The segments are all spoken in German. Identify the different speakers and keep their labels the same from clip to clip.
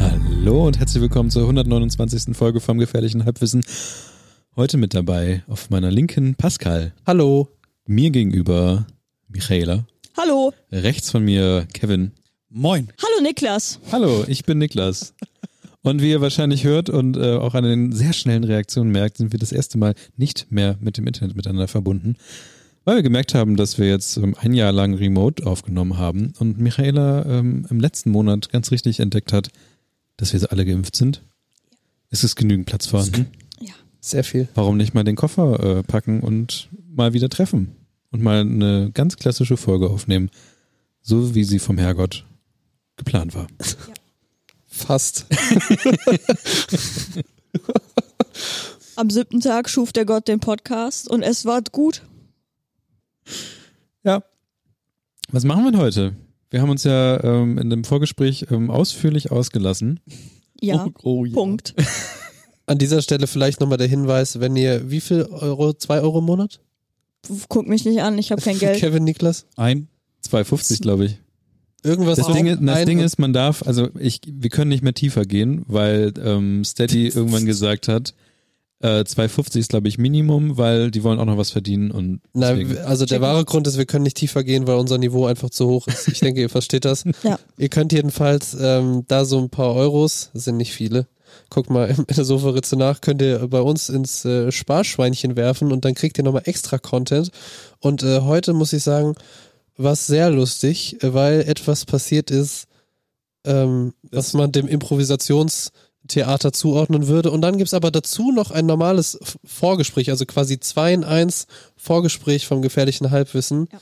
Speaker 1: Hallo und herzlich willkommen zur 129. Folge vom Gefährlichen Halbwissen. Heute mit dabei auf meiner linken Pascal. Hallo. Mir gegenüber Michaela.
Speaker 2: Hallo.
Speaker 1: Rechts von mir Kevin.
Speaker 3: Moin.
Speaker 2: Hallo Niklas.
Speaker 1: Hallo, ich bin Niklas. Und wie ihr wahrscheinlich hört und äh, auch an den sehr schnellen Reaktionen merkt, sind wir das erste Mal nicht mehr mit dem Internet miteinander verbunden, weil wir gemerkt haben, dass wir jetzt ähm, ein Jahr lang remote aufgenommen haben und Michaela ähm, im letzten Monat ganz richtig entdeckt hat, dass wir alle geimpft sind. Es ist genügend Platz vorhanden.
Speaker 2: Ja.
Speaker 4: Sehr viel.
Speaker 1: Warum nicht mal den Koffer äh, packen und mal wieder treffen und mal eine ganz klassische Folge aufnehmen, so wie sie vom Herrgott geplant war.
Speaker 4: Fast.
Speaker 2: Am siebten Tag schuf der Gott den Podcast und es war gut.
Speaker 1: Ja. Was machen wir denn heute? Wir haben uns ja ähm, in dem Vorgespräch ähm, ausführlich ausgelassen.
Speaker 2: Ja.
Speaker 3: Oh, oh ja.
Speaker 2: Punkt.
Speaker 4: An dieser Stelle vielleicht nochmal der Hinweis, wenn ihr wie viel Euro? Zwei Euro im Monat?
Speaker 2: Guck mich nicht an, ich habe kein Geld.
Speaker 4: Kevin Niklas?
Speaker 3: Ein.
Speaker 1: 2,50 glaube ich.
Speaker 4: Irgendwas
Speaker 1: Das
Speaker 4: auf
Speaker 1: Ding, ist- das
Speaker 4: ein-
Speaker 1: Ding ist, man darf, also ich, wir können nicht mehr tiefer gehen, weil ähm, Steady irgendwann gesagt hat, äh, 2,50 ist glaube ich Minimum, weil die wollen auch noch was verdienen und
Speaker 4: Nein,
Speaker 1: deswegen-
Speaker 4: wir- also der wahre Grund ist, wir können nicht tiefer gehen, weil unser Niveau einfach zu hoch ist. Ich denke, ihr versteht das.
Speaker 2: Ja.
Speaker 4: Ihr könnt jedenfalls ähm, da so ein paar Euros, das sind nicht viele. Guck mal, in der Sofaritze nach könnt ihr bei uns ins äh, Sparschweinchen werfen und dann kriegt ihr nochmal extra Content. Und äh, heute muss ich sagen, was sehr lustig, äh, weil etwas passiert ist, ähm, was man dem Improvisationstheater zuordnen würde. Und dann gibt's aber dazu noch ein normales F- Vorgespräch, also quasi zwei in eins Vorgespräch vom gefährlichen Halbwissen.
Speaker 2: Ja.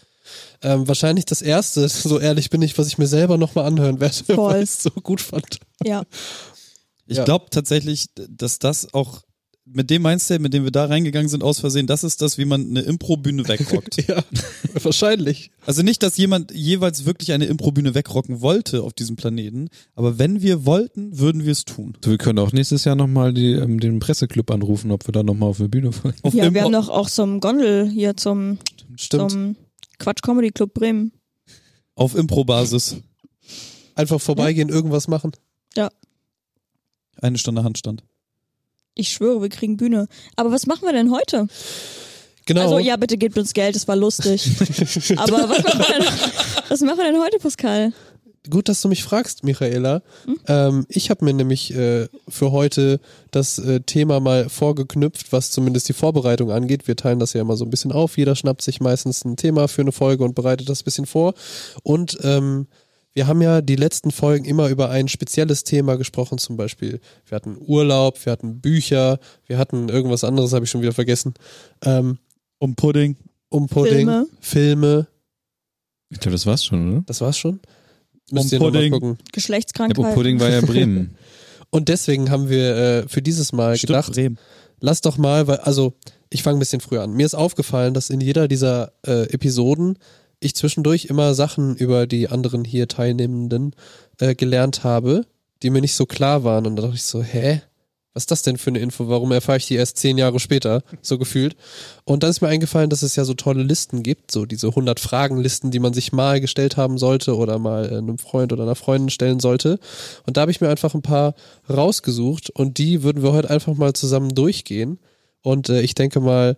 Speaker 4: Ähm, wahrscheinlich das erste, so ehrlich bin ich, was ich mir selber nochmal anhören werde,
Speaker 2: Voll.
Speaker 4: weil ich es so gut fand.
Speaker 2: Ja.
Speaker 3: Ich
Speaker 4: Ja.
Speaker 3: glaube tatsächlich, dass das auch mit dem Mindset, mit dem wir da reingegangen sind, aus Versehen, das ist das, wie man eine Improbühne wegrockt.
Speaker 4: Ja, wahrscheinlich.
Speaker 3: also nicht, dass jemand jeweils wirklich eine Improbühne wegrocken wollte auf diesem Planeten, aber wenn wir wollten, würden wir es tun.
Speaker 1: Also wir können auch nächstes Jahr nochmal ähm, den Presseclub anrufen, ob wir da nochmal auf eine Bühne wollen.
Speaker 3: Auf
Speaker 2: ja,
Speaker 3: Im-
Speaker 2: wir haben doch auch zum Gondel hier zum,
Speaker 4: Stimmt.
Speaker 2: zum Quatsch Comedy Club Bremen.
Speaker 3: auf Impro-Basis.
Speaker 4: Einfach vorbeigehen, irgendwas machen.
Speaker 3: Eine Stunde Handstand.
Speaker 2: Ich schwöre, wir kriegen Bühne. Aber was machen wir denn heute?
Speaker 4: Genau.
Speaker 2: Also ja, bitte gebt uns Geld, es war lustig. Aber was machen, wir denn, was machen wir denn heute, Pascal?
Speaker 4: gut, dass du mich fragst, Michaela. Ähm, ich habe mir nämlich äh, für heute das äh, Thema mal vorgeknüpft, was zumindest die Vorbereitung angeht. Wir teilen das ja immer so ein bisschen auf. Jeder schnappt sich meistens ein Thema für eine Folge und bereitet das ein bisschen vor. Und ähm, wir haben ja die letzten Folgen immer über ein spezielles Thema gesprochen, zum Beispiel wir hatten Urlaub, wir hatten Bücher, wir hatten irgendwas anderes, habe ich schon wieder vergessen. Ähm,
Speaker 3: Um Pudding.
Speaker 4: um Pudding,
Speaker 2: Filme.
Speaker 4: Filme,
Speaker 1: Ich glaube, das war's schon, oder?
Speaker 4: das war's schon. Müsst
Speaker 3: Um
Speaker 4: ihr nochmal
Speaker 3: Pudding.
Speaker 4: gucken.
Speaker 1: Ja,
Speaker 2: Geschlechtskrankheiten.
Speaker 1: aber Pudding war ja Bremen.
Speaker 4: Und deswegen haben wir äh, für dieses Mal gedacht,
Speaker 3: Bremen.
Speaker 4: lass doch mal, weil, also ich fange ein bisschen früher an. Mir ist aufgefallen, dass in jeder dieser äh, Episoden ich zwischendurch immer Sachen über die anderen hier Teilnehmenden äh, gelernt habe, die mir nicht so klar waren. Und da dachte ich so, hä? Was ist das denn für eine Info? Warum erfahre ich die erst zehn Jahre später, so gefühlt? Und dann ist mir eingefallen, dass es ja so tolle Listen gibt, so diese 100-Fragen-Listen, die man sich mal gestellt haben sollte oder mal äh, einem Freund oder einer Freundin stellen sollte. Und da habe ich mir einfach ein paar rausgesucht und die würden wir heute einfach mal zusammen durchgehen. Und äh, ich denke mal,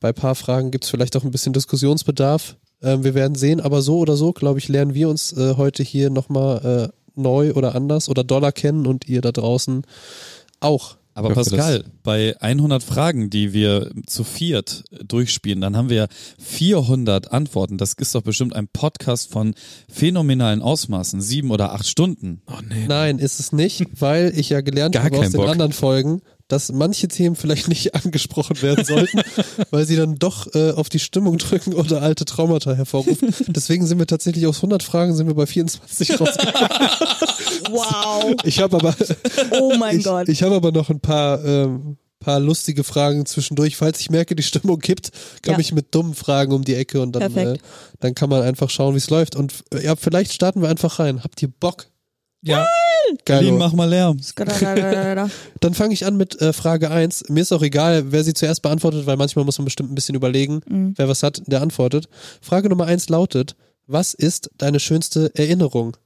Speaker 4: bei ein paar Fragen gibt es vielleicht auch ein bisschen Diskussionsbedarf. Ähm, wir werden sehen, aber so oder so, glaube ich, lernen wir uns äh, heute hier nochmal äh, neu oder anders oder Dollar kennen und ihr da draußen auch.
Speaker 3: Aber
Speaker 1: Ich hoffe,
Speaker 3: Pascal, bei 100 Fragen, die wir zu viert durchspielen, dann haben wir 400 Antworten. Das ist doch bestimmt ein Podcast von phänomenalen Ausmaßen, sieben oder acht Stunden.
Speaker 1: Oh nee.
Speaker 4: Nein, ist es nicht, weil ich ja gelernt
Speaker 1: Gar
Speaker 4: habe
Speaker 1: kein
Speaker 4: aus den
Speaker 1: Bock.
Speaker 4: anderen Folgen, dass manche Themen vielleicht nicht angesprochen werden sollten, weil sie dann doch äh, auf die Stimmung drücken oder alte Traumata hervorrufen. Deswegen sind wir tatsächlich aus 100 Fragen sind wir bei 24 rausgekommen.
Speaker 2: Wow.
Speaker 4: Ich habe aber
Speaker 2: Oh mein
Speaker 4: ich,
Speaker 2: Gott.
Speaker 4: ich habe aber noch ein paar ähm, paar lustige Fragen zwischendurch, falls ich merke, die Stimmung kippt, komme
Speaker 2: Ja.
Speaker 4: ich mit dummen Fragen um die Ecke und dann äh,
Speaker 2: Perfekt.
Speaker 4: dann kann man einfach schauen, wie es läuft und äh, ja, vielleicht starten wir einfach rein. Habt ihr Bock?
Speaker 3: Ja.
Speaker 4: Geil.
Speaker 3: Berlin, mach mal Lärm.
Speaker 4: Dann fange ich an mit äh, Frage 1. Mir ist auch egal, wer sie zuerst beantwortet, weil manchmal muss man bestimmt ein bisschen überlegen,
Speaker 2: Mhm.
Speaker 4: wer was hat, der antwortet. Frage Nummer 1 lautet, was ist deine schönste Erinnerung?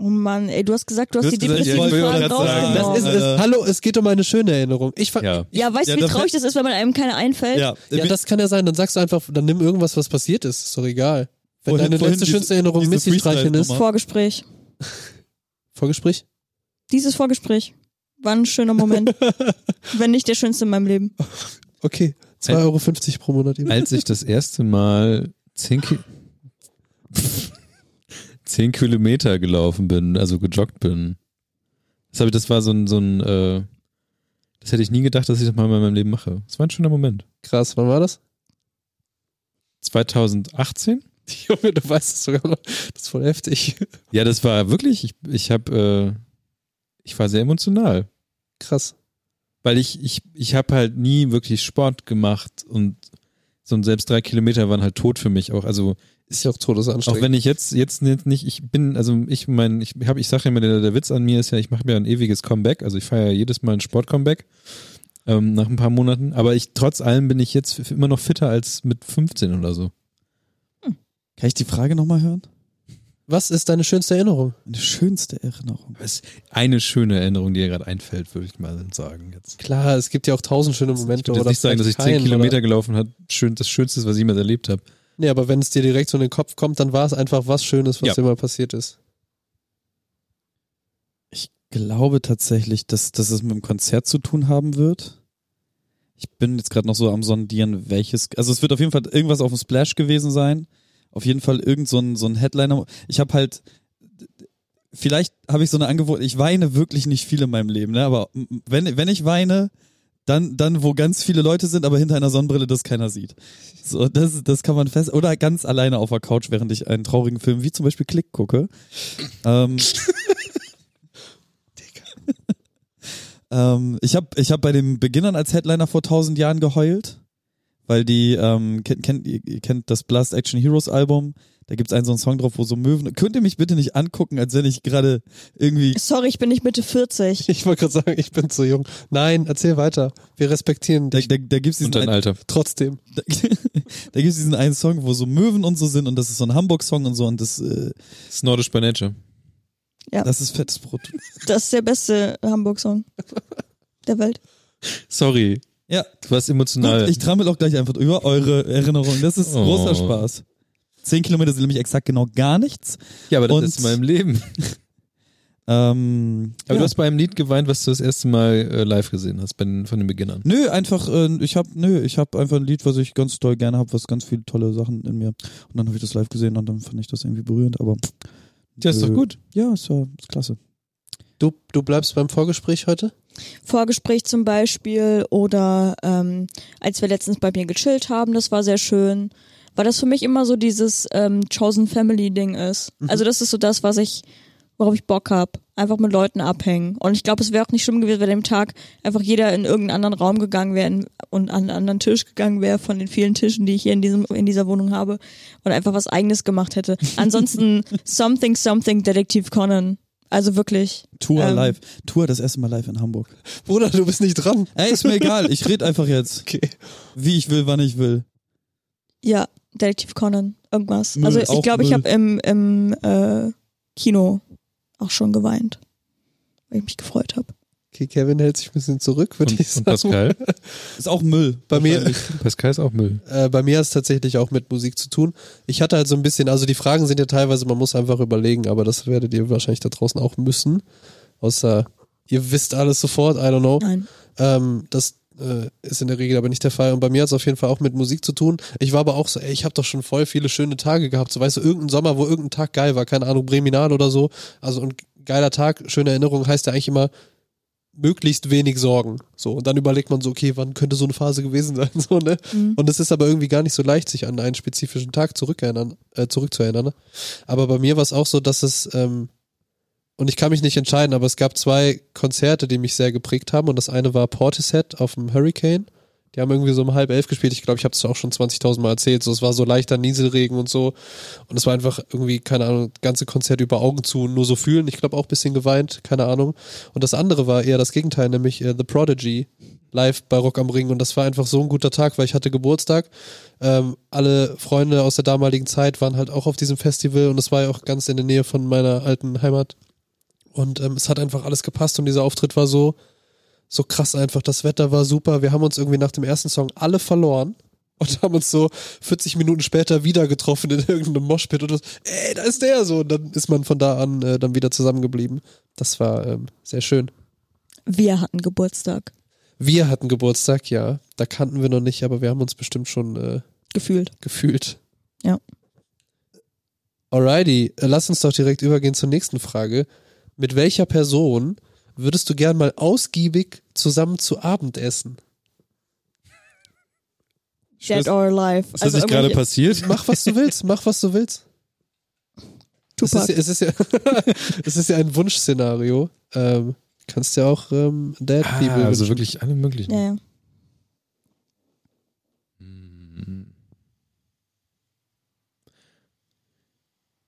Speaker 2: Oh Mann, ey, du hast gesagt, du hast
Speaker 1: Du
Speaker 2: die
Speaker 1: hast gesagt,
Speaker 2: depressiven
Speaker 1: ja, ich wollte
Speaker 2: Phase
Speaker 1: gerade sagen,
Speaker 4: Das
Speaker 2: rausgenommen.
Speaker 4: ist, es, hallo, es geht um eine schöne Erinnerung. Ich fand,
Speaker 1: Ja.
Speaker 2: Ja, weißt du,
Speaker 3: Ah, Ja,
Speaker 2: wie
Speaker 3: das-
Speaker 2: traurig das ist, wenn man einem keine einfällt?
Speaker 3: Ja,
Speaker 4: Ja,
Speaker 3: wie-
Speaker 4: das kann ja sein. Dann sagst du einfach, dann nimm irgendwas, was passiert ist. Ist doch egal. Wenn
Speaker 3: Vorhin-
Speaker 4: deine
Speaker 3: vorhin
Speaker 4: letzte
Speaker 3: diese-
Speaker 4: schönste Erinnerung
Speaker 3: diese
Speaker 4: Missy streicheln ist.
Speaker 2: Das
Speaker 3: Freestyle-Nummer.
Speaker 2: Vorgespräch.
Speaker 4: Vorgespräch?
Speaker 2: Dieses Vorgespräch war ein schöner Moment. wenn nicht der schönste in meinem Leben.
Speaker 4: Okay. 2,50 Euro pro Monat. eben.
Speaker 1: Als ich das erste Mal zehn, Ki zehn Kilometer gelaufen bin, also gejoggt bin, das, hab ich, das war so ein, so ein äh, das hätte ich nie gedacht, dass ich das mal in meinem Leben mache. Das war ein schöner Moment.
Speaker 4: Krass, wann war das?
Speaker 1: 2018?
Speaker 4: Junge, du weißt es sogar noch. Das ist voll heftig.
Speaker 1: Ja, das war wirklich, ich, ich habe, äh, ich war sehr emotional.
Speaker 4: Krass.
Speaker 1: weil ich, ich, ich habe halt nie wirklich Sport gemacht und so ein selbst drei Kilometer waren halt tot für mich auch. Also
Speaker 4: Ist ja auch todesanstrengend.
Speaker 1: auch wenn ich jetzt jetzt nicht, nicht ich bin, also ich mein, ich habe, ich sage ja immer, der, der Witz an mir ist ja, ich mache mir ein ewiges Comeback. Also ich feiere ja jedes Mal ein Sport-Comeback ähm, nach ein paar Monaten. Aber ich trotz allem bin ich jetzt f- immer noch fitter als mit 15 oder so.
Speaker 3: Kann ich die Frage nochmal hören?
Speaker 4: was ist deine schönste Erinnerung?
Speaker 3: Eine schönste Erinnerung.
Speaker 1: Das ist eine schöne Erinnerung, die dir gerade einfällt, würde ich mal sagen jetzt.
Speaker 4: Klar, es gibt ja auch tausend schöne
Speaker 1: Ich
Speaker 4: Momente.
Speaker 1: würde jetzt
Speaker 4: oder
Speaker 1: nicht sagen, dass ich
Speaker 4: vielleicht
Speaker 1: 10
Speaker 4: keinen,
Speaker 1: Kilometer gelaufen habe, schön, das Schönste, ist, was ich jemals erlebt habe.
Speaker 4: Nee, aber wenn es dir direkt so in den Kopf kommt, dann war es einfach was Schönes, was
Speaker 1: Ja.
Speaker 4: dir mal passiert ist.
Speaker 3: Ich glaube tatsächlich, dass, dass es mit dem Konzert zu tun haben wird. Ich bin jetzt gerade noch so am sondieren, welches. Also es wird auf jeden Fall irgendwas auf dem Splash gewesen sein. Auf jeden Fall irgend so ein, so ein Headliner. Ich habe halt. Vielleicht habe ich so eine Angewohnheit. Ich weine wirklich nicht viel in meinem Leben, ne? Aber m- wenn, wenn ich weine, dann, dann wo ganz viele Leute sind, aber hinter einer Sonnenbrille, das keiner sieht. So, das, das kann man fest. Oder ganz alleine auf der Couch, während ich einen traurigen Film wie zum Beispiel Klick gucke. Ähm, Ähm, ich habe ich hab bei den Beginnern als Headliner vor 1000 Jahren geheult, weil die, ähm, kennt, kennt, ihr ihr kennt das Blast Action Heroes Album, da gibt's einen so einen Song drauf, wo so Möwen. Könnt ihr mich bitte nicht angucken, als wenn ich gerade irgendwie.
Speaker 2: Sorry, ich bin nicht Mitte 40.
Speaker 4: Ich wollte gerade sagen, ich bin zu jung. Nein, erzähl weiter. Wir respektieren
Speaker 3: Da,
Speaker 4: dich
Speaker 3: da, da gibt's diesen
Speaker 1: Und dein
Speaker 3: ein-
Speaker 1: Alter.
Speaker 4: trotzdem.
Speaker 3: da, da gibt's diesen einen Song, wo so Möwen und so sind und das ist so ein Hamburg-Song und so und das, äh,
Speaker 1: Das ist Nordisch by Nature.
Speaker 3: das ist fettes Brot.
Speaker 2: Das ist der beste Hamburg-Song der Welt.
Speaker 1: Sorry,
Speaker 3: Ja,
Speaker 1: du warst emotional.
Speaker 3: gut, ich trammel auch gleich einfach über eure Erinnerungen. Das ist
Speaker 1: Oh.
Speaker 3: großer Spaß. Zehn Kilometer sind nämlich exakt genau gar nichts.
Speaker 1: ja, aber das
Speaker 3: Und-
Speaker 1: ist in meinem Leben.
Speaker 3: Ähm,
Speaker 1: Aber
Speaker 3: ja.
Speaker 1: du hast bei einem Lied geweint, was du das erste Mal äh, live gesehen hast, bei, den- von den Beginnern.
Speaker 3: Nö, einfach, äh, ich hab, nö, ich hab einfach ein Lied, was ich ganz doll gerne hab, was ganz viele tolle Sachen in mir. Und dann habe ich das live gesehen und dann fand ich das irgendwie berührend, aber.
Speaker 1: Ja, ist doch
Speaker 3: nö.
Speaker 1: gut.
Speaker 3: Ja, ist, ja, ist klasse.
Speaker 4: Du, du bleibst beim Vorgespräch heute?
Speaker 2: Vorgespräch zum Beispiel oder ähm, als wir letztens bei mir gechillt haben, das war sehr schön. Weil das für mich immer so dieses ähm, Chosen Family Ding ist. Also das ist so das, was ich, worauf ich Bock hab. Einfach mit Leuten abhängen. Und ich glaube, es wäre auch nicht schlimm gewesen, wenn an dem Tag einfach jeder in irgendeinen anderen Raum gegangen wäre in- und an einen anderen Tisch gegangen wäre von den vielen Tischen, die ich hier in diesem in dieser Wohnung habe und einfach was Eigenes gemacht hätte. Ansonsten something something Detektiv Conan. Also wirklich.
Speaker 3: Tour
Speaker 2: Ähm.
Speaker 3: live. Tour das erste Mal live in Hamburg.
Speaker 4: Bruder, du bist nicht dran.
Speaker 3: Ey, ist mir egal, ich red einfach jetzt,
Speaker 4: Okay.
Speaker 3: wie ich will, wann ich will.
Speaker 2: Ja, Detektiv Conan, irgendwas.
Speaker 3: Müll,
Speaker 2: also ich
Speaker 3: auch
Speaker 2: glaube, ich
Speaker 3: Müll.
Speaker 2: habe im, im äh, Kino auch schon geweint, weil ich mich gefreut habe.
Speaker 4: Okay, Kevin hält sich ein bisschen zurück, würde
Speaker 1: Und,
Speaker 4: ich
Speaker 1: und
Speaker 4: sagen.
Speaker 1: Pascal?
Speaker 3: Ist auch Müll.
Speaker 4: Bei mir,
Speaker 1: Pascal ist auch Müll.
Speaker 4: äh, bei mir hat es tatsächlich auch mit Musik zu tun. Ich hatte halt so ein bisschen, also die Fragen sind ja teilweise, man muss einfach überlegen, aber das werdet ihr wahrscheinlich da draußen auch müssen. Außer ihr wisst alles sofort, I don't know.
Speaker 2: Nein.
Speaker 4: Ähm, das äh, ist in der Regel aber nicht der Fall. Und bei mir hat es auf jeden Fall auch mit Musik zu tun. Ich war aber auch so, ey, ich habe doch schon voll viele schöne Tage gehabt. So, weißt du, irgendein Sommer, wo irgendein Tag geil war, keine Ahnung, Breminal oder so. Also, und geiler Tag, schöne Erinnerung heißt ja eigentlich immer möglichst wenig Sorgen. So, und dann überlegt man so, okay, wann könnte so eine Phase gewesen sein? So, ne?
Speaker 2: Mhm.
Speaker 4: Und es ist aber irgendwie gar nicht so leicht, sich an einen spezifischen Tag zurückerinnern, äh, zurückzuerinnern. Aber bei mir war es auch so, dass es, ähm, und ich kann mich nicht entscheiden, aber es gab zwei Konzerte, die mich sehr geprägt haben. Und das eine war Portishead auf dem Hurricane. Die haben irgendwie so um halb elf gespielt. Ich glaube, ich habe es auch schon 20.000 Mal erzählt. So, es war so leichter Nieselregen und so. Und es war einfach irgendwie, keine Ahnung, das ganze Konzert über Augen zu, nur so fühlen. Ich glaube, auch ein bisschen geweint, keine Ahnung. Und das andere war eher das Gegenteil, nämlich äh, The Prodigy live bei Rock am Ring. Und das war einfach so ein guter Tag, weil ich hatte Geburtstag. Ähm, alle Freunde aus der damaligen Zeit waren halt auch auf diesem Festival und es war ja auch ganz in der Nähe von meiner alten Heimat Und ähm, es hat einfach alles gepasst und dieser Auftritt war so, so krass einfach. Das Wetter war super. Wir haben uns irgendwie nach dem ersten Song alle verloren und haben uns so 40 Minuten später wieder getroffen in irgendeinem Moshpit und das, ey, da ist der so. Und dann ist man von da an äh, dann wieder zusammengeblieben. Das war ähm, sehr schön.
Speaker 2: Wir hatten Geburtstag.
Speaker 4: Wir hatten Geburtstag, ja. Da kannten wir noch nicht, aber wir haben uns bestimmt schon äh,
Speaker 2: Gefühlt.
Speaker 4: gefühlt.
Speaker 2: Ja.
Speaker 4: Alrighty, äh, lass uns doch direkt übergehen zur nächsten Frage. Mit welcher Person würdest du gern mal ausgiebig zusammen zu Abend essen?
Speaker 2: Dead or
Speaker 1: Also
Speaker 2: alive. Also
Speaker 3: Ist das nicht gerade
Speaker 2: irgendwelche-
Speaker 3: passiert?
Speaker 4: Mach, was du willst, mach, was du willst. Es ist,
Speaker 2: Tupac.
Speaker 4: ja- es, ist ja, es ist ja ein Wunschszenario. Ähm, kannst ja auch ähm, Dead People.
Speaker 1: Ah, also
Speaker 4: wünschen.
Speaker 1: wirklich alle möglichen.
Speaker 2: Ja, ja.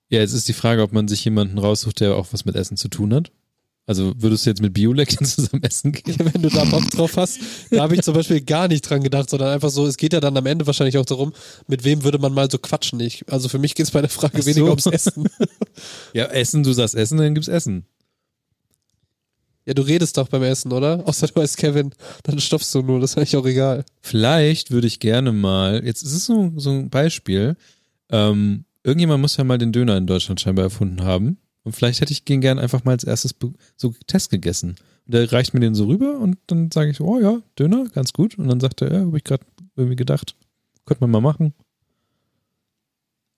Speaker 1: Ja, jetzt ist die Frage, ob man sich jemanden raussucht, der auch was mit Essen zu tun hat. Also würdest du jetzt mit Biolekchen zusammen essen gehen?
Speaker 4: Wenn du da Bock drauf hast, da habe ich zum Beispiel gar nicht dran gedacht, sondern einfach so, es geht ja dann am Ende wahrscheinlich auch darum, mit wem würde man mal so quatschen. Ich, also für mich geht es bei der Frage
Speaker 1: Ach so.
Speaker 4: weniger ums Essen.
Speaker 1: Ja, Essen, du sagst Essen, dann gibt's Essen.
Speaker 4: Ja, du redest doch beim Essen, oder? Außer du heißt Kevin, dann stopfst du nur, das ist eigentlich auch egal.
Speaker 1: Vielleicht würde ich gerne mal, jetzt ist es so, so ein Beispiel, ähm, irgendjemand muss ja mal den Döner in Deutschland scheinbar erfunden haben. Und vielleicht hätte ich den gern einfach mal als erstes be- so Test gegessen. Und der reicht mir den so rüber und dann sage ich, oh ja, Döner, ganz gut. Und dann sagt er, ja, habe ich gerade irgendwie gedacht, könnte man mal machen.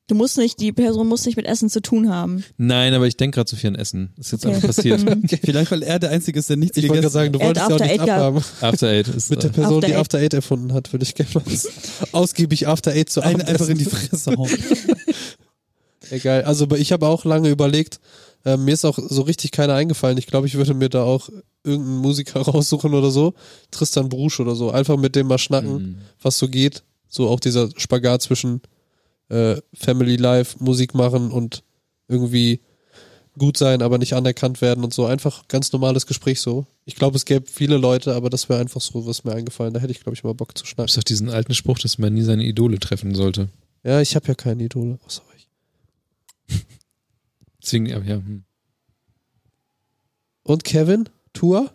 Speaker 2: Du musst nicht, die Person muss nicht mit Essen zu tun haben. Mhm.
Speaker 1: Nein, aber ich denke gerade zu viel an Essen. Ist jetzt
Speaker 2: Okay.
Speaker 1: einfach passiert.
Speaker 3: Vielleicht, weil er der Einzige ist, der nichts
Speaker 4: Ich wollte gerade sagen,
Speaker 3: gegessen
Speaker 4: du
Speaker 2: Er hat
Speaker 4: wolltest ja auch
Speaker 2: After
Speaker 4: nicht
Speaker 2: Eight gehabt.
Speaker 4: abhaben.
Speaker 1: After Eight ist äh,
Speaker 4: Mit der Person,
Speaker 2: After
Speaker 4: die
Speaker 2: Eight.
Speaker 4: After Eight erfunden hat, würde ich gerne mal ausgiebig After Eight zu
Speaker 3: hat. Einen
Speaker 4: Abend
Speaker 3: einfach in die
Speaker 4: essen.
Speaker 3: Fresse hauen.
Speaker 4: Egal, also ich habe auch lange überlegt, äh, mir ist auch so richtig keiner eingefallen. Ich glaube, ich würde mir da auch irgendeinen Musiker raussuchen oder so. Tristan Brusch oder so. Einfach mit dem mal schnacken,
Speaker 1: Mhm.
Speaker 4: was so geht. So auch dieser Spagat zwischen äh, Family Life, Musik machen und irgendwie gut sein, aber nicht anerkannt werden und so. Einfach ganz normales Gespräch so. Ich glaube, es gäbe viele Leute, aber das wäre einfach so, was mir eingefallen. Da hätte ich, glaube ich, mal Bock zu schnacken.
Speaker 1: Gibt's doch diesen alten Spruch, dass man nie seine Idole treffen sollte.
Speaker 4: Ja, ich habe ja keine Idole, außer euch.
Speaker 1: Deswegen, ja, ja. hm.
Speaker 4: Und Kevin? Tour?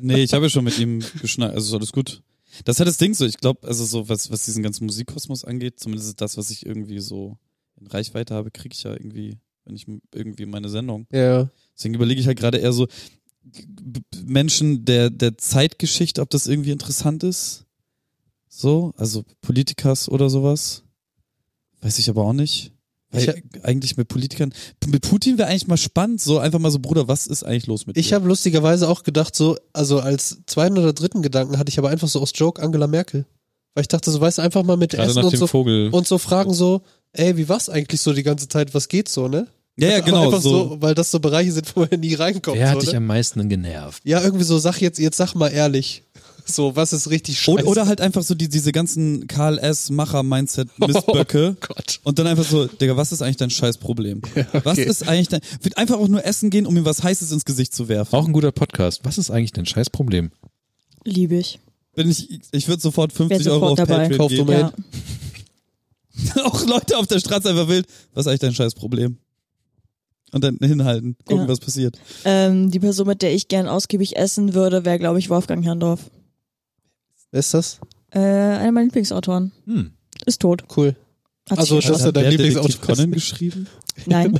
Speaker 3: Nee, ich habe ja schon mit ihm geschnackt. Also ist alles gut. Das ist halt das Ding so. Ich glaube, also so, was, was diesen ganzen Musikkosmos angeht, zumindest ist das, was ich irgendwie so in Reichweite habe, kriege ich ja irgendwie, wenn ich m- irgendwie meine Sendung.
Speaker 4: Ja.
Speaker 3: Deswegen überlege ich halt gerade eher so b- b- Menschen der, der Zeitgeschichte, ob das irgendwie interessant ist. So, also Politikers oder sowas. Weiß ich aber auch nicht. Weil
Speaker 4: Ich
Speaker 3: eigentlich mit Politikern. Mit Putin wäre eigentlich mal spannend, so einfach mal so, Bruder, was ist eigentlich los mit
Speaker 4: Ich
Speaker 3: dir?
Speaker 4: habe lustigerweise auch gedacht, so, also als zweiten oder dritten Gedanken hatte ich aber einfach so aus Joke Angela Merkel. Weil ich dachte, so, weißt du, einfach mal mit
Speaker 1: Gerade
Speaker 4: Essen
Speaker 1: nach
Speaker 4: und
Speaker 1: dem
Speaker 4: so,
Speaker 1: Vogel.
Speaker 4: und so fragen so, ey, wie war's eigentlich so die ganze Zeit, was geht so, ne?
Speaker 3: Ja, ja,
Speaker 4: Aber
Speaker 3: genau.
Speaker 4: Einfach so.
Speaker 3: so.
Speaker 4: weil das so Bereiche sind, wo er nie reinkommt.
Speaker 1: Wer
Speaker 4: so,
Speaker 1: hat dich
Speaker 4: ne?
Speaker 1: am meisten genervt?
Speaker 4: Ja, irgendwie so, sag jetzt, jetzt sag mal ehrlich. So, was ist richtig scheiße?
Speaker 3: Oder, oder halt einfach so die, diese ganzen KLS-Macher-Mindset-Mistböcke.
Speaker 4: Oh Gott.
Speaker 3: Und dann einfach so, Digga, was ist eigentlich dein Scheißproblem? Was ist eigentlich dein. Wird einfach auch nur essen gehen, um ihm was Heißes ins Gesicht zu werfen.
Speaker 1: Auch ein guter Podcast. Was ist eigentlich dein scheiß Problem?
Speaker 2: Liebe ich.
Speaker 3: Bin ich, ich würde sofort 50
Speaker 2: sofort
Speaker 3: Euro auf
Speaker 2: dabei.
Speaker 3: Patreon
Speaker 4: Kauf
Speaker 3: geben.
Speaker 4: Domain.
Speaker 2: Ja.
Speaker 3: auch Leute auf der Straße einfach wild. Was ist eigentlich dein Scheißproblem? Und dann hinhalten, gucken,
Speaker 2: Ja.
Speaker 3: was passiert.
Speaker 2: Ähm, die Person, mit der ich gern ausgiebig essen würde, wäre, glaube ich, Wolfgang Herrndorf.
Speaker 4: Wer Ist das?
Speaker 2: Äh, einer meiner Lieblingsautoren.
Speaker 1: Hm.
Speaker 2: Ist tot.
Speaker 4: Cool.
Speaker 2: Hat
Speaker 4: Also,
Speaker 2: sich
Speaker 4: Das ist ja
Speaker 3: Hat
Speaker 4: dein
Speaker 3: der
Speaker 4: Lieblingsautor.
Speaker 3: Detektiv Conan geschrieben?
Speaker 2: Nein.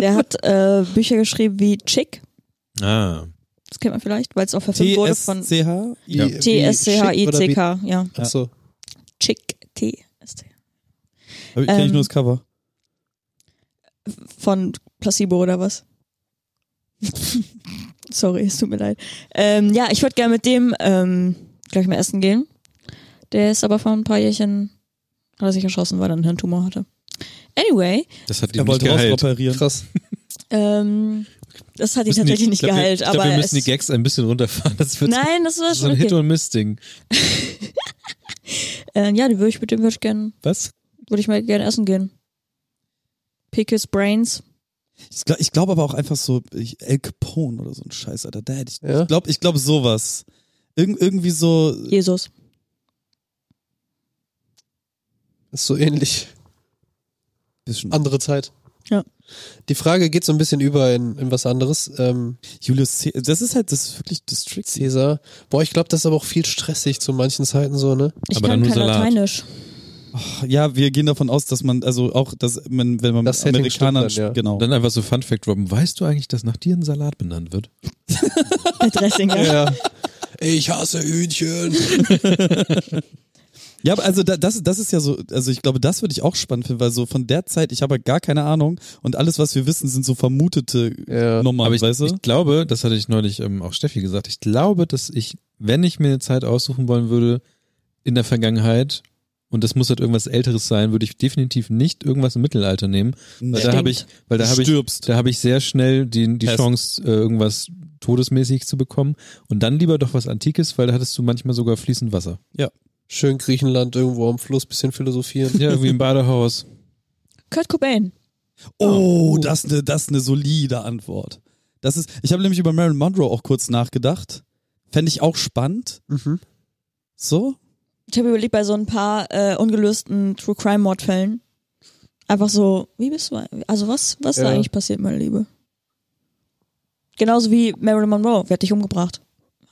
Speaker 2: Der hat äh, Bücher geschrieben wie Chick.
Speaker 1: Ah.
Speaker 2: Das kennt man vielleicht, weil es auch verfilmt wurde von
Speaker 3: TSCH?
Speaker 1: Ja.
Speaker 4: Wie- wie schick oder
Speaker 2: T-S-C-H-I-C-K. Ja.
Speaker 4: wie- Achso.
Speaker 2: Chick. T-S-C.
Speaker 3: Kenn ich
Speaker 2: Ähm,
Speaker 3: nur das Cover.
Speaker 2: Von Placebo oder was? Sorry, es tut mir leid. Ähm, ja, ich würde gerne mit dem ähm, gleich mal essen gehen. Der ist aber vor ein paar Jährchen, hat er sich erschossen, weil er einen Hirntumor hatte. Anyway,
Speaker 1: Das hat
Speaker 3: Er
Speaker 1: ihn nicht
Speaker 3: wollte
Speaker 1: geheilt.
Speaker 3: rausoperieren.
Speaker 4: Krass.
Speaker 2: ähm, das hat ihn
Speaker 1: Müssen die-
Speaker 2: tatsächlich nicht
Speaker 1: ich glaub, wir-
Speaker 2: geheilt,
Speaker 1: ich glaub,
Speaker 2: aber
Speaker 1: wir müssen die
Speaker 2: es,
Speaker 1: Gags ein bisschen runterfahren. Das wird
Speaker 2: nein, das war
Speaker 1: so
Speaker 2: schon
Speaker 1: ein Hit-
Speaker 2: okay.
Speaker 1: und Miss-Ding.
Speaker 2: Äh, ja, die würde ich mit dem würde ich gerne,
Speaker 1: Was?
Speaker 2: würde ich mal gerne essen gehen. Pick his brains.
Speaker 3: Ich glaube ich glaub aber auch einfach so ich, El Capone oder so ein Scheiß, Alter. Da hätte ich,
Speaker 4: Ja.
Speaker 3: ich glaube ich glaub sowas. Irg irgendwie so,
Speaker 2: Jesus.
Speaker 4: Ist so ähnlich.
Speaker 3: bisschen,
Speaker 4: Andere Zeit.
Speaker 2: Ja.
Speaker 4: Die Frage geht so ein bisschen über in, in was anderes. Ähm,
Speaker 3: Julius Caesar, das ist halt, das ist wirklich das Tricky.
Speaker 4: Caesar. Boah, ich glaube, das ist aber auch viel stressig zu manchen Zeiten so, ne?
Speaker 2: Ich
Speaker 1: Aber dann
Speaker 2: kann
Speaker 1: nur
Speaker 2: kein
Speaker 1: Salat.
Speaker 2: Lateinisch.
Speaker 3: Ja, wir gehen davon aus, dass man, also auch, dass man, wenn man
Speaker 4: Das
Speaker 3: mit
Speaker 4: Setting
Speaker 3: Amerikanern,
Speaker 4: stimmt dann, ja.
Speaker 3: genau.
Speaker 1: Und dann einfach so Fun Fact droppen. Weißt du eigentlich, dass nach dir ein Salat benannt wird?
Speaker 2: Der Dressinger.
Speaker 4: Ja. Ich hasse Hühnchen.
Speaker 3: Ja, aber also da, das, das ist ja so, also ich glaube, das würde ich auch spannend finden, weil so von der Zeit, ich habe halt gar keine Ahnung und alles, was wir wissen, sind so vermutete
Speaker 4: Ja.
Speaker 3: Nummern,
Speaker 1: Aber ich,
Speaker 3: weißt du?
Speaker 1: ich glaube, das hatte ich neulich ähm, auch Steffi gesagt, ich glaube, dass ich, wenn ich mir eine Zeit aussuchen wollen würde in der Vergangenheit, und das muss halt irgendwas Älteres sein, würde ich definitiv nicht irgendwas im Mittelalter nehmen. Weil
Speaker 3: Mhm.
Speaker 1: da
Speaker 2: Stimmt.
Speaker 1: habe ich, weil da
Speaker 3: Du
Speaker 1: habe ich,
Speaker 3: stirbst.
Speaker 1: da habe ich sehr schnell die, die
Speaker 3: Pest.
Speaker 1: Chance, äh, irgendwas todesmäßig zu bekommen. Und dann lieber doch was Antikes, weil da hattest du manchmal sogar fließend Wasser.
Speaker 4: Schön Griechenland irgendwo am Fluss, bisschen philosophieren.
Speaker 1: Ja, irgendwie im Badehaus.
Speaker 2: Kurt Cobain.
Speaker 3: Oh, das ist eine das ne solide Antwort. Das ist, ich habe nämlich über Marilyn Monroe auch kurz nachgedacht. Fände ich auch spannend.
Speaker 4: Mhm.
Speaker 3: So?
Speaker 2: Ich habe überlegt bei so ein paar äh, ungelösten True Crime Mordfällen. Einfach so, wie bist du? Also was, was
Speaker 4: Ja.
Speaker 2: da eigentlich passiert, meine Liebe? Genauso wie Marilyn Monroe. Wer hat dich umgebracht?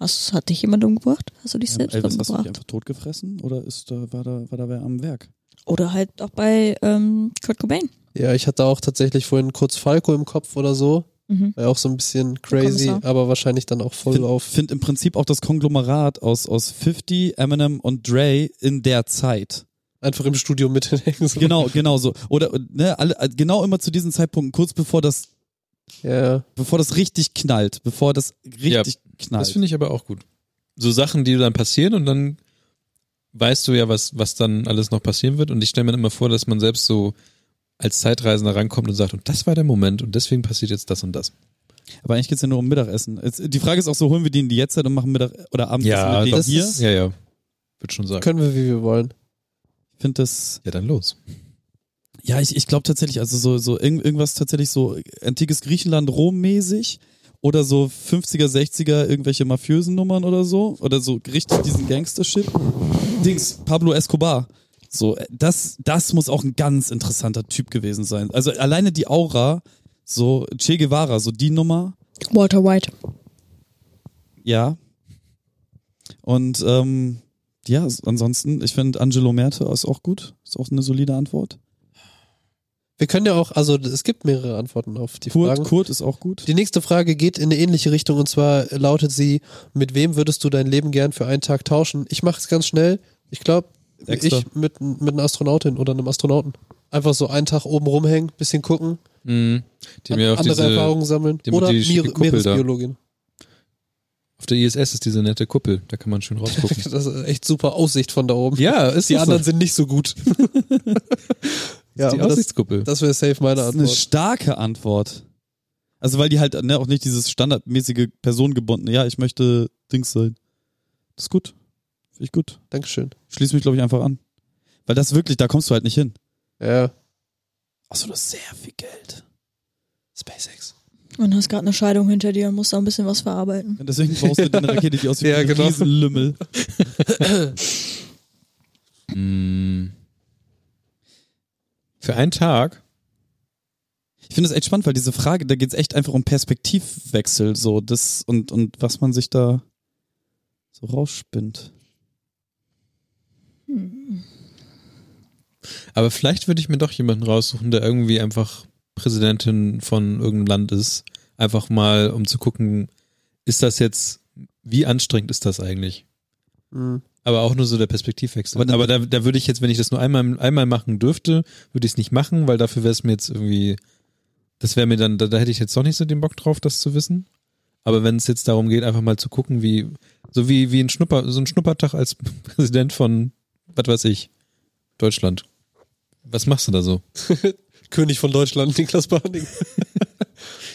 Speaker 2: Hast, hat dich jemand umgebracht? Hast du dich selbst
Speaker 3: Elvis, hast du dich
Speaker 2: umgebracht?
Speaker 3: einfach totgefressen oder ist da, war, da, war da wer am Werk?
Speaker 2: Oder halt auch bei ähm, Kurt Cobain.
Speaker 4: Ja, ich hatte auch tatsächlich vorhin kurz Falco im Kopf oder so.
Speaker 2: Mhm.
Speaker 4: War ja auch so ein bisschen crazy,
Speaker 2: Kommissar.
Speaker 4: aber wahrscheinlich dann auch voll
Speaker 3: Find-
Speaker 4: auf.
Speaker 3: Find im Prinzip auch das Konglomerat aus, aus 50, Eminem und Dre in der Zeit.
Speaker 4: Einfach im Studio mithängen. So.
Speaker 3: Genau, genau so. Oder ne, alle, genau immer zu diesen Zeitpunkten, kurz bevor das,
Speaker 4: Ja.
Speaker 3: bevor das richtig knallt, bevor das richtig
Speaker 1: Das
Speaker 3: knallt.
Speaker 1: finde ich aber auch gut. So Sachen, die dann passieren und dann weißt du ja, was, was dann alles noch passieren wird. Und ich stelle mir dann immer vor, dass man selbst so als Zeitreisender rankommt und sagt, und das war der Moment und deswegen passiert jetzt das und das.
Speaker 3: Aber eigentlich geht's ja nur um Mittagessen. Jetzt, die Frage ist auch so, holen wir die in die Jetztzeit und machen Mittag oder Abendessen mit denen
Speaker 1: das
Speaker 3: hier?
Speaker 1: ist, ja, ja. Würde schon sagen.
Speaker 4: Können wir, wie wir wollen.
Speaker 3: Ich finde das.
Speaker 1: Ja, dann los.
Speaker 3: Ja, ich, ich glaube tatsächlich, also so, so irgend, irgendwas tatsächlich so antikes Griechenland Rom-mäßig oder so 50er, 60er irgendwelche mafiösen Nummern oder so oder so richtig diesen Gangster-Shit. Dings, Pablo Escobar. So, äh, das, das muss auch ein ganz interessanter Typ gewesen sein. Also alleine die Aura, so Che Guevara, so die Nummer,
Speaker 2: Walter White.
Speaker 3: ja. Und ähm, ja, s- ansonsten, ich finde Angelo Merte ist auch gut. Ist auch eine solide Antwort.
Speaker 4: Wir können ja auch, also es gibt mehrere Antworten auf die
Speaker 3: Kurt,
Speaker 4: Fragen.
Speaker 3: Kurt ist auch gut.
Speaker 4: Die nächste Frage geht in eine ähnliche Richtung und zwar lautet sie: Mit wem würdest du dein Leben gern für einen Tag tauschen? Ich mache es ganz schnell. Ich glaube,
Speaker 3: Dexter.
Speaker 4: ich mit, mit einer Astronautin oder einem Astronauten. Einfach so einen Tag oben rumhängen, bisschen gucken,
Speaker 1: Mhm. Die haben ja auch
Speaker 4: andere
Speaker 1: diese,
Speaker 4: Erfahrungen sammeln.
Speaker 1: die haben
Speaker 4: Oder
Speaker 1: die schicke
Speaker 4: Meer-
Speaker 1: Kuppel da.
Speaker 4: Meeresbiologin.
Speaker 1: auf der ISS ist diese nette Kuppel, da kann man schön rausgucken.
Speaker 4: Das ist echt super Aussicht von da oben.
Speaker 1: ja, ist
Speaker 4: Die anderen sind nicht so gut. ja,
Speaker 1: die
Speaker 4: aber das,
Speaker 1: Aussichtskuppel.
Speaker 4: das wäre safe meine
Speaker 3: Das ist eine
Speaker 4: Antwort.
Speaker 3: starke Antwort. Also weil die halt ne, auch nicht dieses standardmäßige personengebundene, ja, ich möchte Dings sein. Das ist gut. Finde ich gut.
Speaker 4: Dankeschön.
Speaker 3: Schließ mich, glaube ich, einfach an. Weil das wirklich, da kommst du halt nicht hin.
Speaker 4: Ja.
Speaker 3: Achso, das ist sehr viel Geld. SpaceX.
Speaker 2: Und hast gerade eine Scheidung hinter dir und musst da ein bisschen was verarbeiten.
Speaker 3: Und deswegen brauchst du eine Rakete, die aussieht wie
Speaker 4: Ja,
Speaker 3: ein
Speaker 4: genau.
Speaker 3: Riesenlümmel.
Speaker 1: Mhm. Für einen Tag
Speaker 3: Ich finde das echt spannend, weil diese Frage, da geht es echt einfach um Perspektivwechsel, so das und, und was man sich da so rausspinnt.
Speaker 2: Hm.
Speaker 1: Aber vielleicht würde ich mir doch jemanden raussuchen, der irgendwie einfach Präsidentin von irgendeinem Land ist. Einfach mal, um zu gucken, ist das jetzt, wie anstrengend ist das eigentlich?
Speaker 4: Mhm.
Speaker 1: Aber auch nur so der Perspektivwechsel.
Speaker 3: Aber
Speaker 1: Aber,
Speaker 3: dann-
Speaker 1: da, da würde ich jetzt, wenn ich das nur einmal, einmal machen dürfte, würde ich es nicht machen, weil dafür wäre es mir jetzt irgendwie, das wäre mir dann, da, da hätte ich jetzt doch nicht so den Bock drauf, das zu wissen. Aber wenn es jetzt darum geht, einfach mal zu gucken, wie, so wie, wie ein Schnupper, so ein Schnuppertag als Präsident von, was weiß ich, Deutschland. Was machst du da so?
Speaker 4: König von Deutschland, Niklas Barning.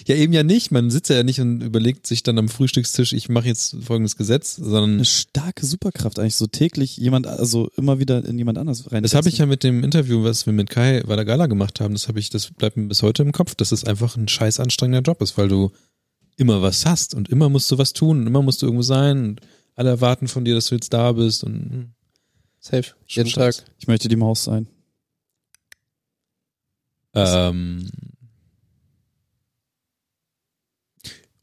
Speaker 1: Ja, eben ja nicht. Man sitzt ja nicht und überlegt sich dann am Frühstückstisch, ich mache jetzt folgendes Gesetz, sondern
Speaker 3: eine starke Superkraft eigentlich, so täglich jemand, also immer wieder in jemand anders rein.
Speaker 1: das habe ich ja mit dem Interview, was wir mit Kai Vadagala gemacht haben, das habe ich, das bleibt mir bis heute im Kopf, dass es einfach ein scheiß anstrengender Job ist, weil du immer was hast und immer musst du was tun und immer musst du irgendwo sein und alle erwarten von dir, dass du jetzt da bist und hm,
Speaker 4: Safe.
Speaker 1: Schon
Speaker 4: Jeden
Speaker 1: scheiße.
Speaker 4: Tag.
Speaker 3: Ich möchte die Maus sein.
Speaker 1: ähm,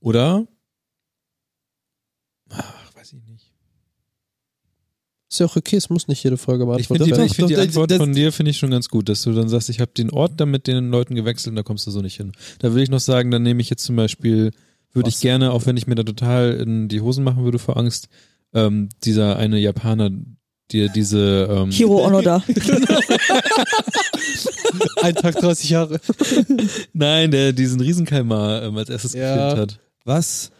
Speaker 1: Oder? Ach, weiß ich nicht.
Speaker 4: Ist ja auch okay, es muss nicht jede Folge
Speaker 1: Ich finde die,
Speaker 4: beantwortet
Speaker 3: doch,
Speaker 1: ich find die
Speaker 3: doch,
Speaker 1: Antwort
Speaker 3: das-
Speaker 1: von dir finde ich schon ganz gut, dass du dann sagst, ich habe den Ort dann mit den Leuten gewechselt und da kommst du so nicht hin. Da würde ich noch sagen, dann nehme ich jetzt zum Beispiel, würde ich
Speaker 3: Was?
Speaker 1: gerne, auch wenn ich mir da total in die Hosen machen würde vor Angst, ähm, dieser eine Japaner, dir diese ähm,
Speaker 2: Hiro Onoda.
Speaker 4: Ein Tag 30 Jahre.
Speaker 1: Nein, der diesen Riesenkalmar ähm, als erstes
Speaker 4: Ja.
Speaker 1: gekillt hat.
Speaker 3: Was?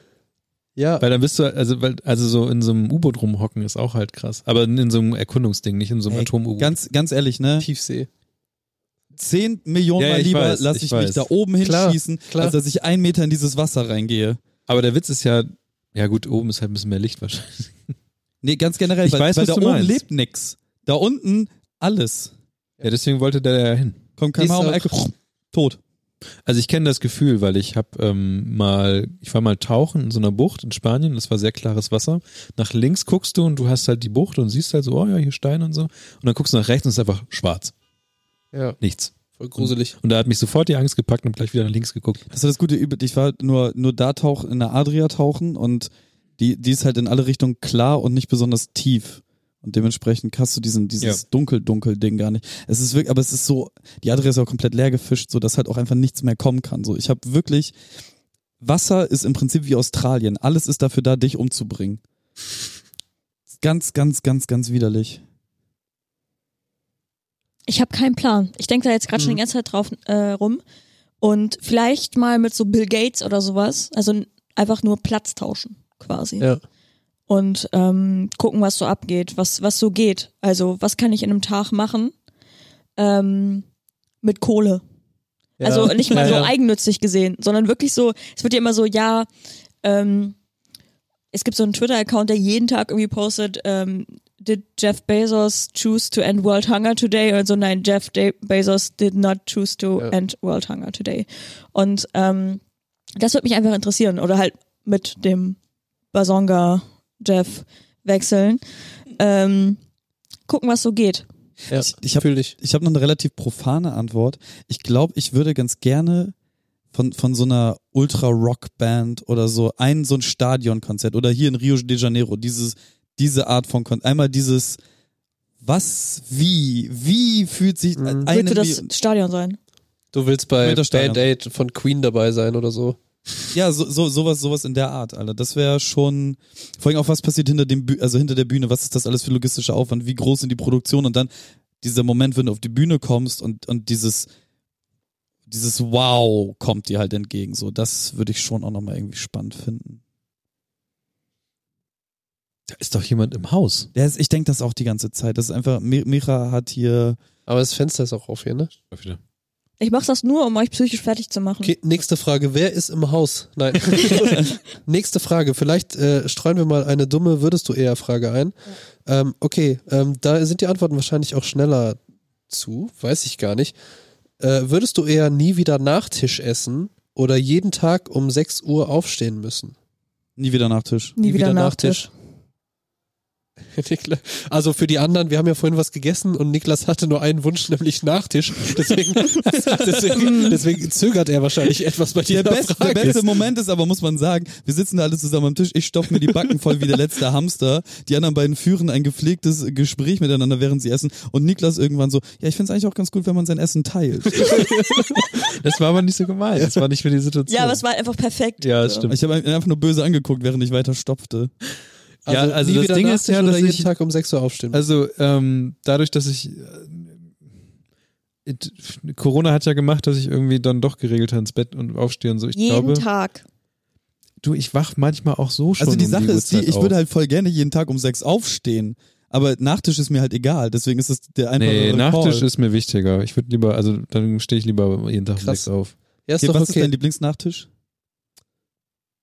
Speaker 4: Ja,
Speaker 1: Weil dann bist du, also, weil, also so in so einem U-Boot rumhocken ist auch halt krass. Aber in, in so einem Erkundungsding, nicht in so einem
Speaker 3: Ey,
Speaker 1: Atom-U-Boot.
Speaker 3: Ganz, ganz ehrlich, ne?
Speaker 4: Tiefsee.
Speaker 3: 10 Millionen
Speaker 1: Ja,
Speaker 3: Mal
Speaker 1: ich
Speaker 3: lieber
Speaker 1: weiß,
Speaker 3: lasse
Speaker 1: ich
Speaker 3: ich,
Speaker 1: weiß.
Speaker 3: mich da oben
Speaker 4: Klar,
Speaker 3: hinschießen,
Speaker 4: klar.
Speaker 3: als dass ich einen Meter in dieses Wasser reingehe.
Speaker 1: Aber der Witz ist ja, ja gut, oben ist halt ein bisschen mehr Licht wahrscheinlich.
Speaker 3: Nee, ganz generell,
Speaker 1: Ich
Speaker 3: weil,
Speaker 1: weiß,
Speaker 3: weil
Speaker 1: was
Speaker 3: da
Speaker 1: du
Speaker 3: oben
Speaker 1: meinst.
Speaker 3: lebt nix. Da unten alles.
Speaker 1: Ja, deswegen wollte der da ja hin.
Speaker 3: Kommt kein
Speaker 4: Ist
Speaker 3: Mal um die
Speaker 4: auch-
Speaker 3: Ecke. Tot.
Speaker 1: Also ich kenne das Gefühl, weil ich habe ähm, mal, ich war mal tauchen in so einer Bucht in Spanien, das war sehr klares Wasser. Nach links guckst du und du hast halt die Bucht und siehst halt so, oh ja, hier Steine und so. Und dann guckst du nach rechts und es ist einfach schwarz,
Speaker 4: Ja,
Speaker 1: nichts.
Speaker 4: voll gruselig.
Speaker 1: Und da hat mich sofort die Angst gepackt und gleich wieder nach links geguckt.
Speaker 3: Das war das Gute über. Ich war nur, nur da tauch, in der Adria tauchen und die, die ist halt in alle Richtungen klar und nicht besonders tief. Und dementsprechend hast du diesen, dieses dunkel-dunkel-Ding gar nicht. Es ist wirklich, aber es ist so, die Adria ist ja auch komplett leer gefischt, so dass halt auch einfach nichts mehr kommen kann. So, ich habe wirklich, Wasser ist im Prinzip wie Australien. Alles ist dafür da, dich umzubringen. Ganz, ganz, ganz, ganz widerlich.
Speaker 2: Ich habe keinen Plan. Ich denke da jetzt gerade schon die ganze Zeit drauf äh, rum. Und vielleicht mal mit so Bill Gates oder sowas. Also n- einfach nur Platz tauschen, quasi.
Speaker 4: Ja.
Speaker 2: Und ähm, gucken, was so abgeht, was, was so geht. Also, was kann ich in einem Tag machen? Ähm, mit Kohle.
Speaker 4: Ja.
Speaker 2: Also nicht mal
Speaker 4: Ja,
Speaker 2: so
Speaker 4: ja.
Speaker 2: eigennützig gesehen, sondern wirklich so, es wird ja immer so, ja, ähm, es gibt so einen Twitter-Account, der jeden Tag irgendwie postet, ähm, did Jeff Bezos choose to end world hunger today? Und so, nein, Jeff De Bezos did not choose to
Speaker 4: Ja.
Speaker 2: end world hunger today. Und ähm, das würde mich einfach interessieren. Oder halt mit dem Basonga Jeff wechseln. Ähm, gucken, was so geht.
Speaker 4: Ja,
Speaker 3: Ich- ich hab-
Speaker 4: fühl dich.
Speaker 3: ich habe noch eine relativ profane Antwort. Ich glaube, ich würde ganz gerne von, von so einer Ultra-Rock-Band oder so ein, so ein Stadionkonzert oder hier in Rio de Janeiro, dieses, diese Art von Konzert. Einmal dieses, was, wie, wie fühlt sich
Speaker 4: Mhm.
Speaker 3: eine
Speaker 2: Wird für das
Speaker 3: Million-
Speaker 2: Stadion sein?
Speaker 4: Du willst bei
Speaker 3: Mit der Steiner.
Speaker 4: Band Aid von Queen dabei sein oder so.
Speaker 3: Ja, so, so, sowas, sowas in der Art, Alter. Das wäre schon, vor allem auch was passiert hinter dem, Bü also hinter der Bühne, was ist das alles für logistischer Aufwand, wie groß sind die Produktionen und dann dieser Moment, wenn du auf die Bühne kommst und, und dieses, dieses Wow kommt dir halt entgegen, so, das würde ich schon auch nochmal irgendwie spannend finden.
Speaker 1: Da ist doch jemand im Haus.
Speaker 3: Der ist, ich denke das auch die ganze Zeit, das ist einfach, Mi- Micha hat hier,
Speaker 4: Aber das Fenster ist auch auf hier, ne?
Speaker 2: Ich mach's das nur, um euch psychisch fertig zu machen.
Speaker 4: Okay, nächste Frage. Wer ist im Haus? Nein. nächste Frage. Vielleicht äh, streuen wir mal eine dumme Würdest du eher Frage ein. Ähm, okay, ähm, da sind die Antworten wahrscheinlich auch schneller zu. Weiß ich gar nicht. Äh, würdest du eher nie wieder Nachtisch essen oder jeden Tag um 6 Uhr aufstehen müssen?
Speaker 3: nie wieder Nachtisch.
Speaker 2: Nie wieder Nachtisch.
Speaker 4: Niklas- Also für die anderen, wir haben ja vorhin was gegessen und Niklas hatte nur einen Wunsch, nämlich Nachtisch. Deswegen, deswegen, deswegen zögert er wahrscheinlich etwas bei
Speaker 3: Der
Speaker 4: dieser
Speaker 3: beste, der
Speaker 4: Frage.
Speaker 3: beste Moment ist aber, muss man sagen, wir sitzen da alle zusammen am Tisch, ich stopfe mir die Backen voll wie der letzte Hamster, die anderen beiden führen ein gepflegtes Gespräch miteinander, während sie essen und Niklas irgendwann so, ja, ich find's eigentlich auch ganz gut, wenn man sein Essen teilt.
Speaker 1: Das war aber nicht so gemeint. Das war nicht für die Situation.
Speaker 2: Ja, aber es war einfach perfekt.
Speaker 1: ja, das stimmt.
Speaker 3: Ich habe ihn einfach nur böse angeguckt, während ich weiter stopfte.
Speaker 1: Ja, also
Speaker 4: nie
Speaker 1: das
Speaker 4: wieder
Speaker 1: Ding ist
Speaker 4: Nachtisch
Speaker 1: ja,
Speaker 4: oder
Speaker 1: dass
Speaker 4: jeden
Speaker 1: ich-
Speaker 4: Tag um 6 Uhr aufstehen.
Speaker 1: Also ähm, dadurch, dass ich äh, it- Corona hat ja gemacht, dass ich irgendwie dann doch geregelter ins Bett und aufstehe und so. Ich
Speaker 2: Jeden
Speaker 1: glaube,
Speaker 2: Tag.
Speaker 1: du, ich wach manchmal auch so schon.
Speaker 3: Also die
Speaker 1: um
Speaker 3: Sache ist die,
Speaker 1: Uhrzeit
Speaker 3: ich
Speaker 1: auf.
Speaker 3: würde halt voll gerne jeden Tag um sechs aufstehen, aber Nachtisch ist mir halt egal, deswegen ist es der einfache
Speaker 1: Nee,
Speaker 3: Call.
Speaker 1: Nachtisch ist mir wichtiger. Ich würde lieber, also dann stehe ich lieber jeden Tag um
Speaker 4: Krass.
Speaker 1: sechs auf.
Speaker 4: ja, ist
Speaker 3: Okay,
Speaker 4: doch
Speaker 3: was ist
Speaker 4: okay.
Speaker 3: dein Lieblingsnachtisch?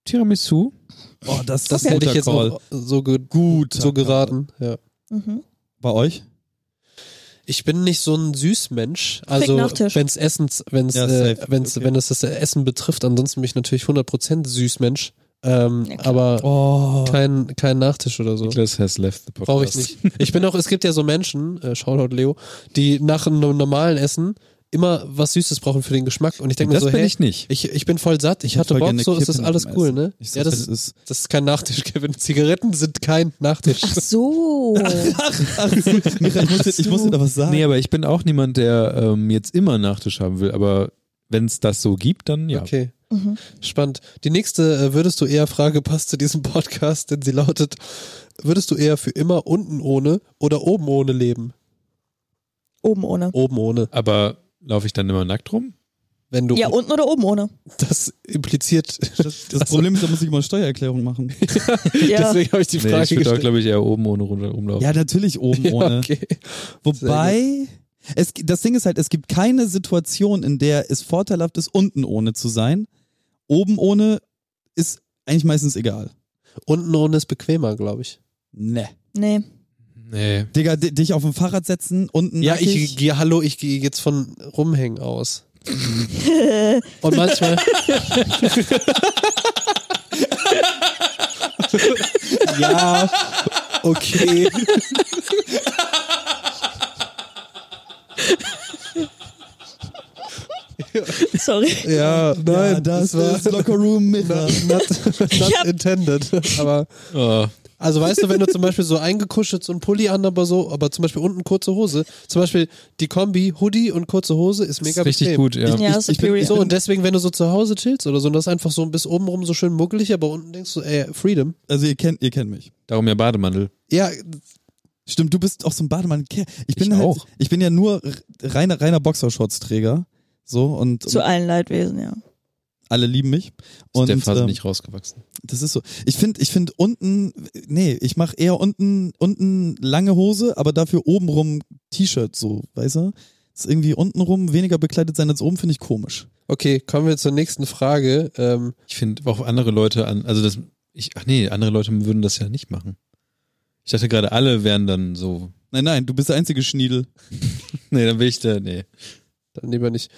Speaker 1: Tiramisu?
Speaker 3: Oh, das,
Speaker 4: das hätte ich jetzt
Speaker 3: Call.
Speaker 4: auch so, ge
Speaker 3: gut
Speaker 4: so geraten. Ja.
Speaker 2: Mhm.
Speaker 3: Bei euch?
Speaker 4: Ich bin nicht so ein Süßmensch. Also
Speaker 2: Nachtisch.
Speaker 4: wenn es Essens, wenn's,
Speaker 3: Ja,
Speaker 4: äh,
Speaker 3: safe.
Speaker 4: wenn's,
Speaker 3: Okay.
Speaker 4: wenn es das Essen betrifft, ansonsten bin ich natürlich 100% Süßmensch. Ähm,
Speaker 2: Ja, klar.
Speaker 4: aber
Speaker 3: Oh.
Speaker 4: kein, kein Nachtisch oder so.
Speaker 1: Niklas has left the podcast.
Speaker 4: Brauche ich nicht. Ich bin auch, es gibt ja so Menschen, äh, Shoutout Leo, die nach einem normalen Essen immer was Süßes brauchen für den Geschmack. Und ich denke mir
Speaker 1: das
Speaker 4: so,
Speaker 1: bin
Speaker 4: hey,
Speaker 1: ich nicht.
Speaker 4: ich, ich bin voll satt, ich hatte
Speaker 3: voll
Speaker 4: Bock,
Speaker 3: gerne
Speaker 4: so ist das
Speaker 3: Kippen
Speaker 4: alles
Speaker 3: beim
Speaker 4: cool,
Speaker 3: Essen.
Speaker 4: ne?
Speaker 3: Ich
Speaker 4: ja,
Speaker 3: sag,
Speaker 4: das,
Speaker 3: das ist
Speaker 4: das ist kein Nachtisch, Kevin. Zigaretten sind kein Nachtisch.
Speaker 2: Ach so.
Speaker 3: Michael, ich muss, dir- ich muss dir da
Speaker 4: Ah.
Speaker 3: was sagen.
Speaker 1: Nee, aber ich bin auch niemand, der ähm, jetzt immer Nachtisch haben will, aber wenn es das so gibt, dann ja.
Speaker 4: Okay.
Speaker 2: Mhm.
Speaker 4: Spannend. Die nächste äh, würdest du eher Frage passt zu diesem Podcast, denn sie lautet: Würdest du eher für immer unten ohne oder oben ohne leben?
Speaker 2: Oben ohne.
Speaker 4: Oben ohne.
Speaker 1: Aber laufe ich dann immer nackt rum?
Speaker 4: Wenn du
Speaker 2: Ja, unten oder oben ohne.
Speaker 4: das impliziert.
Speaker 3: Das, das Problem ist, da muss ich mal eine Steuererklärung machen.
Speaker 2: Ja.
Speaker 4: Deswegen habe ich die
Speaker 1: Nee,
Speaker 4: Frage
Speaker 1: ich würde auch,
Speaker 4: gestellt.
Speaker 1: glaube ich, eher oben ohne runter rumlaufen.
Speaker 3: Ja, natürlich oben
Speaker 4: Ja,
Speaker 3: ohne.
Speaker 4: okay.
Speaker 3: Wobei, es, das Ding ist halt, es gibt keine Situation, in der es vorteilhaft ist, unten ohne zu sein. Oben ohne ist eigentlich meistens egal.
Speaker 4: Unten ohne ist bequemer, glaube ich.
Speaker 3: Ne.
Speaker 2: Nee.
Speaker 1: Nee.
Speaker 3: Digga, di- dich auf dem Fahrrad setzen, unten
Speaker 4: Ja,
Speaker 3: nackig.
Speaker 4: ich gehe, hallo, ich gehe jetzt von rumhängen aus. Und manchmal.
Speaker 3: Ja,
Speaker 4: Okay.
Speaker 2: Sorry.
Speaker 4: Ja, nein,
Speaker 3: ja, das,
Speaker 4: das war
Speaker 3: ist Locker Room mit.
Speaker 4: not, not, not intended. Aber
Speaker 1: Oh.
Speaker 4: Also weißt du, wenn du zum Beispiel so eingekuschelt so einen Pulli an, aber so, aber zum Beispiel unten kurze Hose, zum Beispiel die Kombi Hoodie und kurze Hose ist mega
Speaker 1: ist richtig
Speaker 4: bequem.
Speaker 1: gut, ja.
Speaker 2: Ja, das ist
Speaker 3: ich bin-
Speaker 2: Period.
Speaker 4: So, und deswegen, wenn du so zu Hause chillst oder so, und das ist einfach so ein bis oben rum so schön muckelig, aber unten denkst du, ey, Freedom.
Speaker 3: Also ihr kennt, ihr kennt mich.
Speaker 1: Darum ja Bademantel.
Speaker 4: Ja,
Speaker 3: Stimmt, du bist auch so ein Bademann. Ich bin
Speaker 1: Ich
Speaker 3: halt,
Speaker 1: auch.
Speaker 3: ich bin ja nur reiner, reiner Boxershorts-Träger. So, und,
Speaker 2: Zu
Speaker 3: und
Speaker 2: allen Leidwesen, ja.
Speaker 3: alle lieben mich.
Speaker 1: Ist
Speaker 3: Und,
Speaker 1: der Phase
Speaker 3: ähm,
Speaker 1: nicht rausgewachsen.
Speaker 3: Das ist so. Ich finde, ich finde unten, nee, ich mache eher unten, unten lange Hose, aber dafür obenrum T-Shirt, so, weißt du? Ist irgendwie untenrum weniger bekleidet sein als oben, finde ich komisch.
Speaker 4: okay, kommen wir zur nächsten Frage. Ähm,
Speaker 1: Ich finde auch andere Leute an, also das, ich, ach nee, andere Leute würden das ja nicht machen. Ich dachte gerade, alle wären dann so,
Speaker 3: Nein, nein, du bist der einzige Schniedel.
Speaker 1: nee, dann will ich da, nee.
Speaker 4: dann lieber nicht.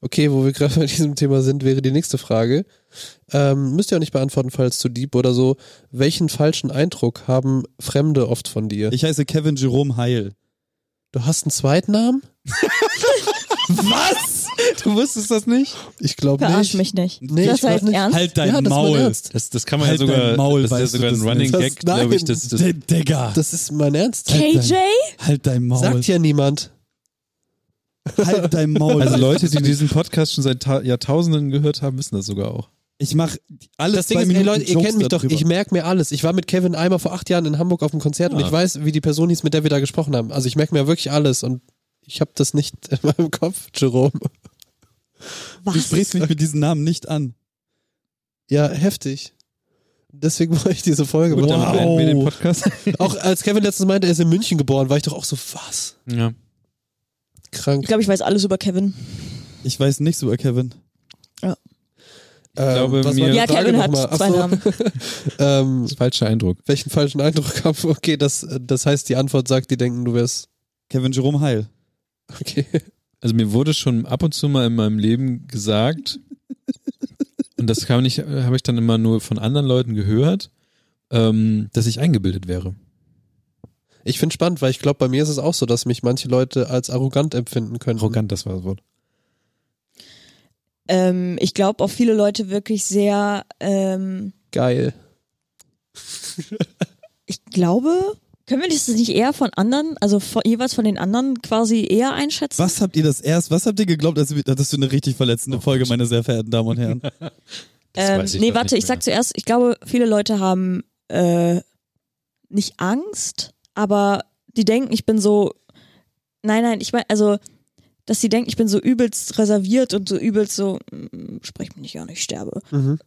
Speaker 4: Okay, wo wir gerade bei diesem Thema sind, wäre die nächste Frage. Ähm, müsst ihr auch nicht beantworten, falls zu deep oder so. Welchen falschen Eindruck haben Fremde oft von dir?
Speaker 3: Ich heiße Kevin Jerome Heil.
Speaker 4: Du hast einen Zweitnamen?
Speaker 3: Was?
Speaker 1: Du wusstest das nicht?
Speaker 4: Ich glaube
Speaker 2: Verarsch
Speaker 4: nicht.
Speaker 2: mich nicht.
Speaker 4: Nee,
Speaker 2: das
Speaker 4: ich
Speaker 2: ist halt
Speaker 4: glaub nicht.
Speaker 2: ernst.
Speaker 3: Halt dein
Speaker 4: Ja, das war
Speaker 3: Maul.
Speaker 4: ernst.
Speaker 1: Das, das kann man
Speaker 3: Halt
Speaker 1: ja sogar,
Speaker 3: dein Maul,
Speaker 1: das ist ja
Speaker 3: weißt du
Speaker 1: sogar ein
Speaker 3: das nicht?
Speaker 1: Running
Speaker 4: Das-
Speaker 1: Gag, glaube ich.
Speaker 4: nein.
Speaker 1: Das, das,
Speaker 3: D Digga,
Speaker 4: Das ist mein Ernst.
Speaker 2: KJ?
Speaker 3: halt dein Maul.
Speaker 4: Sagt ja niemand.
Speaker 3: Halt dein Maul.
Speaker 1: also Leute, die diesen Podcast schon seit Ta Jahrtausenden gehört haben, wissen das sogar auch.
Speaker 3: ich mache alles
Speaker 4: Das Ding
Speaker 3: zwei
Speaker 4: ist, ey
Speaker 3: Minuten
Speaker 4: Leute, ihr
Speaker 3: Jokes
Speaker 4: kennt mich doch,
Speaker 3: darüber.
Speaker 4: ich merke mir alles. Ich war mit Kevin einmal vor acht Jahren in Hamburg auf dem Konzert und
Speaker 1: Ja.
Speaker 4: ich weiß, wie die Person hieß, mit der wir da gesprochen haben. Also ich merke mir wirklich alles und ich habe das nicht in meinem Kopf, Jerome.
Speaker 3: Du
Speaker 2: Was?
Speaker 3: sprichst mich mit diesen Namen nicht an.
Speaker 4: Ja, heftig. Deswegen wollte ich diese Folge
Speaker 1: Gut, damit
Speaker 4: machen.
Speaker 1: beenden wir den Podcast.
Speaker 4: Auch als Kevin letztens meinte, er ist in München geboren, war ich doch auch so, was?
Speaker 1: ja.
Speaker 2: Ich
Speaker 4: Krank.
Speaker 2: glaube, ich weiß alles über Kevin.
Speaker 3: Ich weiß nichts über Kevin.
Speaker 4: Ich
Speaker 1: glaube, mir- Ja,
Speaker 2: Ja, Kevin hat zwei Namen.
Speaker 4: Ähm,
Speaker 1: Falscher Eindruck.
Speaker 4: welchen falschen Eindruck habe? Okay, das, das heißt, die Antwort sagt, die denken, du wärst.
Speaker 3: Kevin Jerome Heil.
Speaker 4: Okay.
Speaker 1: Also mir wurde schon ab und zu mal in meinem Leben gesagt, und das kam nicht, habe ich dann immer nur von anderen Leuten gehört, ähm, dass ich eingebildet wäre.
Speaker 4: Ich finde spannend, weil ich glaube, bei mir ist es auch so, dass mich manche Leute als arrogant empfinden können.
Speaker 1: Arrogant, das war das Wort.
Speaker 2: Ähm, ich glaube auch viele Leute wirklich sehr, ähm,
Speaker 4: Geil.
Speaker 2: ich glaube, können wir das nicht eher von anderen, also von, jeweils von den anderen quasi eher einschätzen?
Speaker 3: Was habt ihr das erst? Was habt ihr geglaubt, dass, wir- dass du eine richtig verletzende Folge, meine sehr verehrten Damen und Herren?
Speaker 1: Das
Speaker 2: ähm,
Speaker 1: weiß ich
Speaker 2: nee,
Speaker 1: doch
Speaker 2: warte,
Speaker 1: nicht
Speaker 2: ich sag
Speaker 1: mehr.
Speaker 2: zuerst, ich glaube, viele Leute haben äh, nicht Angst, aber die denken, ich bin so, nein, nein, ich meine, also, dass sie denken, ich bin so übelst reserviert und so übelst so, mm, sprech mich nicht an, ich sterbe
Speaker 4: Mhm.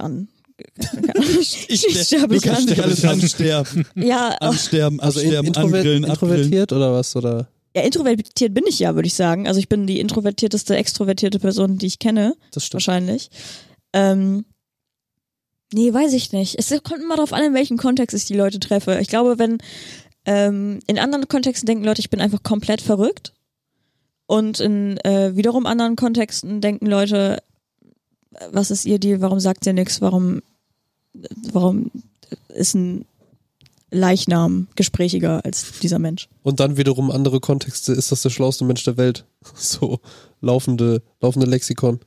Speaker 2: an. ich, sterbe
Speaker 3: du
Speaker 2: dich
Speaker 3: kannst
Speaker 2: an.
Speaker 3: dich alles ansterben,
Speaker 2: Ja, oh,
Speaker 3: ansterben,
Speaker 4: Also in,
Speaker 3: ansterben,
Speaker 4: introver
Speaker 3: angrillen, abgrillen.
Speaker 4: introvertiert oder was? Oder?
Speaker 2: ja, introvertiert bin ich ja, würde ich sagen. Also ich bin die introvertierteste, extrovertierte Person, die ich kenne.
Speaker 4: Das stimmt.
Speaker 2: wahrscheinlich. Ähm, nee, weiß ich nicht. Es kommt immer darauf an, in welchem Kontext ich die Leute treffe. Ich glaube, wenn ähm, in anderen Kontexten denken Leute, ich bin einfach komplett verrückt. Und in äh, wiederum anderen Kontexten denken Leute, äh, was ist ihr Deal, warum sagt ihr nichts, warum, warum ist ein Leichnam gesprächiger als dieser Mensch.
Speaker 4: Und dann wiederum andere Kontexte, ist das der schlauste Mensch der Welt? So laufende, laufende Lexikon.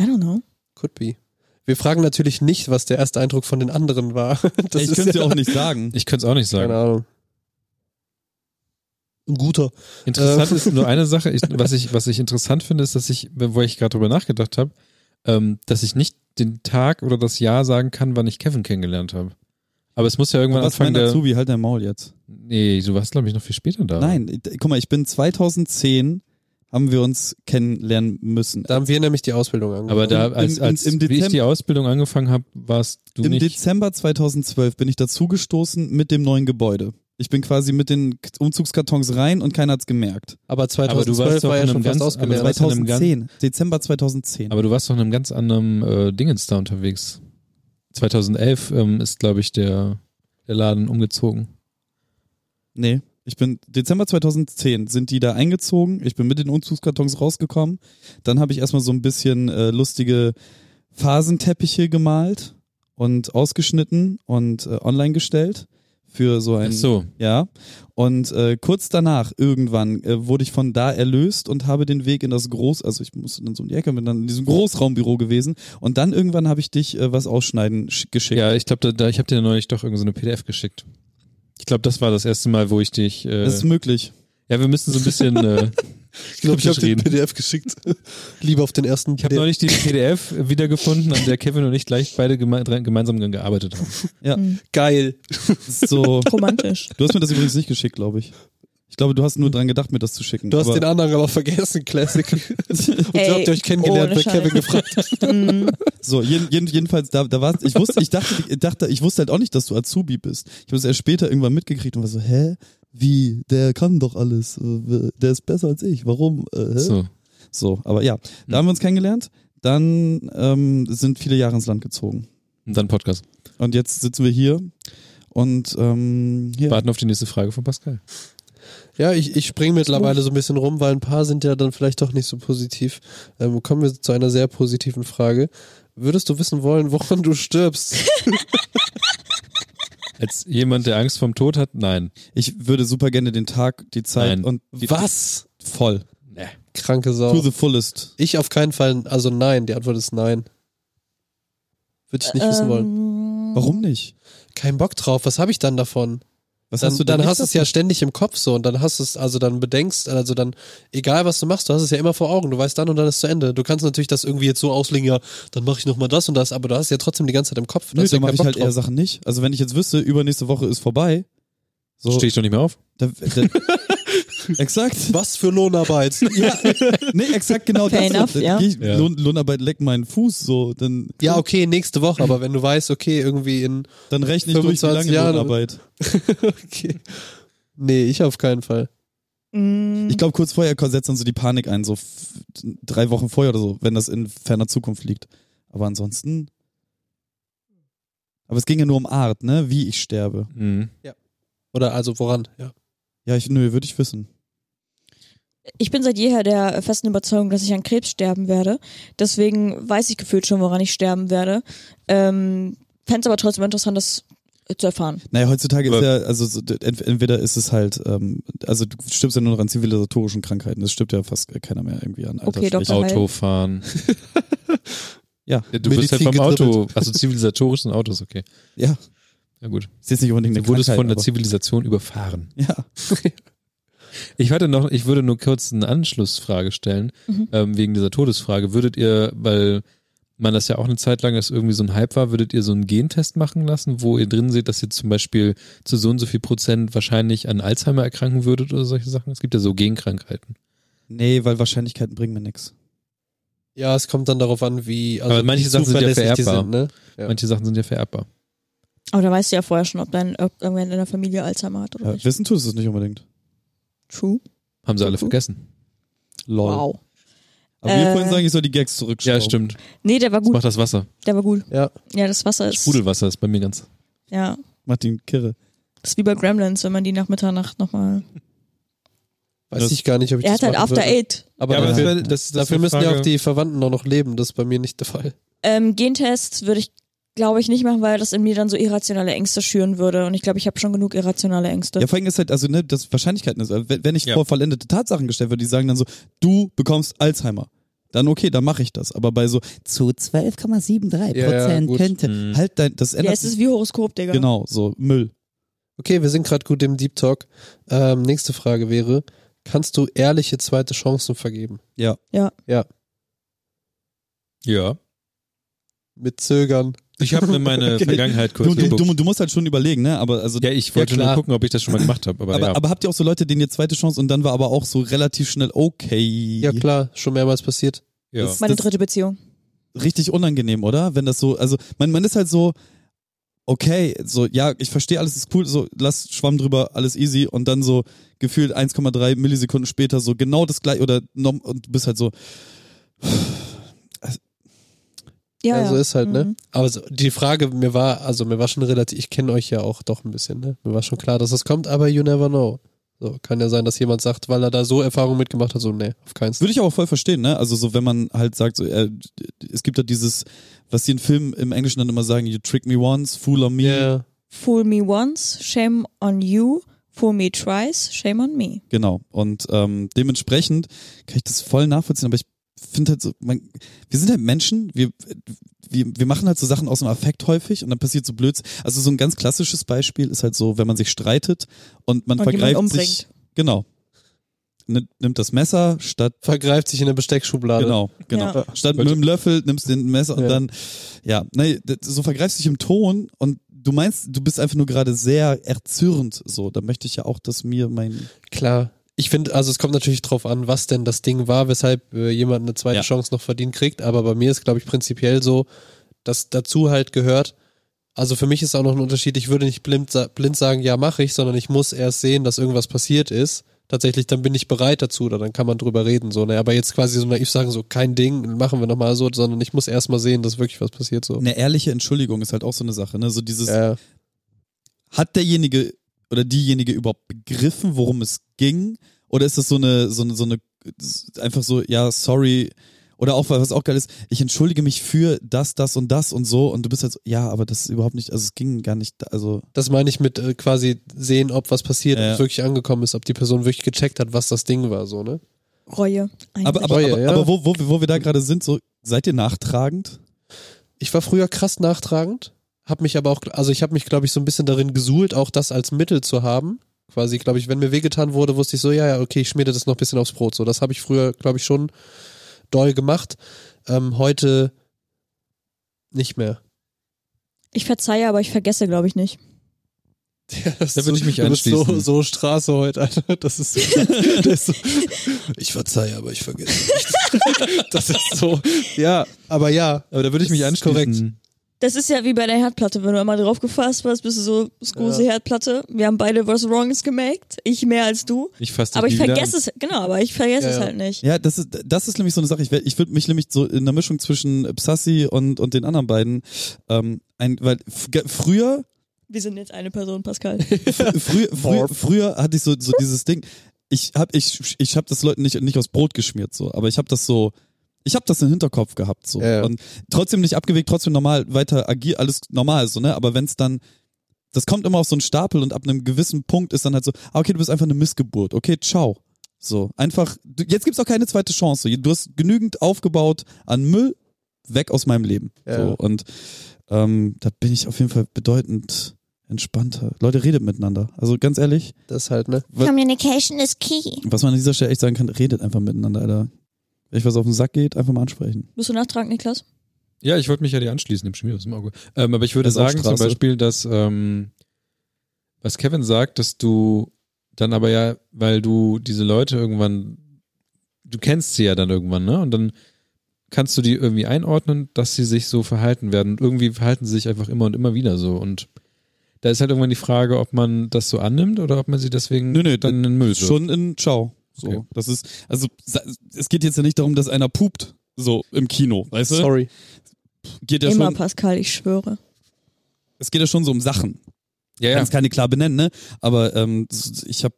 Speaker 2: I don't know.
Speaker 4: Could be. Wir fragen natürlich nicht, was der erste Eindruck von den anderen war. Das
Speaker 3: ich
Speaker 4: ist
Speaker 3: könnte
Speaker 4: ja-
Speaker 3: ja auch nicht sagen.
Speaker 1: Ich könnte es auch nicht sagen.
Speaker 4: Keine Ahnung. Ein guter.
Speaker 1: Interessant
Speaker 4: Äh.
Speaker 3: Ähm.
Speaker 1: ist nur eine Sache, ich, was, ich, was ich interessant finde, ist, dass ich, wo ich gerade drüber nachgedacht habe, ähm, dass ich nicht den Tag oder das Jahr sagen kann, wann ich Kevin kennengelernt habe. Aber es muss ja irgendwann
Speaker 3: Was
Speaker 1: anfangen.
Speaker 3: meint
Speaker 1: Der,
Speaker 3: Azubi? Halt dein Maul jetzt.
Speaker 1: nee, du warst, glaube ich, noch viel später da.
Speaker 3: Nein, d- guck mal, ich bin 2010 haben wir uns kennenlernen müssen.
Speaker 4: Da haben wir nämlich die Ausbildung angefangen.
Speaker 1: Aber da,
Speaker 3: Im-
Speaker 1: als,
Speaker 3: im-
Speaker 1: als
Speaker 3: im
Speaker 1: wie ich
Speaker 3: Dezember-
Speaker 1: die Ausbildung angefangen habe, warst du
Speaker 3: Im
Speaker 1: nicht.
Speaker 3: Dezember 2012 bin ich dazugestoßen mit dem neuen Gebäude. Ich bin quasi mit den K- Umzugskartons rein und keiner hat's gemerkt.
Speaker 4: aber
Speaker 1: Aber du
Speaker 4: 2012
Speaker 1: warst doch
Speaker 4: war ja
Speaker 1: in
Speaker 4: schon
Speaker 1: einem
Speaker 4: fast
Speaker 1: ganz-
Speaker 4: ausgelernt.
Speaker 1: aber- warst in einem
Speaker 3: 2010, Dezember 2010.
Speaker 1: Aber du warst noch in einem ganz anderen äh, Dingens da unterwegs. 2011 ähm, ist, glaube ich, der, der Laden umgezogen.
Speaker 3: nee, ich bin Dezember 2010 sind die da eingezogen. Ich bin mit den Umzugskartons rausgekommen. Dann habe ich erstmal so ein bisschen äh, lustige Phasenteppiche gemalt und ausgeschnitten und äh, online gestellt für so ein
Speaker 1: Ach so,
Speaker 3: Ja, und äh, kurz danach irgendwann äh, wurde ich von da erlöst und habe den Weg in das Groß, also ich musste dann so um die Ecke, bin dann in diesem Großraumbüro gewesen und dann irgendwann habe ich dich äh, was ausschneiden sch- geschickt.
Speaker 1: Ja, ich glaube, da, da, ich habe dir neulich doch irgendeine so eine PDF geschickt. Ich glaube, das war das erste Mal, wo ich dich. Äh,
Speaker 3: Das ist möglich.
Speaker 1: ja, wir müssen so ein bisschen. Äh,
Speaker 4: Ich glaube, ich habe den
Speaker 1: geschrieben.
Speaker 4: PDF geschickt. Lieber auf den ersten
Speaker 1: ich habe
Speaker 4: PDF.
Speaker 1: neulich die PDF wiedergefunden, an der Kevin und ich gleich beide geme dran- gemeinsam dran gearbeitet haben.
Speaker 4: Geil.
Speaker 3: Das ist So,
Speaker 2: Romantisch.
Speaker 3: du hast mir das übrigens nicht geschickt, glaube ich. Ich glaube, du hast nur dran gedacht, mir das zu schicken.
Speaker 4: Du hast den
Speaker 3: aber,
Speaker 4: anderen aber vergessen, Classic. Und
Speaker 2: Ey,
Speaker 4: so habt ihr euch kennengelernt,
Speaker 2: ohne
Speaker 4: weil Kevin
Speaker 2: Scheiß.
Speaker 4: gefragt hat.
Speaker 2: Mhm.
Speaker 3: so jeden, jeden, jedenfalls da, da warst ich wusste ich dachte ich dachte ich wusste halt auch nicht, dass du Azubi bist. Ich habe es erst später irgendwann mitgekriegt und war so hä wie der kann doch alles, Äh, der ist besser als ich. Warum? Äh, hä?
Speaker 1: So.
Speaker 3: So, aber ja, da haben wir uns kennengelernt. Dann ähm, sind viele Jahre ins Land gezogen.
Speaker 1: Und dann Podcast.
Speaker 3: Und jetzt sitzen wir hier und ähm, hier.
Speaker 1: Warten auf die nächste Frage von Pascal.
Speaker 4: Ja, ich, ich springe mittlerweile so ein bisschen rum, weil ein paar sind ja dann vielleicht doch nicht so positiv. Ähm, kommen wir zu einer sehr positiven Frage. Würdest du wissen wollen, woran du stirbst?
Speaker 1: Als jemand, der Angst vom Tod hat, nein.
Speaker 3: Ich würde super gerne den Tag, die Zeit
Speaker 1: Nein.
Speaker 3: und die,
Speaker 4: Was?
Speaker 3: voll.
Speaker 1: Nee.
Speaker 4: Kranke
Speaker 3: To
Speaker 4: Sau.
Speaker 3: the fullest.
Speaker 4: Ich auf keinen Fall, also nein, die Antwort ist nein. Würde ich nicht
Speaker 2: Äh,
Speaker 4: wissen wollen.
Speaker 2: Ähm,
Speaker 3: Warum nicht?
Speaker 4: Kein Bock drauf, was habe ich dann davon?
Speaker 3: Was
Speaker 4: Dann,
Speaker 3: hast du denn
Speaker 4: dann
Speaker 3: nicht
Speaker 4: hast du es ja ständig im Kopf so und dann hast du es, also dann bedenkst, also dann, egal was du machst, du hast es ja immer vor Augen, du weißt dann und dann ist zu Ende. Du kannst natürlich das irgendwie jetzt so auslegen, ja, dann mache ich nochmal das und das, aber du hast es ja trotzdem die ganze Zeit im Kopf. Du
Speaker 3: Nö,
Speaker 4: hast ja
Speaker 3: dann mache
Speaker 4: keinen
Speaker 3: ich
Speaker 4: Bock
Speaker 3: halt eher Sachen nicht. Also wenn ich jetzt wüsste, übernächste Woche ist vorbei. So,
Speaker 1: Stehe ich doch nicht mehr auf?
Speaker 3: da, da, Exakt.
Speaker 4: Was für Lohnarbeit.
Speaker 3: Ja, nee, exakt genau
Speaker 2: Fair
Speaker 3: das.
Speaker 2: enough,
Speaker 3: Dann
Speaker 2: ja.
Speaker 3: geh ich,
Speaker 1: Ja.
Speaker 3: Lohn, Lohnarbeit leckt meinen Fuß so, dann,
Speaker 4: ja, okay, nächste Woche, aber wenn du weißt, okay, irgendwie in.
Speaker 3: dann rechne ich durch, wie
Speaker 4: 25
Speaker 3: lange
Speaker 4: Jahre.
Speaker 3: Lohnarbeit.
Speaker 4: Okay. Nee, ich auf keinen Fall.
Speaker 2: mh,
Speaker 3: Ich glaube, kurz vorher setzt dann so die Panik ein, so f- drei Wochen vorher oder so, wenn das in ferner Zukunft liegt. Aber ansonsten. Aber es ging ja nur um Art, ne? Wie ich sterbe.
Speaker 1: Mhm.
Speaker 4: Oder also woran, ja.
Speaker 3: Ja, ich, nö, würde ich wissen.
Speaker 2: ich bin seit jeher der festen Überzeugung, dass ich an Krebs sterben werde. Deswegen weiß ich gefühlt schon, woran ich sterben werde. Ähm, Fänd's aber trotzdem interessant, das zu erfahren.
Speaker 3: Naja, heutzutage ist
Speaker 1: Aber-
Speaker 3: ja, also so, d- ent- entweder ist es halt, ähm, also du stirbst ja nur noch an zivilisatorischen Krankheiten. Das stirbt ja fast keiner mehr irgendwie an.
Speaker 2: Okay, doch.
Speaker 3: Altersschwäche.
Speaker 1: Autofahren.
Speaker 3: Ja,
Speaker 1: Du bist halt
Speaker 4: Medizin
Speaker 1: beim Auto. Also zivilisatorisch sind Autos, okay.
Speaker 3: Ja,
Speaker 1: Ja, gut.
Speaker 3: ist jetzt nicht unbedingt eine
Speaker 1: Du wurdest
Speaker 3: Krankheit,
Speaker 1: von der
Speaker 3: aber-
Speaker 1: Zivilisation überfahren.
Speaker 3: Ja,
Speaker 1: Ich hatte noch, ich würde nur kurz eine Anschlussfrage stellen,
Speaker 2: Mhm.
Speaker 1: ähm, wegen dieser Todesfrage. Würdet ihr, weil man das ja auch eine Zeit lang, das irgendwie so ein Hype war, würdet ihr so einen Gentest machen lassen, wo ihr drin seht, dass ihr zum Beispiel zu so und so viel Prozent wahrscheinlich an Alzheimer erkranken würdet oder solche Sachen? Es gibt ja so Genkrankheiten.
Speaker 3: nee, weil Wahrscheinlichkeiten bringen mir nix.
Speaker 4: Ja, es kommt dann darauf an, wie. Also
Speaker 1: Aber manche
Speaker 4: wie
Speaker 1: Sachen sind ja
Speaker 4: zuverlässig die
Speaker 1: vererbbar.
Speaker 4: sind, ne? Ja.
Speaker 1: Manche Sachen sind ja vererbbar.
Speaker 2: Aber da weißt du ja vorher schon, ob dein ir- irgendwer in deiner Familie Alzheimer hat oder
Speaker 3: Ja,
Speaker 2: nicht.
Speaker 3: wissen tust du es nicht unbedingt.
Speaker 2: True.
Speaker 1: Haben sie alle
Speaker 2: Mhm.
Speaker 1: vergessen.
Speaker 3: Lol.
Speaker 2: Wow.
Speaker 3: Aber wir
Speaker 2: Äh,
Speaker 3: vorhin sagen, ich soll die Gags zurückschrauben.
Speaker 1: Ja, stimmt.
Speaker 2: Nee, der war
Speaker 1: Das
Speaker 2: gut.
Speaker 1: macht das Wasser.
Speaker 2: Der war gut.
Speaker 4: Ja.
Speaker 2: Ja, das Wasser ist.
Speaker 1: Sprudelwasser ist bei mir ganz.
Speaker 2: Ja.
Speaker 3: Martin Kirre.
Speaker 2: Das ist wie bei Gremlins, wenn man die nach Mitternacht nochmal.
Speaker 4: Weiß ich gar nicht, ob ich
Speaker 2: Er
Speaker 4: das
Speaker 2: hat halt
Speaker 4: machen
Speaker 2: After
Speaker 4: würde.
Speaker 2: Eight.
Speaker 4: Aber
Speaker 1: Ja, aber
Speaker 4: dafür,
Speaker 1: das- das- das
Speaker 4: dafür
Speaker 1: ist eine
Speaker 4: müssen ja
Speaker 1: Frage-
Speaker 4: auch die Verwandten auch noch leben. Das ist bei mir nicht der Fall.
Speaker 2: Ähm, Gentests würde ich glaube ich, nicht machen, weil das in mir dann so irrationale Ängste schüren würde. Und ich glaube, ich habe schon genug irrationale Ängste.
Speaker 3: Ja, vor allem ist halt, also, ne, das Wahrscheinlichkeiten ist, wenn wenn ich
Speaker 1: Ja.
Speaker 3: vor vollendete Tatsachen gestellt werde, die sagen dann so, du bekommst Alzheimer. Dann okay, dann mache ich das. Aber bei so zu 12,73
Speaker 4: Ja, ja,
Speaker 3: Prozent
Speaker 4: gut.
Speaker 3: könnte,
Speaker 1: Mhm.
Speaker 3: halt dein, das
Speaker 2: Ja,
Speaker 3: ändert
Speaker 2: es ist wie Horoskop, Digga.
Speaker 3: Genau, so Müll.
Speaker 4: Okay, wir sind gerade gut im Deep Talk. Ähm, nächste Frage wäre, kannst du ehrliche zweite Chancen vergeben?
Speaker 1: Ja.
Speaker 4: Mit Zögern.
Speaker 1: Ich habe mir meine
Speaker 3: Okay.
Speaker 1: Vergangenheit kurz
Speaker 3: Du, du,
Speaker 1: geguckt.
Speaker 3: du, du musst halt schon überlegen, ne? Aber also
Speaker 1: ja, ich wollte
Speaker 4: Ja,
Speaker 1: nur
Speaker 4: klar.
Speaker 1: gucken, ob ich das schon mal gemacht habe. Aber,
Speaker 3: aber,
Speaker 1: ja.
Speaker 3: aber habt ihr auch so Leute, denen ihr zweite Chance und dann war aber auch so relativ schnell okay.
Speaker 4: Ja klar, schon mehrmals passiert.
Speaker 1: ja.
Speaker 3: das-
Speaker 2: Meine
Speaker 3: das-
Speaker 2: dritte Beziehung.
Speaker 3: richtig unangenehm, oder? Wenn das so, also man, man ist halt so, okay, so, ja, ich verstehe, alles ist cool, so, lass Schwamm drüber, alles easy und dann so gefühlt 1,3 Millisekunden später so genau das gleiche oder nom- und du bist halt so,
Speaker 2: Ja,
Speaker 4: Ja,
Speaker 2: ja.
Speaker 4: so ist halt, ne?
Speaker 2: Mhm.
Speaker 4: Aber so, die Frage, mir war, also mir war schon relativ, ich kenne euch ja auch doch ein bisschen, ne? Mir war schon klar, dass das kommt, aber you never know. So, kann ja sein, dass jemand sagt, weil er da so Erfahrung mitgemacht hat, so, nee, auf keinen Fall.
Speaker 3: würde ich aber auch voll verstehen, ne? Also so, wenn man halt sagt, so, äh, es gibt da dieses, was die in Filmen im Englischen dann immer sagen, you trick me once, fool on me,
Speaker 4: Ja,
Speaker 2: Fool me once, shame on you. Fool me twice, shame on me.
Speaker 3: Genau. Und ähm, dementsprechend kann ich das voll nachvollziehen, aber ich finde halt so, man, wir sind halt Menschen, wir, wir, wir machen halt so Sachen aus dem Affekt häufig und dann passiert so Blöds. Also so ein ganz klassisches Beispiel ist halt so, wenn man sich streitet und man
Speaker 2: Und jemand
Speaker 3: vergreift
Speaker 2: umbringt.
Speaker 3: sich. Genau. Nimmt nimmt das Messer statt
Speaker 4: vergreift sich in der Besteckschublade.
Speaker 3: Genau, genau.
Speaker 2: Ja.
Speaker 3: Statt mit
Speaker 1: Wollte-
Speaker 3: dem Löffel nimmst den Messer und
Speaker 4: Ja.
Speaker 3: dann, ja, nee, das- so vergreifst dich im Ton und du meinst, du bist einfach nur gerade sehr erzürnt so. Da möchte ich ja auch, dass mir mein.
Speaker 4: Klar. Ich finde, also es kommt natürlich drauf an, was denn das Ding war, weshalb äh, jemand eine zweite
Speaker 3: Ja.
Speaker 4: Chance noch verdient kriegt. Aber bei mir ist, glaube ich, prinzipiell so, dass dazu halt gehört. Also für mich ist auch noch ein Unterschied. Ich würde nicht blind, sa- blind sagen, ja, mache ich, sondern ich muss erst sehen, dass irgendwas passiert ist. Tatsächlich, dann bin ich bereit dazu oder dann kann man drüber reden. So, ne? Aber jetzt quasi so naiv sagen, so kein Ding, machen wir nochmal so, sondern ich muss erst mal sehen, dass wirklich was passiert. So.
Speaker 3: Eine ehrliche Entschuldigung ist halt auch so eine Sache, ne? So dieses,
Speaker 4: Ja,
Speaker 3: hat derjenige oder diejenige überhaupt begriffen, worum es ging? Oder ist das so eine, so eine, so eine, einfach so, ja, sorry. Oder auch, was auch geil ist, ich entschuldige mich für das, das und das und so. Und du bist halt so, ja, aber das ist überhaupt nicht, also es ging gar nicht, da- also.
Speaker 4: Das meine ich mit äh, quasi sehen, ob was passiert,
Speaker 3: Ja.
Speaker 4: ob es wirklich angekommen ist, ob die Person wirklich gecheckt hat, was das Ding war. So, ne?
Speaker 2: Reue. Einsicht.
Speaker 3: Aber, aber,
Speaker 4: Reue,
Speaker 3: aber,
Speaker 4: Oh ja.
Speaker 3: aber wo, wo, wo wir da gerade sind, so, seid ihr nachtragend?
Speaker 4: Ich war früher krass nachtragend, habe mich aber auch, also ich habe mich, glaube ich, so ein bisschen darin gesuhlt, auch das als Mittel zu haben. Quasi, glaube ich, wenn mir wehgetan wurde, wusste ich so, ja, ja, okay, ich schmiere das noch ein bisschen aufs Brot. So, das habe ich früher, glaube ich, schon doll gemacht. Ähm, heute nicht mehr.
Speaker 2: ich verzeihe, aber ich vergesse, glaube ich, nicht.
Speaker 4: Ja, das
Speaker 1: Da
Speaker 4: ist
Speaker 1: würde ich mich
Speaker 4: du bist So,
Speaker 1: anschließen.
Speaker 4: so Straße heute, Alter. Das ist, das ist so, Ich verzeihe, aber ich vergesse nicht. Das ist so. Ja, aber ja.
Speaker 1: Aber da würde ich
Speaker 4: Das
Speaker 1: mich
Speaker 4: ist korrekt.
Speaker 1: anschließen.
Speaker 2: Das ist ja wie bei der Herdplatte. Wenn du einmal drauf gefasst warst, bist du so, skose Herdplatte. Wir haben beide was Wrongs gemerkt. Ich mehr als du.
Speaker 1: Ich fasse
Speaker 2: Aber ich vergesse es, genau, aber ich vergesse
Speaker 4: Ja,
Speaker 2: es
Speaker 4: ja.
Speaker 2: halt nicht.
Speaker 3: Ja, das ist, das ist nämlich so eine Sache. Ich, wär- ich würde mich nämlich so in der Mischung zwischen Psassi und, und den anderen beiden, ähm, ein, weil f- ge- früher
Speaker 2: Wir sind jetzt eine Person, Pascal.
Speaker 3: früher, früher, früher hatte ich so, so dieses Ding. Ich hab ich, ich hab das Leuten nicht, nicht aus Brot geschmiert, so, aber ich hab das so. Ich hab das im Hinterkopf gehabt so
Speaker 4: Ja, ja.
Speaker 3: und trotzdem nicht abgewegt, trotzdem normal weiter agiert, alles normal so, ne? Aber wenn es dann das kommt immer auf so einen Stapel und ab einem gewissen Punkt ist dann halt so, ah, okay, du bist einfach eine Missgeburt. Okay, ciao. So, einfach du, jetzt gibt's auch keine zweite Chance. Du hast genügend aufgebaut an Müll weg aus meinem Leben.
Speaker 4: Ja.
Speaker 3: So und ähm, da bin ich auf jeden Fall bedeutend entspannter. Leute, redet miteinander. Also ganz ehrlich,
Speaker 4: Das halt, ne?
Speaker 5: Communication is key.
Speaker 3: was man an dieser Stelle echt sagen kann, redet einfach miteinander, Alter. Wenn euch was auf den Sack geht, einfach mal ansprechen.
Speaker 2: Bist du nachtragend, Niklas?
Speaker 1: Ja, ich wollte mich ja dir anschließen, im Schmier aus dem Auge. Ähm, aber ich würde
Speaker 3: Das ist auch
Speaker 1: sagen zum
Speaker 3: Straße.
Speaker 1: Beispiel, dass ähm, was Kevin sagt, dass du dann aber ja, weil du diese Leute irgendwann, du kennst sie ja dann irgendwann, ne? Und dann kannst du die irgendwie einordnen, dass sie sich so verhalten werden. Und irgendwie verhalten sie sich einfach immer und immer wieder so. Und da ist halt irgendwann die Frage, ob man das so annimmt oder ob man sie deswegen
Speaker 3: Nö, nö,
Speaker 1: dann in den Müll wirft.
Speaker 3: Schon in Ciao. So,
Speaker 1: Okay.
Speaker 3: das ist, also sa- es geht jetzt ja nicht darum, dass einer pupt, so im Kino, weißt du?
Speaker 4: Sorry.
Speaker 3: Geht ja
Speaker 2: Immer,
Speaker 3: schon,
Speaker 2: Pascal, ich schwöre.
Speaker 3: es geht ja schon so um Sachen.
Speaker 1: Ja,
Speaker 3: Ich
Speaker 1: ja.
Speaker 3: kann es keine klar benennen, ne? Aber ähm, ich habe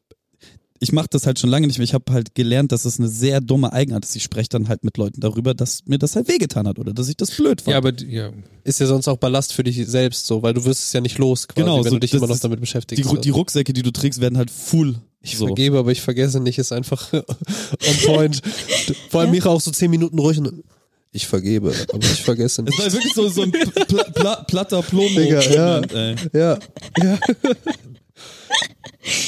Speaker 3: ich mache das halt schon lange nicht mehr. Ich habe halt gelernt, dass es eine sehr dumme Eigenart ist. Ich spreche dann halt mit Leuten darüber, dass mir das halt wehgetan hat oder dass ich das blöd fand.
Speaker 1: Ja, aber die- ja.
Speaker 4: Ist ja sonst auch Ballast für dich selbst so, weil du wirst es ja nicht los, quasi,
Speaker 3: Genau,
Speaker 4: wenn
Speaker 3: so,
Speaker 4: du dich
Speaker 3: das
Speaker 4: immer noch
Speaker 3: ist
Speaker 4: damit
Speaker 3: die,
Speaker 4: beschäftigst.
Speaker 3: Ru-
Speaker 1: äh
Speaker 3: die Rucksäcke, die du trägst, werden halt full.
Speaker 4: ich vergebe, aber ich vergesse nicht, ist einfach on point. D- Vor allem Mira auch so zehn Minuten ruhig und ich vergebe, aber ich vergesse
Speaker 3: Es
Speaker 4: nicht.
Speaker 3: war wirklich so, so ein pl pla platter Plomo.
Speaker 4: Digga, ja.
Speaker 3: Ey.
Speaker 4: Ja, ja.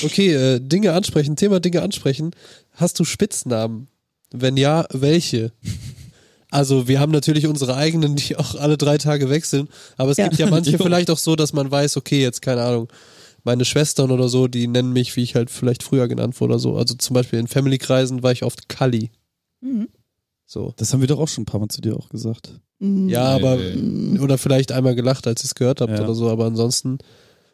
Speaker 4: Okay, äh, Dinge ansprechen, Thema Dinge ansprechen. Hast du Spitznamen? Wenn ja, welche? Also wir haben natürlich unsere eigenen, die auch alle drei Tage wechseln, aber es
Speaker 2: Ja.
Speaker 4: gibt ja manche
Speaker 3: Jo.
Speaker 4: vielleicht auch so, dass man weiß, okay, jetzt keine Ahnung, meine Schwestern oder so, die nennen mich, wie ich halt vielleicht früher genannt wurde oder so. Also zum Beispiel in Family-Kreisen war ich oft Kalli.
Speaker 2: Mhm.
Speaker 4: So.
Speaker 3: Das haben wir doch auch schon ein paar Mal zu dir auch gesagt.
Speaker 4: Ja, aber
Speaker 2: Mhm.
Speaker 4: oder vielleicht einmal gelacht, als ihr es gehört habt
Speaker 3: Ja.
Speaker 4: oder so, aber ansonsten.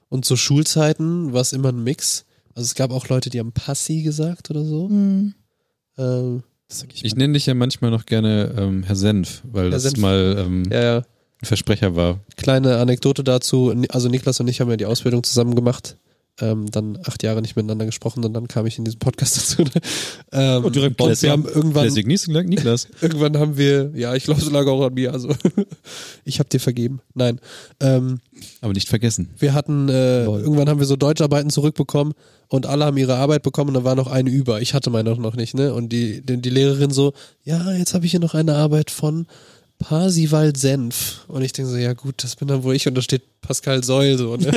Speaker 4: Und zu Schulzeiten war es immer ein Mix. Also es gab auch Leute, die haben Passi gesagt oder so.
Speaker 2: Mhm.
Speaker 4: Ähm,
Speaker 3: Das sag ich
Speaker 1: Ich
Speaker 3: mal.
Speaker 1: nenne dich ja manchmal noch gerne ähm, Herr Senf, weil
Speaker 4: Herr
Speaker 1: das
Speaker 4: Senf.
Speaker 1: mal ähm,
Speaker 4: ja, ja.
Speaker 1: ein Versprecher war.
Speaker 4: Kleine Anekdote dazu. Ni- Also Niklas und ich haben ja die Ausbildung zusammen gemacht. Ähm, dann acht Jahre nicht miteinander gesprochen und dann kam ich in diesen Podcast dazu. ähm,
Speaker 1: Oh, direkt
Speaker 4: und
Speaker 1: Classic.
Speaker 4: wir haben irgendwann,
Speaker 1: Classic Nies- Niklas.
Speaker 4: irgendwann haben wir, ja, ich glaube, es lag auch an mir. Also ich habe dir vergeben. Nein. Ähm,
Speaker 1: Aber nicht vergessen.
Speaker 4: Wir hatten, äh,
Speaker 3: Lol.
Speaker 4: irgendwann haben wir so Deutscharbeiten zurückbekommen und alle haben ihre Arbeit bekommen und da war noch eine über. Ich hatte meine noch nicht, ne? Und die, die, die Lehrerin so, ja, jetzt habe ich hier noch eine Arbeit von Parsiwald Senf. Und ich denke so, ja gut, das bin dann wohl ich und da steht Pascal Seul so, ne?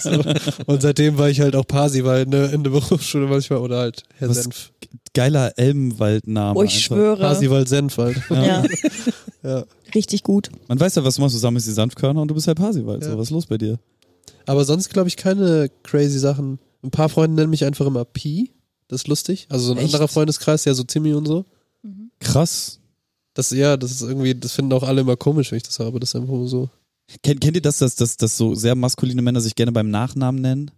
Speaker 4: so. Und seitdem war ich halt auch Parsiwald, ne? In der Berufsschule manchmal oder halt Herr
Speaker 3: Was-
Speaker 4: Senf.
Speaker 3: Geiler Elbenwaldname.
Speaker 2: Oh, ich
Speaker 3: einfach.
Speaker 2: schwöre.
Speaker 4: Parsiwald Senf halt.
Speaker 2: Ja.
Speaker 4: Ja.
Speaker 2: Richtig gut.
Speaker 3: Man weiß ja, was du machst. Du sammelst die Sanftkörner und du bist halt Parsiwald.
Speaker 4: Ja.
Speaker 3: So, was ist los bei dir?
Speaker 4: Aber sonst glaube ich keine crazy Sachen. Ein paar Freunde nennen mich einfach immer Pi. Das ist lustig. Also so ein
Speaker 3: Echt?
Speaker 4: anderer Freundeskreis, ja, so Timmy und so.
Speaker 3: Krass.
Speaker 4: Das ja, das ist irgendwie, das finden auch alle immer komisch, wenn ich das habe. Das ist einfach nur so.
Speaker 3: Kennt, kennt ihr das, dass, dass, dass so sehr maskuline Männer sich gerne beim Nachnamen nennen?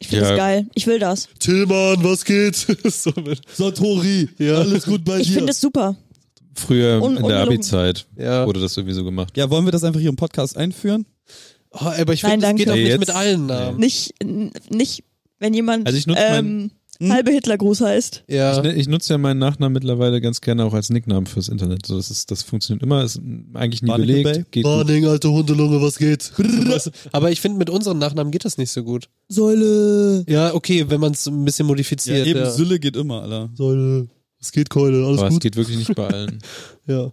Speaker 2: Ich finde
Speaker 1: Ja.
Speaker 2: das geil. Ich will das.
Speaker 4: Tillmann, was geht? so mit,
Speaker 3: Satori,
Speaker 4: Ja.
Speaker 3: alles gut bei
Speaker 2: Ich finde das super.
Speaker 1: Früher
Speaker 2: Un-
Speaker 1: in der
Speaker 2: ungelungen.
Speaker 1: Abi-Zeit
Speaker 4: ja.
Speaker 1: wurde das irgendwie so gemacht.
Speaker 3: Ja, wollen wir das einfach hier im Podcast einführen?
Speaker 4: Oh, aber ich
Speaker 2: Nein,
Speaker 4: finde,
Speaker 2: danke.
Speaker 4: das geht auch
Speaker 1: Nee,
Speaker 4: nicht
Speaker 1: jetzt-
Speaker 4: mit allen Namen.
Speaker 2: Nicht, n- nicht wenn jemand
Speaker 1: Also ich nutze
Speaker 2: ähm,
Speaker 3: Hm?
Speaker 2: halbe Hitlergruß heißt.
Speaker 1: Ich,
Speaker 4: Ja.
Speaker 1: ne- ich nutze ja meinen Nachnamen mittlerweile ganz gerne auch als Nicknamen fürs Internet. So, das, ist, das funktioniert immer, ist eigentlich nie
Speaker 3: Barnacle Bay?
Speaker 1: belegt. Geht gut.
Speaker 4: alte Hundelunge, was geht? aber ich finde, mit unseren Nachnamen geht das nicht so gut.
Speaker 2: Säule.
Speaker 4: Ja, okay, wenn man es ein bisschen
Speaker 3: Ja,
Speaker 4: modifiziert.
Speaker 3: eben,
Speaker 4: Ja,
Speaker 3: Sülle geht immer, Alter.
Speaker 4: Säule, was geht, Keule? Alles
Speaker 1: Aber es geht wirklich nicht bei allen.
Speaker 4: Ja.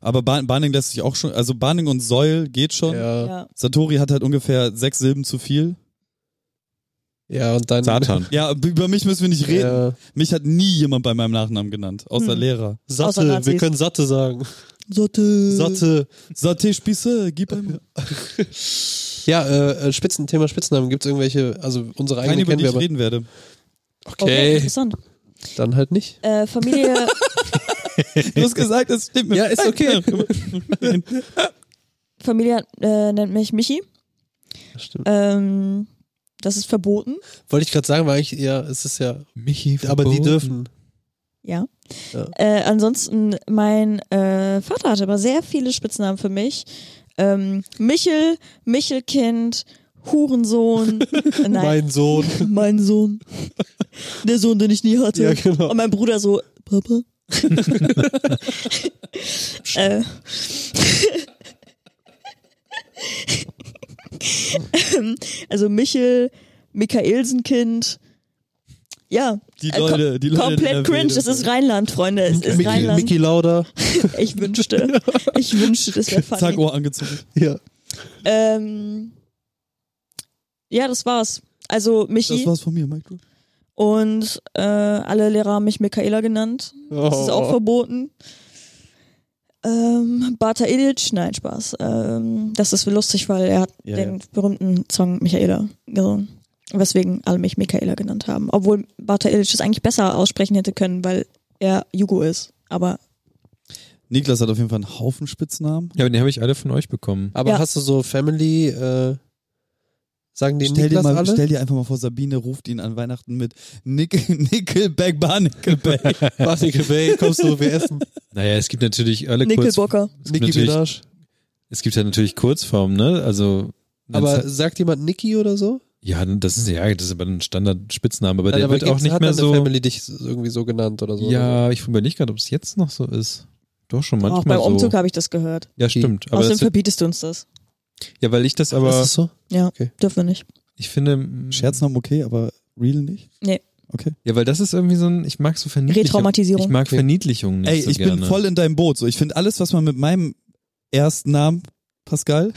Speaker 3: Aber Bar Barning lässt sich auch schon, also Barning und Säul geht schon.
Speaker 4: Ja.
Speaker 2: Ja.
Speaker 3: Satori hat halt ungefähr sechs Silben zu viel.
Speaker 4: ja, und dann.
Speaker 1: Satan.
Speaker 3: Ja, b- über mich müssen wir nicht reden.
Speaker 4: Ja.
Speaker 3: Mich hat nie jemand bei meinem Nachnamen genannt, außer
Speaker 2: Hm.
Speaker 3: Lehrer.
Speaker 2: Außer
Speaker 4: Satte,
Speaker 2: Nazis.
Speaker 4: wir können Satte sagen.
Speaker 2: Sotte.
Speaker 4: Satte.
Speaker 3: Saté-Spieße, gib einem.
Speaker 4: Ja, äh, äh, Spitzen, Thema Spitznamen. Gibt es irgendwelche, also unsere
Speaker 3: Keine,
Speaker 4: eigenen
Speaker 3: über
Speaker 4: kennen
Speaker 3: die
Speaker 4: wir
Speaker 3: ich
Speaker 4: aber.
Speaker 3: reden werde.
Speaker 2: Okay, interessant.
Speaker 4: Dann halt nicht.
Speaker 2: Äh, Familie,
Speaker 3: Du hast gesagt, das stimmt mir.
Speaker 4: Ja, ist okay.
Speaker 2: Familie äh, nennt mich Michi.
Speaker 4: Stimmt.
Speaker 2: Ähm, das ist verboten.
Speaker 4: Wollte ich gerade sagen, weil ich, ja, es ist ja.
Speaker 1: Michi,
Speaker 4: Aber die dürfen.
Speaker 2: Ja.
Speaker 4: Ja.
Speaker 2: Äh, ansonsten, mein äh, Vater hatte aber sehr viele Spitznamen für mich. Ähm, Michel, Michelkind, Hurensohn, äh, nein,
Speaker 4: Mein Sohn.
Speaker 2: mein, Sohn, der Sohn, den ich nie hatte.
Speaker 4: Ja, genau.
Speaker 2: Und mein Bruder so, Papa. äh, Ähm, also Michel, Michaelsenkind, ja,
Speaker 3: Die
Speaker 2: Äh, kom-
Speaker 3: Leute, die Leute.
Speaker 2: Komplett cringe, das ist Rheinland, Freunde. Es ist
Speaker 4: Mickey,
Speaker 2: Rheinland.
Speaker 4: Mickey Lauda.
Speaker 2: Ich wünschte, ich wünschte, das wäre
Speaker 3: Zack,
Speaker 2: funny.
Speaker 3: Ohr angezogen.
Speaker 4: Ja.
Speaker 2: Ähm, ja, das war's. Also
Speaker 3: Das
Speaker 2: Michi
Speaker 3: war's von mir, Mike.
Speaker 2: und äh, alle Lehrer haben mich Michaela genannt. Das ist
Speaker 1: Oh.
Speaker 2: auch verboten. Ähm, Bata Illich, nein, Spaß. Ähm, das ist lustig, weil er hat
Speaker 3: Ja,
Speaker 2: den berühmten Song Michaela gesungen. Weswegen alle mich Michaela genannt haben. Obwohl Bata Illich es eigentlich besser aussprechen hätte können, weil er Jugo ist. Aber
Speaker 3: Niklas hat auf jeden Fall einen Haufen Spitznamen.
Speaker 1: Ja, aber die habe ich alle von euch bekommen.
Speaker 4: Aber
Speaker 2: Ja.
Speaker 4: hast du so Family, äh, sagen die
Speaker 3: Stell dir,
Speaker 4: Niklas
Speaker 3: mal,
Speaker 4: alle?
Speaker 3: stell dir einfach mal vor, Sabine ruft ihn an Weihnachten mit Nickel, Nickelback, Bar Nickelback.
Speaker 4: Warte, Nickel Bay, kommst du, wir essen.
Speaker 1: Naja, es gibt natürlich alle
Speaker 2: Nickel
Speaker 1: kurz,
Speaker 2: Bocker.
Speaker 1: es gibt,
Speaker 4: Nicki
Speaker 1: natürlich,
Speaker 4: Minaj.
Speaker 1: es gibt ja natürlich Kurzformen, ne? Also
Speaker 4: Aber sagt jemand Niki oder so?
Speaker 1: Ja, das ist ja, das ist aber ein Standard-Spitzname, aber
Speaker 4: Nein,
Speaker 1: der
Speaker 4: aber
Speaker 1: wird auch
Speaker 4: gibt's-
Speaker 1: nicht
Speaker 4: hat
Speaker 1: mehr
Speaker 4: deine
Speaker 1: so.
Speaker 4: Family dich irgendwie so genannt oder so?
Speaker 1: Ja, ich überlege gerade, ob es jetzt noch so ist. Doch schon manchmal
Speaker 2: Auch beim
Speaker 1: so.
Speaker 2: Umzug habe ich das gehört.
Speaker 1: ja, stimmt. Aber
Speaker 2: Außerdem
Speaker 1: das,
Speaker 2: verbietest du uns das.
Speaker 1: ja, weil ich das
Speaker 4: Oder so?
Speaker 1: aber,
Speaker 4: Ist das so?
Speaker 2: Dürfen wir nicht.
Speaker 1: ich finde, mm,
Speaker 3: Scherznamen okay, aber real nicht?
Speaker 2: Nee.
Speaker 3: Okay.
Speaker 1: ja, weil das ist irgendwie so ein, ich mag so Verniedlichung.
Speaker 2: Retraumatisierung.
Speaker 1: Ich mag
Speaker 4: Okay.
Speaker 1: Verniedlichung nicht
Speaker 3: Ey,
Speaker 1: so
Speaker 3: ich
Speaker 1: gerne.
Speaker 3: bin voll in deinem Boot. So, ich finde alles, was man mit meinem ersten Namen Pascal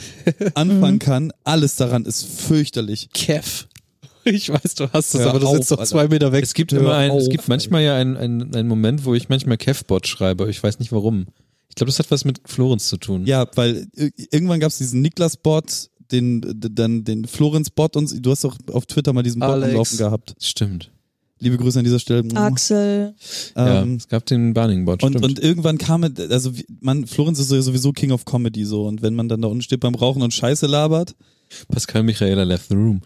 Speaker 3: anfangen
Speaker 2: Mhm.
Speaker 3: kann, alles daran ist fürchterlich.
Speaker 4: Kev. Ich weiß, du hast das,
Speaker 1: Hör
Speaker 4: aber du
Speaker 1: auf,
Speaker 4: sitzt doch
Speaker 1: Alter.
Speaker 4: zwei Meter weg.
Speaker 1: Es gibt
Speaker 4: Hör
Speaker 1: immer ein, es
Speaker 4: auf.
Speaker 1: gibt manchmal ja einen, einen, einen Moment, wo ich manchmal Kevbot schreibe. Ich weiß nicht warum. Ich glaube, das hat was mit Florenz zu tun.
Speaker 3: Ja, weil ir- irgendwann gab es diesen Niklas-Bot, den, d- dann den Florenz-Bot und so. du hast doch auf Twitter mal diesen Bot am
Speaker 4: Alex.
Speaker 3: Laufen gehabt.
Speaker 1: Stimmt.
Speaker 3: Liebe Grüße an dieser Stelle.
Speaker 2: Axel.
Speaker 1: Ja,
Speaker 3: Ähm,
Speaker 1: es gab den Barning-Bot,
Speaker 3: Und,
Speaker 1: stimmt.
Speaker 3: und irgendwann kam, es- also wie- man, Florenz ist ja sowieso King of Comedy so und wenn man dann da unten steht beim Rauchen und Scheiße labert,
Speaker 1: Pascal Michaela left the room.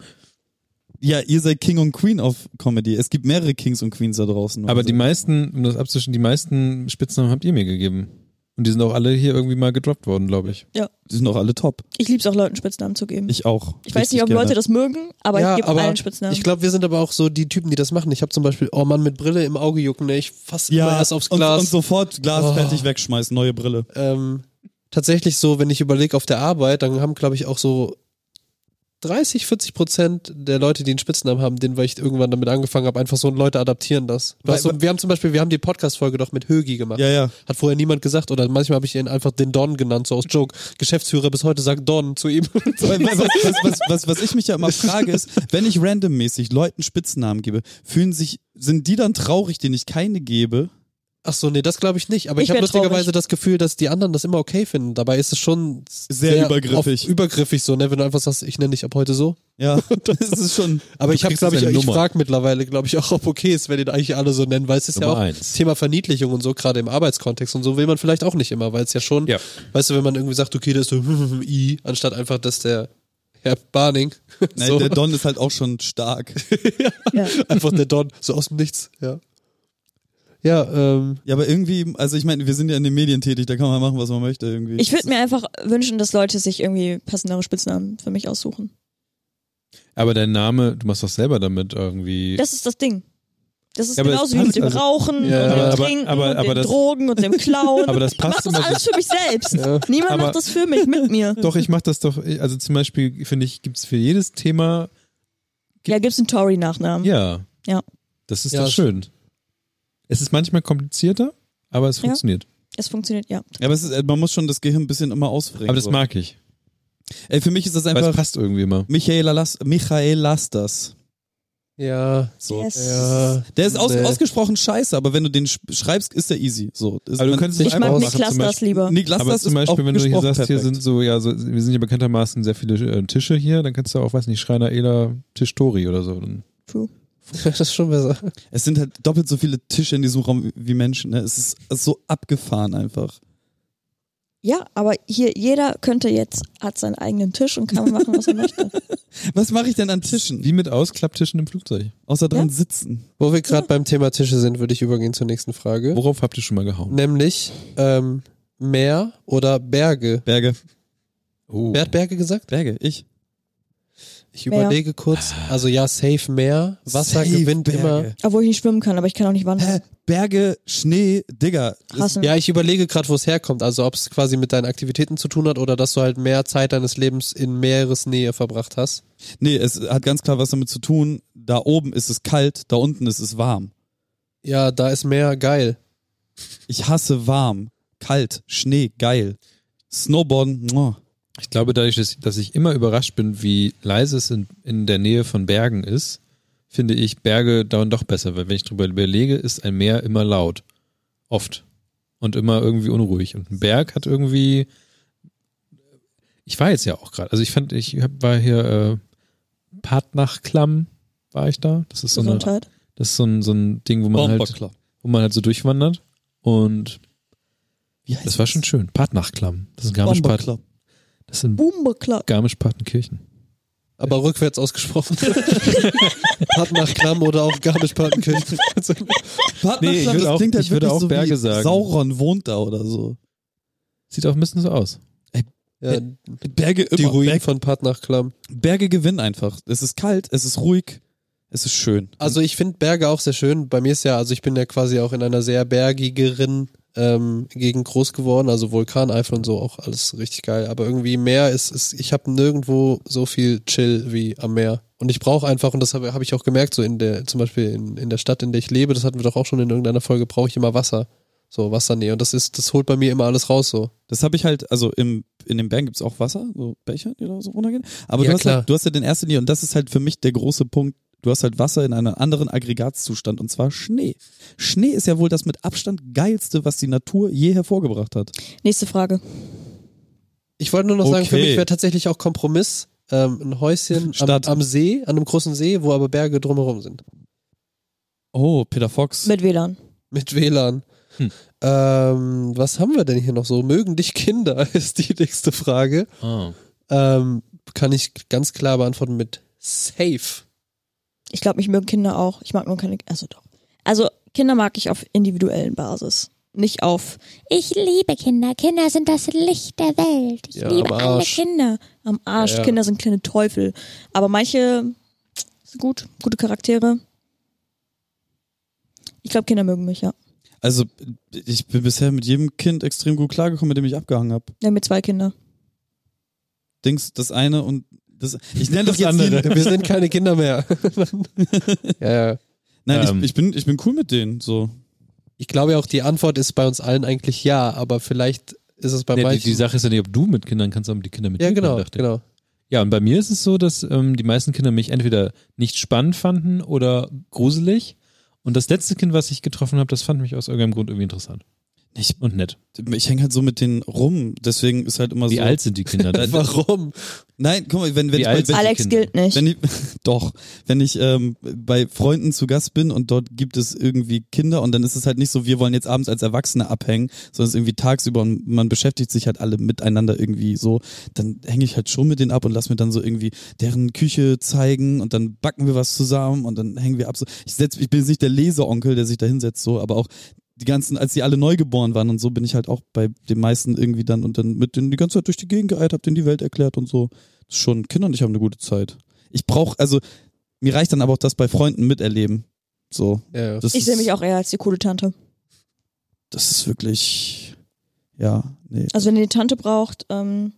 Speaker 3: ja, ihr seid King und Queen of Comedy. Es gibt mehrere Kings und Queens da draußen.
Speaker 1: Aber
Speaker 3: Also-
Speaker 1: die meisten, um das abzuschließen, die meisten Spitznamen habt ihr mir gegeben. Und die sind auch alle hier irgendwie mal gedroppt worden, glaube ich.
Speaker 3: die sind auch alle top.
Speaker 2: Ich lieb's auch Leuten Spitznamen zu geben. Ich,
Speaker 3: Ich auch.
Speaker 2: weiß nicht, ob Leute das mögen, aber
Speaker 4: Ja,
Speaker 2: ich gebe
Speaker 4: aber
Speaker 2: allen Spitznamen.
Speaker 4: Ich glaube, wir sind aber auch so die Typen, die das machen. Ich habe zum Beispiel, oh Mann, mit Brille im Auge jucken, ne? ich fasse immer
Speaker 3: ja,
Speaker 4: erst aufs Glas.
Speaker 3: Und, und sofort Glas
Speaker 4: Oh.
Speaker 3: fertig wegschmeißen, neue Brille.
Speaker 4: ähm, tatsächlich so, wenn ich überlege auf der Arbeit, dann haben, glaube ich, auch so 30, 40 Prozent der Leute, die einen Spitznamen haben, den, weil ich irgendwann damit angefangen habe, einfach so Leute adaptieren das. Du hast
Speaker 3: Weil-
Speaker 4: so, wir haben zum Beispiel, wir haben die Podcast-Folge doch mit Högi gemacht.
Speaker 3: Ja, ja.
Speaker 4: Hat vorher niemand gesagt oder manchmal habe ich ihn einfach den Don genannt, so aus Joke. Geschäftsführer bis heute sagt Don zu ihm.
Speaker 3: Weil- weil- was, was, was, was, was ich mich ja immer frage ist, wenn ich randommäßig Leuten Spitznamen gebe, fühlen sich, sind die dann traurig, denen ich keine gebe?
Speaker 4: Ach so, nee, das glaube ich nicht. Aber ich,
Speaker 2: Ich
Speaker 4: habe
Speaker 2: wär
Speaker 4: lustigerweise
Speaker 2: traurig.
Speaker 4: das Gefühl, dass die anderen das immer okay finden. Dabei ist es schon
Speaker 3: Sehr übergriffig.
Speaker 4: auf- Übergriffig so, ne? Wenn du einfach sagst, ich nenne dich ab heute so.
Speaker 3: Ja, das ist schon.
Speaker 4: Aber
Speaker 1: Du
Speaker 4: ich habe,
Speaker 1: kriegst
Speaker 4: glaube ich,
Speaker 1: jetzt eine
Speaker 4: ich
Speaker 1: Nummer.
Speaker 4: frage mittlerweile, glaube ich, auch, ob okay ist, wenn den eigentlich alle so nennen, weil es ist
Speaker 1: Nummer
Speaker 4: ja auch
Speaker 1: eins.
Speaker 4: das Thema Verniedlichung und so, gerade im Arbeitskontext und so will man vielleicht auch nicht immer, weil es ja schon,
Speaker 1: Ja.
Speaker 4: weißt du, wenn man irgendwie sagt, okay, das ist so I, anstatt einfach, dass der Herr Barning
Speaker 3: Nein,
Speaker 4: so,
Speaker 3: der Don ist halt auch schon stark.
Speaker 2: ja.
Speaker 4: einfach der Don, so aus dem Nichts, ja. Ja, ähm,
Speaker 3: Ja, aber irgendwie, also ich meine, wir sind ja in den Medien tätig, da kann man machen, was man möchte irgendwie.
Speaker 2: Ich würde mir einfach wünschen, dass Leute sich irgendwie passendere Spitznamen für mich aussuchen.
Speaker 1: Aber dein Name, du machst doch selber damit irgendwie.
Speaker 2: Das ist das Ding. Das ist
Speaker 1: Ja, aber das
Speaker 2: genauso wie mit
Speaker 1: passt
Speaker 2: dem
Speaker 1: also-
Speaker 2: Rauchen und
Speaker 4: Ja,
Speaker 2: dem
Speaker 1: aber- aber-
Speaker 2: Trinken
Speaker 1: aber-
Speaker 2: und
Speaker 1: aber
Speaker 2: den
Speaker 1: das-
Speaker 2: Drogen und dem Klauen.
Speaker 1: aber das
Speaker 2: ich mach
Speaker 1: passt
Speaker 2: das
Speaker 1: immer so-
Speaker 2: alles für mich selbst.
Speaker 4: Ja.
Speaker 2: Niemand
Speaker 1: Aber-
Speaker 2: macht das für mich, mit mir.
Speaker 1: doch, ich mach das doch. Also zum Beispiel, finde ich, gibt's für jedes Thema,
Speaker 2: Ja, gibt's einen Tory-Nachnamen.
Speaker 1: ja.
Speaker 2: Ja.
Speaker 1: Das ist
Speaker 4: Ja,
Speaker 1: doch
Speaker 4: es-
Speaker 1: schön. Es ist manchmal komplizierter, aber es
Speaker 2: Ja.
Speaker 1: funktioniert.
Speaker 2: Es funktioniert, ja.
Speaker 3: Ja, aber es ist, äh, man muss schon das Gehirn ein bisschen immer ausfragen.
Speaker 1: Aber das
Speaker 3: so.
Speaker 1: mag ich.
Speaker 3: Ey, für mich ist das
Speaker 1: Weil es
Speaker 3: einfach
Speaker 1: passt irgendwie immer.
Speaker 3: Michael, Las Michael Lastas.
Speaker 4: ja,
Speaker 3: So.
Speaker 2: Yes.
Speaker 4: ja.
Speaker 3: Der ist aus,
Speaker 4: Nee.
Speaker 3: ausgesprochen scheiße, aber wenn du den sch schreibst, ist der easy. So. Ist
Speaker 1: Aber du
Speaker 3: man-
Speaker 1: könntest es
Speaker 2: Ich mag
Speaker 1: einfach
Speaker 2: Nick
Speaker 1: machen, zum
Speaker 2: Clusters lieber.
Speaker 3: Nick Lastas
Speaker 1: aber zum Beispiel,
Speaker 3: ist
Speaker 1: wenn du hier sagst,
Speaker 3: ausgesprochen
Speaker 1: hier
Speaker 3: perfekt.
Speaker 1: sind so, ja, so, wir sind ja bekanntermaßen sehr viele äh, Tische hier, dann kannst du auch, weiß nicht, Schreiner Ela Tisch Tori oder so. Dann,
Speaker 2: True.
Speaker 4: das ist schon besser.
Speaker 3: Es sind halt doppelt so viele Tische in diesem Raum wie Menschen. Ne? Es ist so abgefahren einfach.
Speaker 2: Ja, aber hier, jeder könnte jetzt, hat seinen eigenen Tisch und kann machen, was er möchte.
Speaker 3: Was mache ich denn an Tischen?
Speaker 1: wie mit Ausklapptischen im Flugzeug.
Speaker 3: Außer dran
Speaker 2: Ja?
Speaker 3: sitzen.
Speaker 4: Wo wir gerade beim Thema Tische sind, würde ich übergehen zur nächsten Frage.
Speaker 1: Worauf habt ihr schon mal gehauen?
Speaker 4: Nämlich ähm, Meer oder Berge.
Speaker 3: Berge.
Speaker 1: Oh.
Speaker 4: Wer hat Berge gesagt?
Speaker 3: Berge, ich.
Speaker 4: Ich
Speaker 2: Meer.
Speaker 4: überlege kurz. Also ja, safe Meer. Wasser
Speaker 3: Safe
Speaker 4: gewinnt
Speaker 3: Berge.
Speaker 4: immer.
Speaker 2: Obwohl ich nicht schwimmen kann, aber ich kann auch nicht wandern.
Speaker 3: Hä? Berge, Schnee, Digga.
Speaker 2: Hassen.
Speaker 4: Ja, ich überlege gerade, wo es herkommt. Also ob es quasi mit deinen Aktivitäten zu tun hat oder dass du halt mehr Zeit deines Lebens in Meeresnähe verbracht hast.
Speaker 3: Nee, es hat ganz klar was damit zu tun. Da oben ist es kalt, da unten ist es warm.
Speaker 4: Ja, da ist Meer geil.
Speaker 3: Ich hasse warm, kalt, Schnee, geil. Snowboarden, muah.
Speaker 1: Ich glaube, dadurch, dass- dass ich immer überrascht bin, wie leise es in, in der Nähe von Bergen ist, finde ich Berge dann doch besser, weil wenn ich drüber überlege, ist ein Meer immer laut. Oft. Und immer irgendwie unruhig. Und ein Berg hat irgendwie. Ich war jetzt ja auch gerade. Also ich fand, ich hab- war hier äh, Partnachklamm, war ich da. Das ist so, eine,
Speaker 2: Gesundheit.
Speaker 1: das ist so, ein, so ein Ding, wo man, halt,
Speaker 3: Bomberklapp.
Speaker 1: wo man halt so durchwandert. Und
Speaker 3: Wie heißt
Speaker 1: das war schon schön. Partnachklamm. Das ist in Garmisch-Partenkirchen.
Speaker 3: Bomberklapp.
Speaker 1: Das ist in
Speaker 2: Boombekla-
Speaker 1: Garmisch-Partenkirchen.
Speaker 4: Aber rückwärts ausgesprochen. hat nach Klamm oder auch Garmisch-Partenkirchen.
Speaker 1: Nee, ich
Speaker 3: Partnerklapp,
Speaker 1: würde
Speaker 3: das
Speaker 1: auch-
Speaker 3: klingt halt
Speaker 1: ich würde
Speaker 3: wirklich
Speaker 1: auch
Speaker 3: so wie
Speaker 1: Berge sagen.
Speaker 3: Sauron wohnt da oder so.
Speaker 1: Sieht auch ein bisschen so aus.
Speaker 3: Ey,
Speaker 4: Ja,
Speaker 3: Berge immer.
Speaker 4: die Ruinen
Speaker 3: Berg,
Speaker 4: von Patnachklamm.
Speaker 3: Berge gewinnen einfach. Es ist kalt, es ist ruhig, es ist schön.
Speaker 4: Also ich finde Berge auch sehr schön. Bei mir ist ja, also ich bin ja quasi auch in einer sehr bergigeren ähm, Gegend groß geworden, also Vulkaneifel und so auch alles richtig geil. Aber irgendwie Meer ist, ist ich habe nirgendwo so viel Chill wie am Meer. Und ich brauche einfach, und das habe hab ich auch gemerkt, so in der, zum Beispiel in, in der Stadt, in der ich lebe, das hatten wir doch auch schon in irgendeiner Folge, brauche ich immer Wasser. So, Wassernähe. Und das ist, das holt bei mir immer alles raus so.
Speaker 3: Das habe ich halt, also im, in den Bergen gibt's auch Wasser, so Becher, die da so runtergehen. Aber
Speaker 4: Ja,
Speaker 3: du, hast
Speaker 4: klar.
Speaker 3: halt, du hast ja den ersten Linie und das ist halt für mich der große Punkt. Du hast halt Wasser in einem anderen Aggregatzustand und zwar Schnee. Schnee ist ja wohl das mit Abstand geilste, was die Natur je hervorgebracht hat.
Speaker 2: Nächste Frage.
Speaker 4: Ich wollte nur noch sagen, für
Speaker 3: Okay.
Speaker 4: mich wäre tatsächlich auch Kompromiss ähm, ein Häuschen am,
Speaker 3: Stadt.
Speaker 4: am See, an einem großen See, wo aber Berge drumherum sind.
Speaker 3: Oh, Peter Fox.
Speaker 2: Mit WLAN.
Speaker 4: Mit WLAN.
Speaker 1: Hm.
Speaker 4: Ähm, was haben wir denn hier noch so? Mögen dich Kinder ist die nächste Frage.
Speaker 1: Ah.
Speaker 4: Ähm, kann ich ganz klar beantworten mit Safe.
Speaker 2: Ich glaube, mich mögen Kinder auch. Ich mag nur keine. Also doch. Also Kinder mag ich auf individuellen Basis. Nicht auf.
Speaker 5: Ich liebe Kinder. Kinder sind das Licht der Welt. Ich
Speaker 4: Ja,
Speaker 5: liebe
Speaker 4: am
Speaker 5: alle
Speaker 4: Arsch.
Speaker 5: Kinder.
Speaker 2: Am Arsch.
Speaker 4: Ja, ja.
Speaker 2: Kinder sind kleine Teufel. Aber manche sind gut. Gute Charaktere. Ich glaube, Kinder mögen mich, ja.
Speaker 3: Also ich bin bisher mit jedem Kind extrem gut klargekommen, mit dem ich abgehangen habe.
Speaker 2: Ja, mit zwei Kinder.
Speaker 3: Dings, das eine und das. Ich nenne doch
Speaker 1: Das
Speaker 3: jetzt
Speaker 1: andere.
Speaker 3: jeden-
Speaker 4: Wir sind keine Kinder mehr. ja, ja.
Speaker 3: Nein,
Speaker 1: Ähm.
Speaker 3: ich, ich, bin, ich bin cool mit denen. So.
Speaker 4: Ich glaube ja auch, die Antwort ist bei uns allen eigentlich ja, aber vielleicht ist es bei
Speaker 1: Nee, die,
Speaker 4: manchen.
Speaker 1: die Sache ist ja nicht, ob du mit Kindern kannst, sondern ob die Kinder mit
Speaker 4: ja,
Speaker 1: dir
Speaker 4: genau,
Speaker 1: können, dachte ich.
Speaker 4: genau.
Speaker 1: Ja, und bei mir ist es so, dass ähm, die meisten Kinder mich entweder nicht spannend fanden oder gruselig. Und das letzte Kind, was ich getroffen habe, das fand mich aus irgendeinem Grund irgendwie interessant
Speaker 3: Ich,
Speaker 1: und nett.
Speaker 3: ich hänge halt so mit denen rum. Deswegen ist halt immer
Speaker 1: Wie
Speaker 3: so.
Speaker 1: alt sind die Kinder? Da-
Speaker 4: Warum?
Speaker 3: Nein, guck mal, wenn, wenn
Speaker 1: Wie
Speaker 3: ich
Speaker 1: alt
Speaker 3: bei,
Speaker 1: sind
Speaker 3: wenn,
Speaker 2: Alex
Speaker 1: Kinder?
Speaker 2: gilt nicht.
Speaker 3: wenn ich, doch, wenn ich ähm, bei Freunden zu Gast bin und dort gibt es irgendwie Kinder und dann ist es halt nicht so, wir wollen jetzt abends als Erwachsene abhängen, sondern es ist irgendwie tagsüber und man beschäftigt sich halt alle miteinander irgendwie so, dann hänge ich halt schon mit denen ab und lass mir dann so irgendwie deren Küche zeigen und dann backen wir was zusammen und dann hängen wir ab. So, ich, setz, ich bin jetzt nicht der Leseonkel, der sich da hinsetzt, so, aber auch die ganzen, als die alle neu geboren waren und so, bin ich halt auch bei den meisten irgendwie dann und dann mit denen die ganze Zeit durch die Gegend geeilt, hab denen die Welt erklärt und so. Das ist schon, Kinder und ich haben eine gute Zeit. Ich brauche, also, mir reicht dann aber auch das bei Freunden miterleben. So.
Speaker 4: Ja, ja.
Speaker 3: Das
Speaker 2: Ich sehe
Speaker 3: ist-
Speaker 2: mich auch eher als die coole Tante.
Speaker 3: Das ist wirklich, ja, nee.
Speaker 2: Also wenn ihr eine Tante braucht, ähm,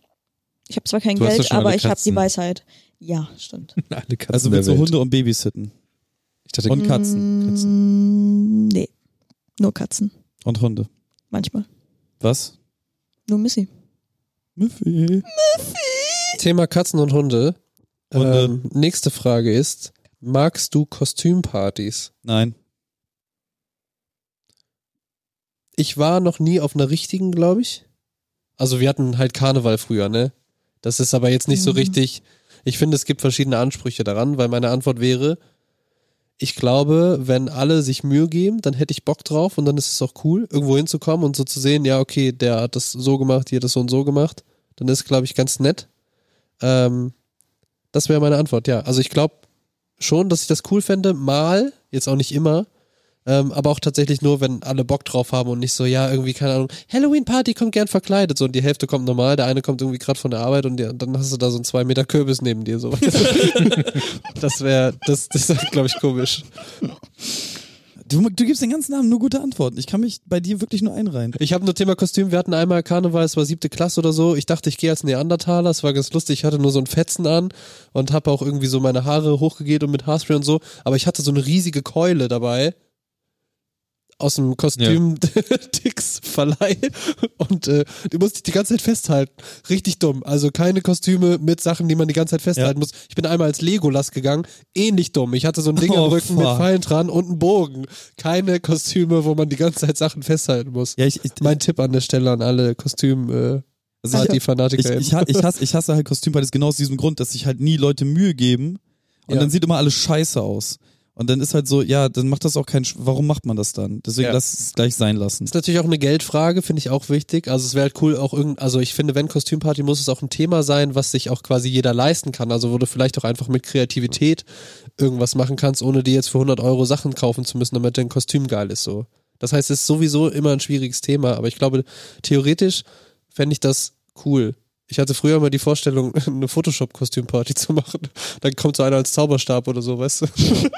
Speaker 2: ich habe zwar kein
Speaker 1: Du hast doch
Speaker 2: Geld,
Speaker 1: schon
Speaker 2: aber
Speaker 1: alle
Speaker 2: ich habe die
Speaker 1: Katzen.
Speaker 2: Weisheit. Ja, stimmt.
Speaker 1: Alle Katzen
Speaker 3: Also
Speaker 1: der
Speaker 3: mit so
Speaker 1: Welt.
Speaker 3: Hunde und Babysitten.
Speaker 1: Ich dachte,
Speaker 3: und Katzen. Katzen.
Speaker 2: Mm, nee. Nur Katzen.
Speaker 3: Und Hunde.
Speaker 2: Manchmal.
Speaker 3: Was?
Speaker 2: Nur Missy.
Speaker 3: Miffy.
Speaker 4: Thema Katzen und Hunde.
Speaker 3: Hunde.
Speaker 4: Ähm, nächste Frage ist: Magst du Kostümpartys?
Speaker 3: Nein.
Speaker 4: Ich war noch nie auf einer richtigen, glaube ich. Also wir hatten halt Karneval früher, ne? Das ist aber jetzt nicht so
Speaker 2: Mhm.
Speaker 4: richtig. Ich finde, es gibt verschiedene Ansprüche daran, weil meine Antwort wäre, ich glaube, wenn alle sich Mühe geben, dann hätte ich Bock drauf und dann ist es auch cool, irgendwo hinzukommen und so zu sehen, ja, okay, der hat das so gemacht, die hat das so und so gemacht. Dann ist, glaube ich, ganz nett. Ähm, das wäre meine Antwort, ja. Also ich glaube schon, dass ich das cool fände, mal, jetzt auch nicht immer, ähm, aber auch tatsächlich nur, wenn alle Bock drauf haben und nicht so, ja, irgendwie, keine Ahnung, Halloween-Party kommt gern verkleidet. So, und die Hälfte kommt normal, der eine kommt irgendwie gerade von der Arbeit und, der, und dann hast du da so einen zwei Meter Kürbis neben dir. So. das wäre, das, das ist, glaube ich, komisch.
Speaker 3: Du, du gibst den ganzen Namen nur gute Antworten. Ich kann mich bei dir wirklich nur einreihen.
Speaker 4: Ich habe nur Thema Kostüm, wir hatten einmal Karneval, es war siebte Klasse oder so. Ich dachte, ich gehe als Neandertaler, es war ganz lustig, ich hatte nur so ein Fetzen an und habe auch irgendwie so meine Haare hochgegeht und mit Haarspray und so, aber ich hatte so eine riesige Keule dabei aus dem Kostüm Dix Verleih und äh, die musste ich die ganze Zeit festhalten. Richtig dumm. Also keine Kostüme mit Sachen, die man die ganze Zeit festhalten muss. Ich bin einmal als Legolas gegangen, ähnlich dumm. Ich hatte so ein Ding
Speaker 3: Oh,
Speaker 4: am Rücken mit
Speaker 3: fuck.
Speaker 4: Pfeilen dran und einen Bogen. Keine Kostüme, wo man die ganze Zeit Sachen festhalten muss.
Speaker 3: Ja, ich, ich,
Speaker 4: Mein Tipp an der Stelle an alle Kostüm äh,
Speaker 3: also ich, ich,
Speaker 4: Party-Fanatiker.
Speaker 3: ich, ha- ich, hasse, ich hasse halt Kostümpartys genau aus diesem Grund, dass sich halt nie Leute Mühe geben und
Speaker 4: Ja.
Speaker 3: dann sieht immer alles scheiße aus. Und dann ist halt so, ja, dann macht das auch keinen, Sch- warum macht man das dann? Deswegen
Speaker 4: Ja.
Speaker 3: lass es gleich sein lassen.
Speaker 4: ist natürlich auch eine Geldfrage, finde ich auch wichtig. Also es wäre halt cool, auch irgend, also ich finde, wenn Kostümparty muss es auch ein Thema sein, was sich auch quasi jeder leisten kann. Also wo du vielleicht auch einfach mit Kreativität irgendwas machen kannst, ohne dir jetzt für 100 Euro Sachen kaufen zu müssen, damit dein Kostüm geil ist. So. Das heißt, es ist sowieso immer ein schwieriges Thema, aber ich glaube, theoretisch fände ich das cool. Ich hatte früher mal die Vorstellung, eine Photoshop-Kostümparty zu machen. Dann kommt so einer als Zauberstab oder so, weißt du?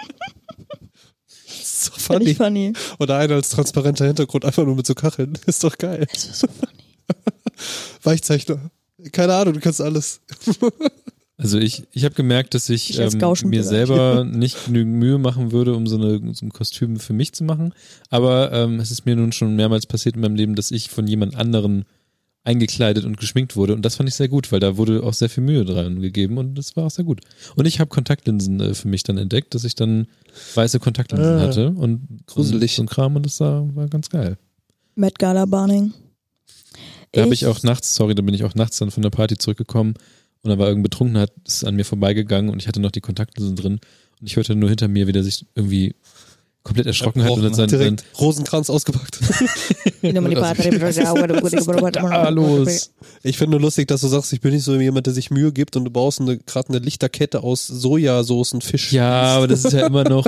Speaker 4: Ist doch
Speaker 2: Fand
Speaker 4: funny.
Speaker 2: ich funny.
Speaker 4: Oder einer als transparenter Hintergrund, einfach nur mit so Kacheln. Ist doch geil.
Speaker 2: Es war so funny.
Speaker 4: Weichzeichner. Keine Ahnung, du kannst alles.
Speaker 1: Also ich, ich habe gemerkt, dass ich,
Speaker 2: Ich als
Speaker 1: ähm,
Speaker 2: Gauschen
Speaker 1: mir
Speaker 2: vielleicht.
Speaker 1: selber nicht genügend Mühe machen würde, um so, eine, so ein Kostüm für mich zu machen. Aber ähm, es ist mir nun schon mehrmals passiert in meinem Leben, dass ich von jemand anderen eingekleidet und geschminkt wurde. Und das fand ich sehr gut, weil da wurde auch sehr viel Mühe dran gegeben und das war auch sehr gut. Und ich habe Kontaktlinsen äh, für mich dann entdeckt, dass ich dann weiße Kontaktlinsen
Speaker 4: Ah,
Speaker 1: hatte und
Speaker 4: gruselig.
Speaker 1: so ein Kram und das sah, war ganz geil.
Speaker 2: Met Gala Barning.
Speaker 1: Da habe ich auch nachts, sorry, da bin ich auch nachts dann von der Party zurückgekommen und da war irgendein Betrunkener, hat- ist an mir vorbeigegangen und ich hatte noch die Kontaktlinsen drin und ich hörte nur hinter mir, wie der sich irgendwie komplett erschrocken hat und dann sein, sein
Speaker 4: Direkt Rosenkranz ausgepackt.
Speaker 1: ah, los.
Speaker 4: Ich finde nur lustig, dass du sagst, ich bin nicht so jemand, der sich Mühe gibt und du baust eine, gerade eine Lichterkette aus Sojasoßen, Fisch.
Speaker 1: Ja, aber das ist ja immer noch,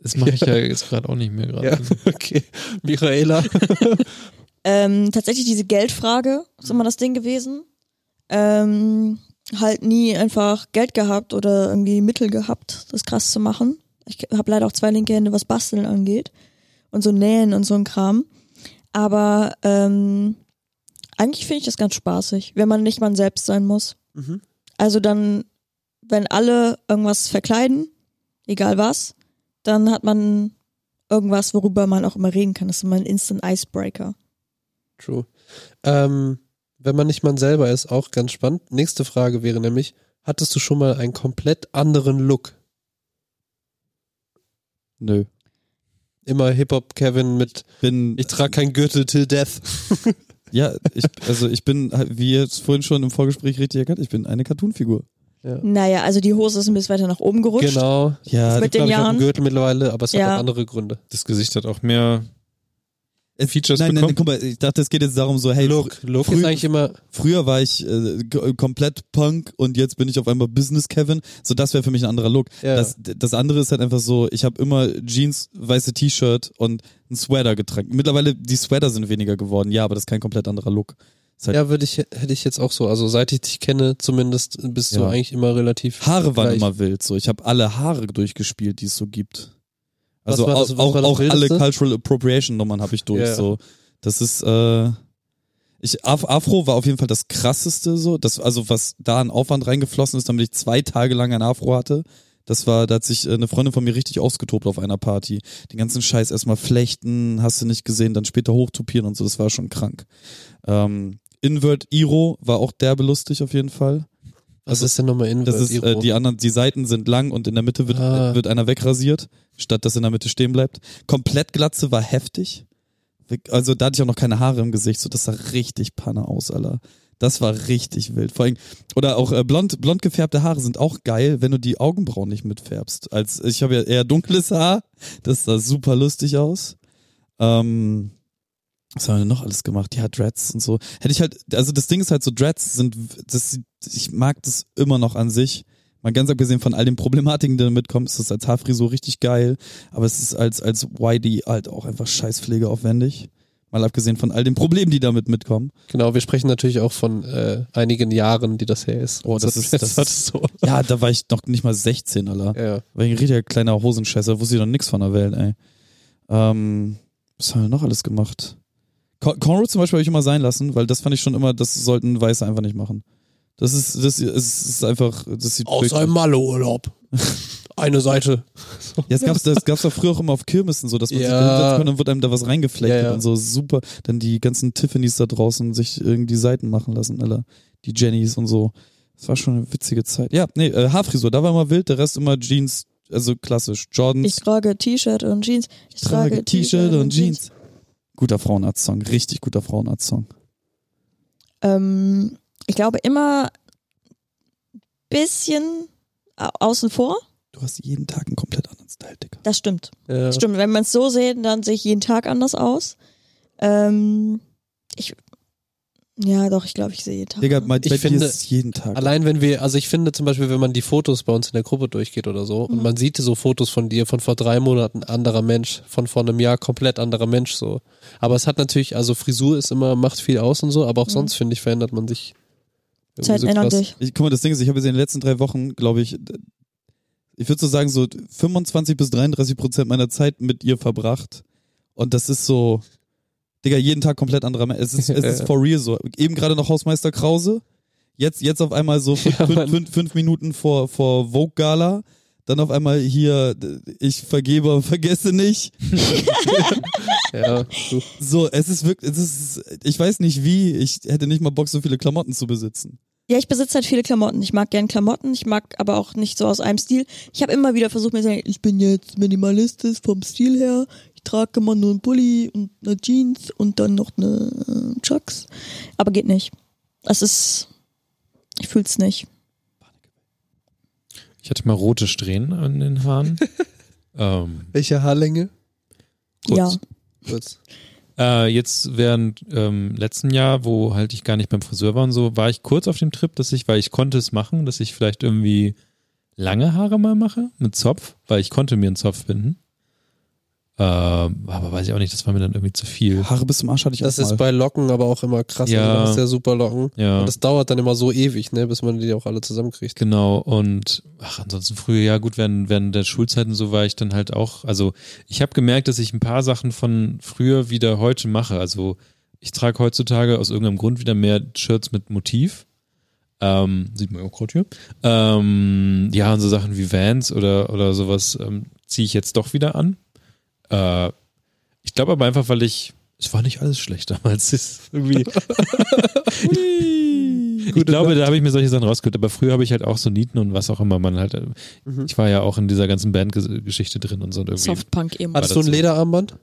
Speaker 1: das mache ich ja jetzt gerade auch nicht mehr gerade.
Speaker 4: Ja, okay. Michaela.
Speaker 2: Ähm, tatsächlich diese Geldfrage ist immer das Ding gewesen. Ähm, halt nie einfach Geld gehabt oder irgendwie Mittel gehabt, das krass zu machen. Ich habe leider auch zwei linke Hände, was Basteln angeht und so Nähen und so ein Kram. Aber ähm, eigentlich finde ich das ganz spaßig, wenn man nicht man selbst sein muss.
Speaker 4: Mhm.
Speaker 2: Also dann, wenn alle irgendwas verkleiden, egal was, dann hat man irgendwas, worüber man auch immer reden kann. Das ist immer ein Instant Icebreaker.
Speaker 4: True. Ähm, wenn man nicht man selber ist, auch ganz spannend. Nächste Frage wäre nämlich, hattest du schon mal einen komplett anderen Look?
Speaker 3: Nö.
Speaker 4: Immer Hip-Hop-Kevin mit
Speaker 3: Bin,
Speaker 4: Ich trage keinen Gürtel till death.
Speaker 3: ja, ich, also ich bin, wie jetzt vorhin schon im Vorgespräch richtig erkannt, ich bin eine Cartoon-Figur.
Speaker 2: Naja, also die Hose ist ein bisschen weiter nach oben gerutscht.
Speaker 4: Genau.
Speaker 3: Ja,
Speaker 2: Mit den
Speaker 4: Glaub ich, auch einen
Speaker 2: Jahren.
Speaker 4: Gürtel mittlerweile, aber es
Speaker 2: Ja.
Speaker 4: hat auch andere Gründe.
Speaker 1: Das Gesicht hat auch mehr Features
Speaker 3: äh, nein, nein, nein,
Speaker 1: bekommen.
Speaker 3: guck mal, ich dachte, es geht jetzt darum so, hey,
Speaker 4: Look, Look ist
Speaker 3: früh-
Speaker 4: eigentlich immer
Speaker 3: Früher war ich äh, g- komplett Punk und jetzt bin ich auf einmal Business Kevin. So, das wäre für mich ein anderer Look.
Speaker 4: Ja.
Speaker 3: Das, das andere ist halt einfach so, ich habe immer Jeans, weiße T-Shirt und einen Sweater getragen. Mittlerweile, die Sweater sind weniger geworden, ja, aber das ist kein komplett anderer Look. Ist halt,
Speaker 4: Ja, würde ich, hätte ich jetzt auch so. Also seit ich dich kenne, zumindest bist du
Speaker 3: Ja.
Speaker 4: eigentlich immer relativ.
Speaker 3: Haare waren
Speaker 4: gleich.
Speaker 3: immer wild, so. Ich habe alle Haare durchgespielt, die es so gibt.
Speaker 4: Was
Speaker 3: Also
Speaker 4: war
Speaker 3: auch,
Speaker 4: das- was
Speaker 3: auch,
Speaker 4: war das
Speaker 3: auch alle
Speaker 4: Wildeste?
Speaker 3: Cultural Appropriation Nummern habe ich durch,
Speaker 4: Ja.
Speaker 3: so. Das ist, äh, ich, Af Afro war auf jeden Fall das krasseste, so. Das, also was da an Aufwand reingeflossen ist, damit ich zwei Tage lang ein Afro hatte. Das war, da hat sich äh, eine Freundin von mir richtig ausgetobt auf einer Party. Den ganzen Scheiß erstmal flechten, hast du nicht gesehen, dann später hochtupieren und so, das war schon krank. Ähm, Invert Iro war auch derbe lustig auf jeden Fall.
Speaker 4: Was ist denn nochmal in
Speaker 3: also Das ist, äh, die anderen, die Seiten sind lang und in der Mitte wird,
Speaker 4: Ah.
Speaker 3: wird einer wegrasiert, statt dass in der Mitte stehen bleibt. Komplett Glatze war heftig. Also da hatte ich auch noch keine Haare im Gesicht, so das sah richtig Panne aus, Alter. Das war richtig wild. Vor allem, oder auch äh, blond, blond gefärbte Haare sind auch geil, wenn du die Augenbrauen nicht mitfärbst. Als ich habe ja eher dunkles Haar, das sah super lustig aus. Ähm, was haben wir denn noch alles gemacht? Ja, Dreads und so. Hätte ich halt, also das Ding ist halt so, Dreads sind, das, ich mag das immer noch an sich. Mal ganz abgesehen von all den Problematiken, die damit kommen, ist das als Haarfrisur richtig geil. Aber es ist als, als YD halt auch einfach scheißpflege aufwendig. Mal abgesehen von all den Problemen, die damit mitkommen.
Speaker 4: Genau, wir sprechen natürlich auch von äh, einigen Jahren, die das her ist.
Speaker 3: Oh, das ist- das
Speaker 4: jetzt hattest du-
Speaker 3: Ja, da war ich noch nicht mal 16, Alter.
Speaker 4: ja. ja.
Speaker 3: War ich ein richtiger kleiner Hosenscheißer, wusste ich doch nix von der Welt, ey. Ähm, was haben wir noch alles gemacht? Con- Conrad zum Beispiel habe ich immer sein lassen, weil das fand ich schon immer, das sollten Weiße einfach nicht machen. Das ist, das ist, es ist einfach, das sieht
Speaker 4: Aus einem Malle-Urlaub. Eine Seite.
Speaker 3: Ja, es gab's, das gab's doch früher auch immer auf Kirmessen so, dass man sich
Speaker 4: Ja.
Speaker 3: da hinsetzen konnte und wurde einem da was reingeflechtet
Speaker 4: Ja, ja.
Speaker 3: und so super. Dann die ganzen Tiffany's da draußen sich irgendwie Seiten machen lassen, alle. Die Jennys und so. Das war schon eine witzige Zeit. Ja, nee, äh, Haarfrisur, da war immer wild, der Rest immer Jeans, also klassisch. Jordans.
Speaker 2: Ich trage T-Shirt und Jeans. Ich trage T-Shirt und Jeans.
Speaker 3: Guter Frauenarzt-Song, richtig guter Frauenarzt-Song.
Speaker 2: Ähm, ich glaube immer bisschen au- außen vor.
Speaker 3: Du hast jeden Tag einen komplett anderen Style, Digga.
Speaker 2: Das stimmt.
Speaker 4: Ja.
Speaker 2: Das stimmt. Wenn man es so sieht, dann sehe ich jeden Tag anders aus. Ähm, ich ja, doch, ich glaube, ich sehe jeden Tag.
Speaker 3: Digga,
Speaker 2: anders.
Speaker 3: mein, bei
Speaker 4: finde,
Speaker 3: dir ist es jeden Tag.
Speaker 4: Allein wenn wir, also ich finde zum Beispiel, wenn man die Fotos bei uns in der Gruppe durchgeht oder so und
Speaker 2: Mhm.
Speaker 4: man sieht so Fotos von dir von vor drei Monaten, anderer Mensch, von vor einem Jahr, komplett anderer Mensch so. Aber es hat natürlich, also Frisur ist immer, macht viel aus und so, aber auch sonst finde ich, verändert man sich
Speaker 3: Irgendwie
Speaker 2: Zeiten
Speaker 3: so
Speaker 2: ändern
Speaker 3: krass.
Speaker 2: Mhm. sich.
Speaker 3: Ich, guck mal, das Ding ist, ich habe jetzt in den letzten drei Wochen, glaube ich, d- ich würde so sagen, so 25 bis 33 Prozent meiner Zeit mit ihr verbracht. Und das ist so, Digga, jeden Tag komplett anderer Mensch. Es ist, es ist for real so. Eben gerade noch Hausmeister Krause. Jetzt, jetzt auf einmal so fünf,
Speaker 4: Ja, Mann.
Speaker 3: fünf, fünf, fünf Minuten vor, vor Vogue Gala. Dann auf einmal hier, d- ich vergebe, aber vergesse nicht.
Speaker 4: Ja, du.
Speaker 3: So, es ist wirklich, es ist, ich weiß nicht wie, ich hätte nicht mal Bock, so viele Klamotten zu besitzen.
Speaker 2: Ja, ich besitze halt viele Klamotten. Ich mag gern Klamotten, ich mag aber auch nicht so aus einem Stil. Ich habe immer wieder versucht mir zu sagen, ich bin jetzt minimalistisch vom Stil her. Ich trage immer nur einen Pulli und eine Jeans und dann noch eine äh, Chucks. Aber geht nicht. Es ist, ich fühl's nicht.
Speaker 1: Ich hatte mal rote Strähnen an den Haaren. ähm,
Speaker 4: Welche Haarlänge?
Speaker 1: Kurz.
Speaker 2: Ja.
Speaker 4: Kurz.
Speaker 1: äh, jetzt während ähm, letzten Jahr, wo halt ich gar nicht beim Friseur war und so, war ich kurz auf dem Trip, dass ich, weil ich konnte es machen, dass ich vielleicht irgendwie lange Haare mal mache mit Zopf, weil ich konnte mir einen Zopf binden. Ähm, aber weiß ich auch nicht, das war mir dann irgendwie zu viel.
Speaker 3: Haare bis zum Arsch hatte ich
Speaker 4: Das
Speaker 3: auch mal.
Speaker 4: ist bei Locken aber auch immer krass.
Speaker 1: Ja.
Speaker 4: Also, Du hast ja super Locken.
Speaker 1: Ja.
Speaker 4: Und das dauert dann immer so ewig, ne, bis man die auch alle zusammenkriegt.
Speaker 1: Genau, und ach, ansonsten früher, ja gut, während, während der Schulzeiten so war ich dann halt auch, also ich habe gemerkt, dass ich ein paar Sachen von früher wieder heute mache. Also ich trage heutzutage aus irgendeinem Grund wieder mehr Shirts mit Motiv. Ähm, sieht man ja auch gerade hier. Ähm, ja, und so Sachen wie Vans oder, oder sowas ähm, ziehe ich jetzt doch wieder an. Äh, ich glaube aber einfach, weil ich, es war nicht alles schlecht damals. Es ist irgendwie, ich glaube, da habe ich mir solche Sachen rausgeholt. Aber früher habe ich halt auch so Nieten und was auch immer man halt. Ich war ja auch in dieser ganzen Bandgeschichte drin und so. Und irgendwie.
Speaker 2: Softpunk eben.
Speaker 1: Hat-
Speaker 4: Hattest du ein
Speaker 1: dazu.
Speaker 4: Lederarmband?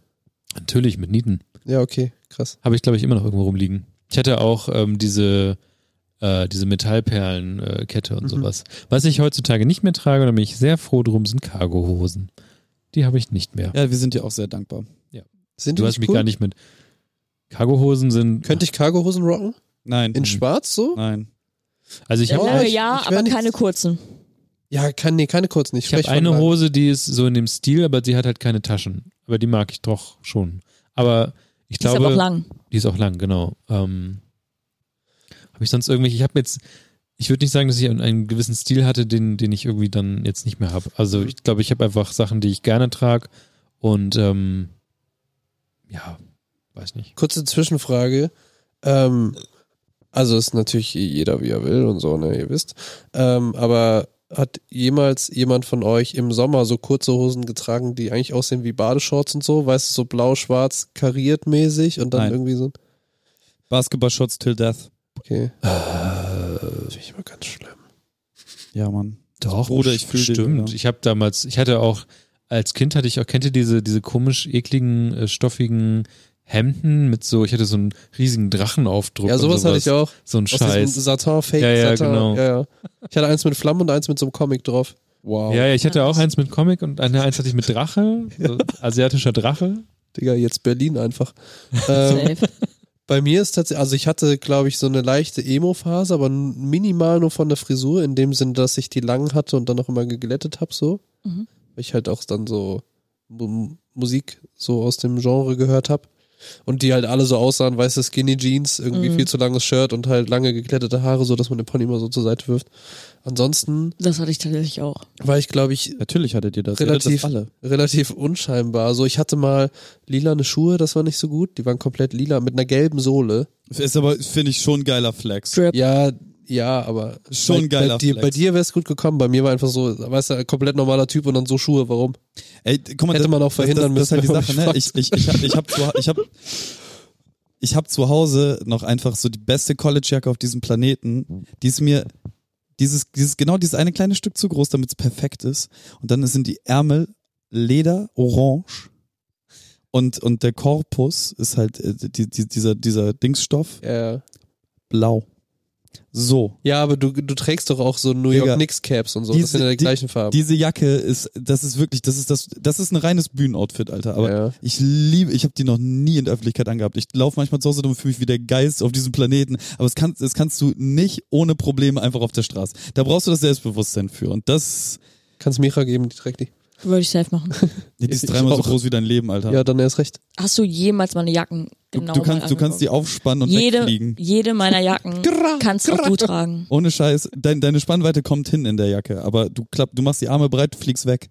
Speaker 1: Natürlich mit Nieten.
Speaker 4: Ja, okay, krass.
Speaker 1: Habe ich, glaube ich, immer noch irgendwo rumliegen. Ich hatte auch ähm, diese, äh, diese Metallperlenkette äh, Kette und
Speaker 4: Mhm.
Speaker 1: sowas. Was ich heutzutage nicht mehr trage, und da bin ich sehr froh drum, sind Cargohosen. Die habe ich nicht mehr.
Speaker 3: Ja, wir sind dir auch sehr dankbar.
Speaker 4: Sind die
Speaker 1: du hast
Speaker 4: nicht
Speaker 1: mich
Speaker 4: cool?
Speaker 1: gar nicht mit. Cargohosen sind.
Speaker 4: Könnte ich Cargohosen rocken?
Speaker 3: Nein.
Speaker 1: Mhm.
Speaker 4: In schwarz so?
Speaker 3: Nein.
Speaker 1: also ich
Speaker 4: Ja,
Speaker 1: habe
Speaker 4: oh,
Speaker 2: Lange
Speaker 4: ich-
Speaker 2: ja,
Speaker 4: ich wär
Speaker 2: aber
Speaker 4: nicht-
Speaker 2: keine kurzen.
Speaker 4: Ja, kann, nee, keine kurz nicht.
Speaker 1: Ich habe
Speaker 4: Sprech von
Speaker 1: eine
Speaker 4: lang.
Speaker 1: Hose, die ist so in dem Stil, aber die hat halt keine Taschen. Aber die mag ich doch schon. Aber ich
Speaker 2: Die ist
Speaker 1: glaube,
Speaker 2: aber auch lang.
Speaker 1: die ist auch lang, genau. Ähm, habe ich sonst irgendwelche? Ich habe jetzt, ich würde nicht sagen, dass ich einen, einen gewissen Stil hatte, den, den ich irgendwie dann jetzt nicht mehr habe. Also
Speaker 4: Mhm.
Speaker 1: ich glaube, ich habe einfach Sachen, die ich gerne trage und ähm, ja, weiß nicht.
Speaker 4: Kurze Zwischenfrage. Ähm, also ist natürlich jeder, wie er will und so, ne, ihr wisst. Ähm, aber hat jemals jemand von euch im Sommer so kurze Hosen getragen, die eigentlich aussehen wie Badeshorts und so? Weißt du, so blau-schwarz kariert mäßig und dann
Speaker 3: Nein.
Speaker 4: irgendwie so.
Speaker 3: Basketball-Shots till death.
Speaker 4: Okay.
Speaker 1: Äh,
Speaker 4: Das finde ich immer ganz schlimm.
Speaker 3: Ja, Mann.
Speaker 1: Doch,
Speaker 3: Bruder, ich fühl dich,
Speaker 1: Stimmt,
Speaker 3: ja.
Speaker 1: ich habe damals, ich hatte auch, als Kind hatte ich auch, kennt ihr diese, diese komisch ekligen, äh, stoffigen Hemden mit so, ich hatte so einen riesigen Drachenaufdruck.
Speaker 4: Ja,
Speaker 1: und
Speaker 4: sowas hatte ich auch.
Speaker 1: So ein
Speaker 4: Aus
Speaker 1: Scheiß.
Speaker 4: diesem Satin, Fake
Speaker 1: Ja, ja,
Speaker 4: Satin.
Speaker 1: genau.
Speaker 4: Ja, ja. Ich hatte eins mit Flammen und eins mit so einem Comic drauf. Wow.
Speaker 1: Ja, ja, ich hatte auch eins mit Comic und eine- eins hatte ich mit Drache, so asiatischer Drache.
Speaker 4: Digga, jetzt Berlin einfach. Ähm,
Speaker 2: Safe.
Speaker 4: Bei mir ist tatsächlich, also ich hatte, glaube ich, so eine leichte Emo-Phase, aber n- minimal nur von der Frisur, in dem Sinne, dass ich die lang hatte und dann noch immer geglättet habe, so.
Speaker 2: Mhm.
Speaker 4: Weil ich halt auch dann so Mu- Musik so aus dem Genre gehört habe. Und die halt alle so aussahen, weiße Skinny Jeans, irgendwie
Speaker 2: Mhm.
Speaker 4: viel zu langes Shirt und halt lange geglättete Haare, so dass man den Pony immer so zur Seite wirft. Ansonsten
Speaker 2: Das hatte ich tatsächlich auch.
Speaker 4: war ich, glaube ich,
Speaker 3: Natürlich hattet ihr das. Ihr hattet
Speaker 4: relativ,
Speaker 3: das alle.
Speaker 4: relativ unscheinbar. So, ich hatte mal lilane Schuhe, das war nicht so gut. Die waren komplett lila mit einer gelben Sohle.
Speaker 3: Ist aber, finde ich, schon ein geiler Flex.
Speaker 2: Strip.
Speaker 4: Ja, ja, aber
Speaker 3: Schon
Speaker 4: bei,
Speaker 3: geiler
Speaker 4: bei dir,
Speaker 3: Flex.
Speaker 4: bei dir wäre es gut gekommen. Bei mir war einfach so, weißt du, komplett normaler Typ und dann so Schuhe. Warum?
Speaker 3: Ey, guck mal,
Speaker 4: Hätte
Speaker 3: das-
Speaker 4: man auch verhindern
Speaker 3: das, das,
Speaker 4: müssen,
Speaker 3: Das ist halt
Speaker 4: wenn man
Speaker 3: die
Speaker 4: mich
Speaker 3: Sache, ne? Ich, ich, ich habe ich hab zu, ich hab, ich hab zu Hause noch einfach so die beste College-Jacke auf diesem Planeten. Die ist mir dieses, dieses, genau dieses eine kleine Stück zu groß, damit es perfekt ist. Und dann sind die Ärmel Leder, Orange. Und, und der Korpus ist halt äh, die, die, dieser, dieser Dingsstoff
Speaker 4: Ja,
Speaker 3: blau. So.
Speaker 4: ja aber du, du trägst doch auch so New
Speaker 3: Digga,
Speaker 4: York Knicks Caps und so.
Speaker 3: diese-
Speaker 4: das sind ja die
Speaker 3: die-
Speaker 4: gleichen Farben.
Speaker 3: Diese Jacke ist, das ist wirklich, das ist das, das ist ein reines Bühnenoutfit, Alter. Aber
Speaker 4: Ja.
Speaker 3: ich liebe, ich habe die noch nie in der Öffentlichkeit angehabt. Ich laufe manchmal zu Hause rum und fühle mich wie der Geist auf diesem Planeten. Aber es kannst, das kannst du nicht ohne Probleme einfach auf der Straße. Da brauchst du das Selbstbewusstsein für. Und das,
Speaker 4: Kannst Micha geben, die trägt die.
Speaker 2: Würde ich safe machen.
Speaker 3: Nee, die ist
Speaker 4: Ich
Speaker 3: dreimal so
Speaker 4: auch.
Speaker 3: groß wie dein Leben, Alter.
Speaker 4: Ja, dann erst recht.
Speaker 2: Hast du jemals meine Jacken
Speaker 3: du,
Speaker 2: genau
Speaker 3: du,
Speaker 2: mal
Speaker 3: kannst, du kannst die aufspannen und
Speaker 2: jede,
Speaker 3: wegfliegen.
Speaker 2: jede meiner Jacken
Speaker 4: Grrra,
Speaker 2: kannst auch du tragen.
Speaker 3: Ohne Scheiß, dein, deine Spannweite kommt hin in der Jacke, aber du klapp, du machst die Arme breit, fliegst weg.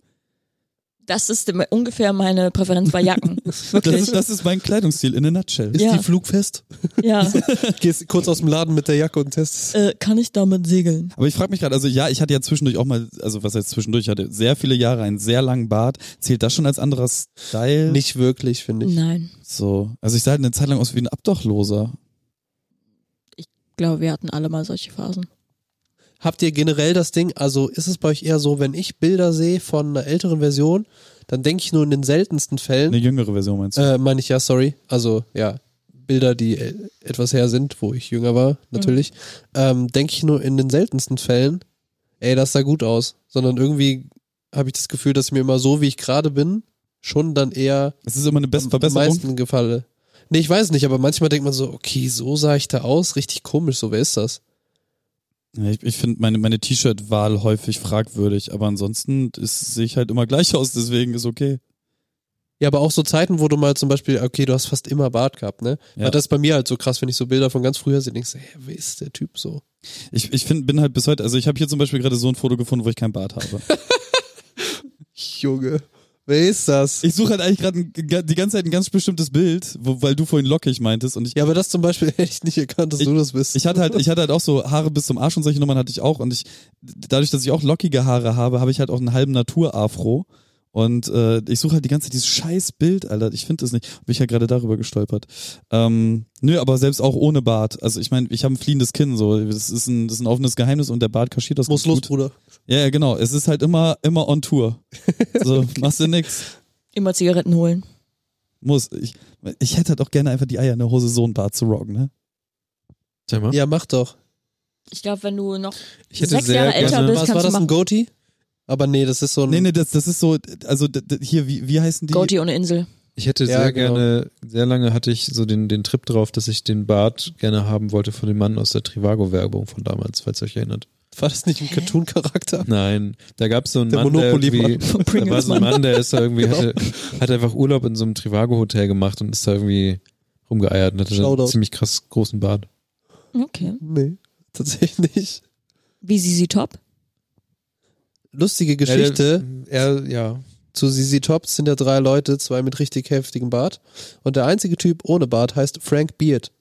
Speaker 2: Das ist im- ungefähr meine Präferenz bei Jacken.
Speaker 3: Das
Speaker 2: Wirklich.
Speaker 3: ist, das ist mein Kleidungsstil in a nutshell.
Speaker 4: Ist
Speaker 2: Ja.
Speaker 4: die flugfest?
Speaker 2: ja.
Speaker 4: Gehst kurz aus dem Laden mit der Jacke und testest.
Speaker 2: äh, kann ich damit segeln?
Speaker 3: Aber ich frage mich gerade, also ja, ich hatte ja zwischendurch auch mal, also was heißt zwischendurch, ich hatte sehr viele Jahre einen sehr langen Bart. Zählt das schon als anderer Style?
Speaker 4: Nicht wirklich, finde ich.
Speaker 2: Nein.
Speaker 3: so. Also ich sah halt eine Zeit lang aus wie ein
Speaker 4: Hm?
Speaker 3: Abdachloser.
Speaker 2: Ich glaube, wir hatten alle mal solche Phasen.
Speaker 4: Habt ihr generell das Ding, also ist es bei euch eher so, wenn ich Bilder sehe von einer älteren Version, dann denke ich nur in den seltensten Fällen,
Speaker 3: Eine jüngere Version meinst du?
Speaker 4: Äh, meine ich ja, sorry. Also ja, Bilder, die äh, etwas her sind, wo ich jünger war, natürlich. Ähm, Denke ich nur in den seltensten Fällen, ey, das sah gut aus. Sondern irgendwie habe ich das Gefühl, dass ich mir immer so, wie ich gerade bin, schon dann eher
Speaker 3: Es ist immer eine Best
Speaker 4: am, am
Speaker 3: Verbesserung.
Speaker 4: meisten gefalle. Nee, ich weiß nicht, aber manchmal denkt man so, okay, so sah ich da aus, richtig komisch, so wer ist das?
Speaker 3: Ja, ich ich finde meine, meine T-Shirt-Wahl häufig fragwürdig, aber ansonsten ist- sehe ich halt immer gleich aus, deswegen ist okay.
Speaker 4: Ja, aber auch so Zeiten, wo du mal zum Beispiel, okay, du hast fast immer Bart gehabt, ne?
Speaker 3: Ja.
Speaker 4: Weil das ist bei mir halt so krass, wenn ich so Bilder von ganz früher sehe, denkst du, hä, wer ist der Typ so?
Speaker 3: Ich, ich find, bin halt bis heute, also ich habe hier zum Beispiel gerade so ein Foto gefunden, wo ich keinen Bart habe.
Speaker 4: Junge, wer ist das?
Speaker 3: Ich suche halt eigentlich gerade die ganze Zeit ein ganz bestimmtes Bild, wo, weil du vorhin lockig meintest und ich,
Speaker 4: Ja, aber das zum Beispiel hätte ich nicht erkannt, dass
Speaker 3: Ich-
Speaker 4: du das bist.
Speaker 3: ich hatte halt, ich hatte halt auch so Haare bis zum Arsch und solche Nummern hatte ich auch und ich, dadurch, dass ich auch lockige Haare habe, habe ich halt auch einen halben Naturafro und äh, ich suche halt die ganze Zeit dieses scheiß Bild, Alter, ich finde es nicht. Bin ich ja gerade darüber gestolpert. Ähm, nö, aber selbst auch ohne Bart, also ich meine, ich habe ein fliehendes Kinn, so, das ist ein, das ist ein offenes Geheimnis und der Bart kaschiert das
Speaker 4: muss
Speaker 3: ganz
Speaker 4: los,
Speaker 3: gut.
Speaker 4: Bruder.
Speaker 3: Ja, ja, genau, es ist halt immer, immer on Tour. So, machst du nix.
Speaker 2: Immer Zigaretten holen.
Speaker 3: Muss. Ich, ich hätte halt auch gerne einfach die Eier in der Hose, so ein Bart zu rocken, ne?
Speaker 1: Sag mal.
Speaker 4: Ja, mach doch.
Speaker 2: Ich glaube, wenn du noch
Speaker 1: Ich hätte
Speaker 2: sechs
Speaker 1: sehr
Speaker 2: Jahre
Speaker 1: gerne-
Speaker 2: älter bist,
Speaker 4: Was war
Speaker 2: kannst du
Speaker 4: das, ein
Speaker 2: machen.
Speaker 4: Goatee? Aber nee, das ist so ein...
Speaker 3: Nee, nee, das, das ist so, also d- d- hier, wie, wie heißen die?
Speaker 2: Goatee ohne Insel.
Speaker 1: Ich hätte
Speaker 4: Ja,
Speaker 1: sehr
Speaker 4: genau.
Speaker 1: gerne, sehr lange hatte ich so den, den Trip drauf, dass ich den Bart gerne haben wollte von dem Mann aus der Trivago-Werbung von damals, falls ihr euch erinnert.
Speaker 4: War das nicht ein Cartoon-Charakter?
Speaker 1: Nein, da gab es so einen
Speaker 4: Der
Speaker 1: Mann, der
Speaker 4: Monopoly-Mann.
Speaker 1: irgendwie, da war so ein Mann, der ist da irgendwie, hatte, hat einfach Urlaub in so einem Trivago-Hotel gemacht und ist da irgendwie rumgeeiert und hatte dann einen
Speaker 4: Shoutout.
Speaker 1: ziemlich krass großen Bart.
Speaker 2: Okay.
Speaker 4: Nee, tatsächlich nicht.
Speaker 2: Wie Sisi Top?
Speaker 4: Lustige Geschichte
Speaker 1: Ja, der, er, ja.
Speaker 4: zu ZZ Top sind ja drei Leute, zwei mit richtig heftigem Bart. Und der einzige Typ ohne Bart heißt Frank Beard.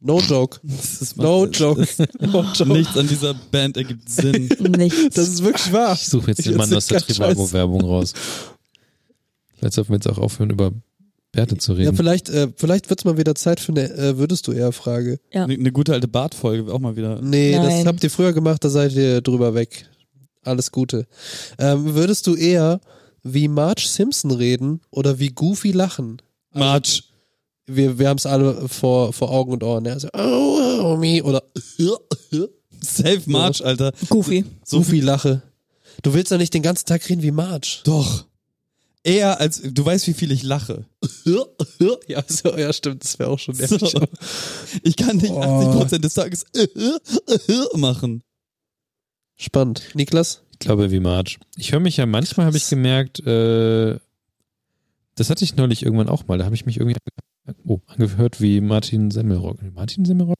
Speaker 4: No joke.
Speaker 3: Das ist-
Speaker 4: No joke. No joke.
Speaker 3: Nichts an dieser Band ergibt Sinn.
Speaker 2: Nichts.
Speaker 4: Das ist wirklich wahr.
Speaker 1: Ich suche jetzt
Speaker 4: Ich
Speaker 1: den Mann
Speaker 4: erzähl
Speaker 1: aus der
Speaker 4: keinen Scheiß.
Speaker 1: Trivago-Werbung raus. Vielleicht sollten wir jetzt auch aufhören, über Bärte zu
Speaker 4: Ja,
Speaker 1: reden.
Speaker 4: vielleicht, äh, vielleicht wird's mal wieder Zeit für eine äh, würdest du eher Frage.
Speaker 2: Ja.
Speaker 3: Eine ne gute alte Bartfolge, auch mal wieder.
Speaker 4: Nee, das
Speaker 2: Nein.
Speaker 4: habt ihr früher gemacht, da seid ihr drüber weg. Alles Gute. Ähm, würdest du eher wie Marge Simpson reden oder wie Goofy lachen? Also,
Speaker 3: March.
Speaker 4: Wir, wir haben es alle vor, vor Augen und Ohren. Ja? Also, oh, oh, me, oder
Speaker 3: Safe March, Alter.
Speaker 2: Goofy.
Speaker 3: So
Speaker 4: Goofy lache. Du willst doch nicht den ganzen Tag reden wie Marge.
Speaker 3: Doch. Eher als, du weißt, wie viel ich lache.
Speaker 4: Ja, so, ja stimmt, das wäre auch schon
Speaker 3: So.
Speaker 4: nervig.
Speaker 3: Ich kann nicht
Speaker 4: Oh.
Speaker 3: 80% des Tages äh, machen.
Speaker 4: Spannend. Niklas?
Speaker 1: Ich glaube, wie Marge. Ich höre mich ja manchmal, habe ich gemerkt, äh, das hatte ich neulich irgendwann auch mal. Da habe ich mich irgendwie ange- oh, angehört wie Martin Semmelrock. Martin Semmelrock?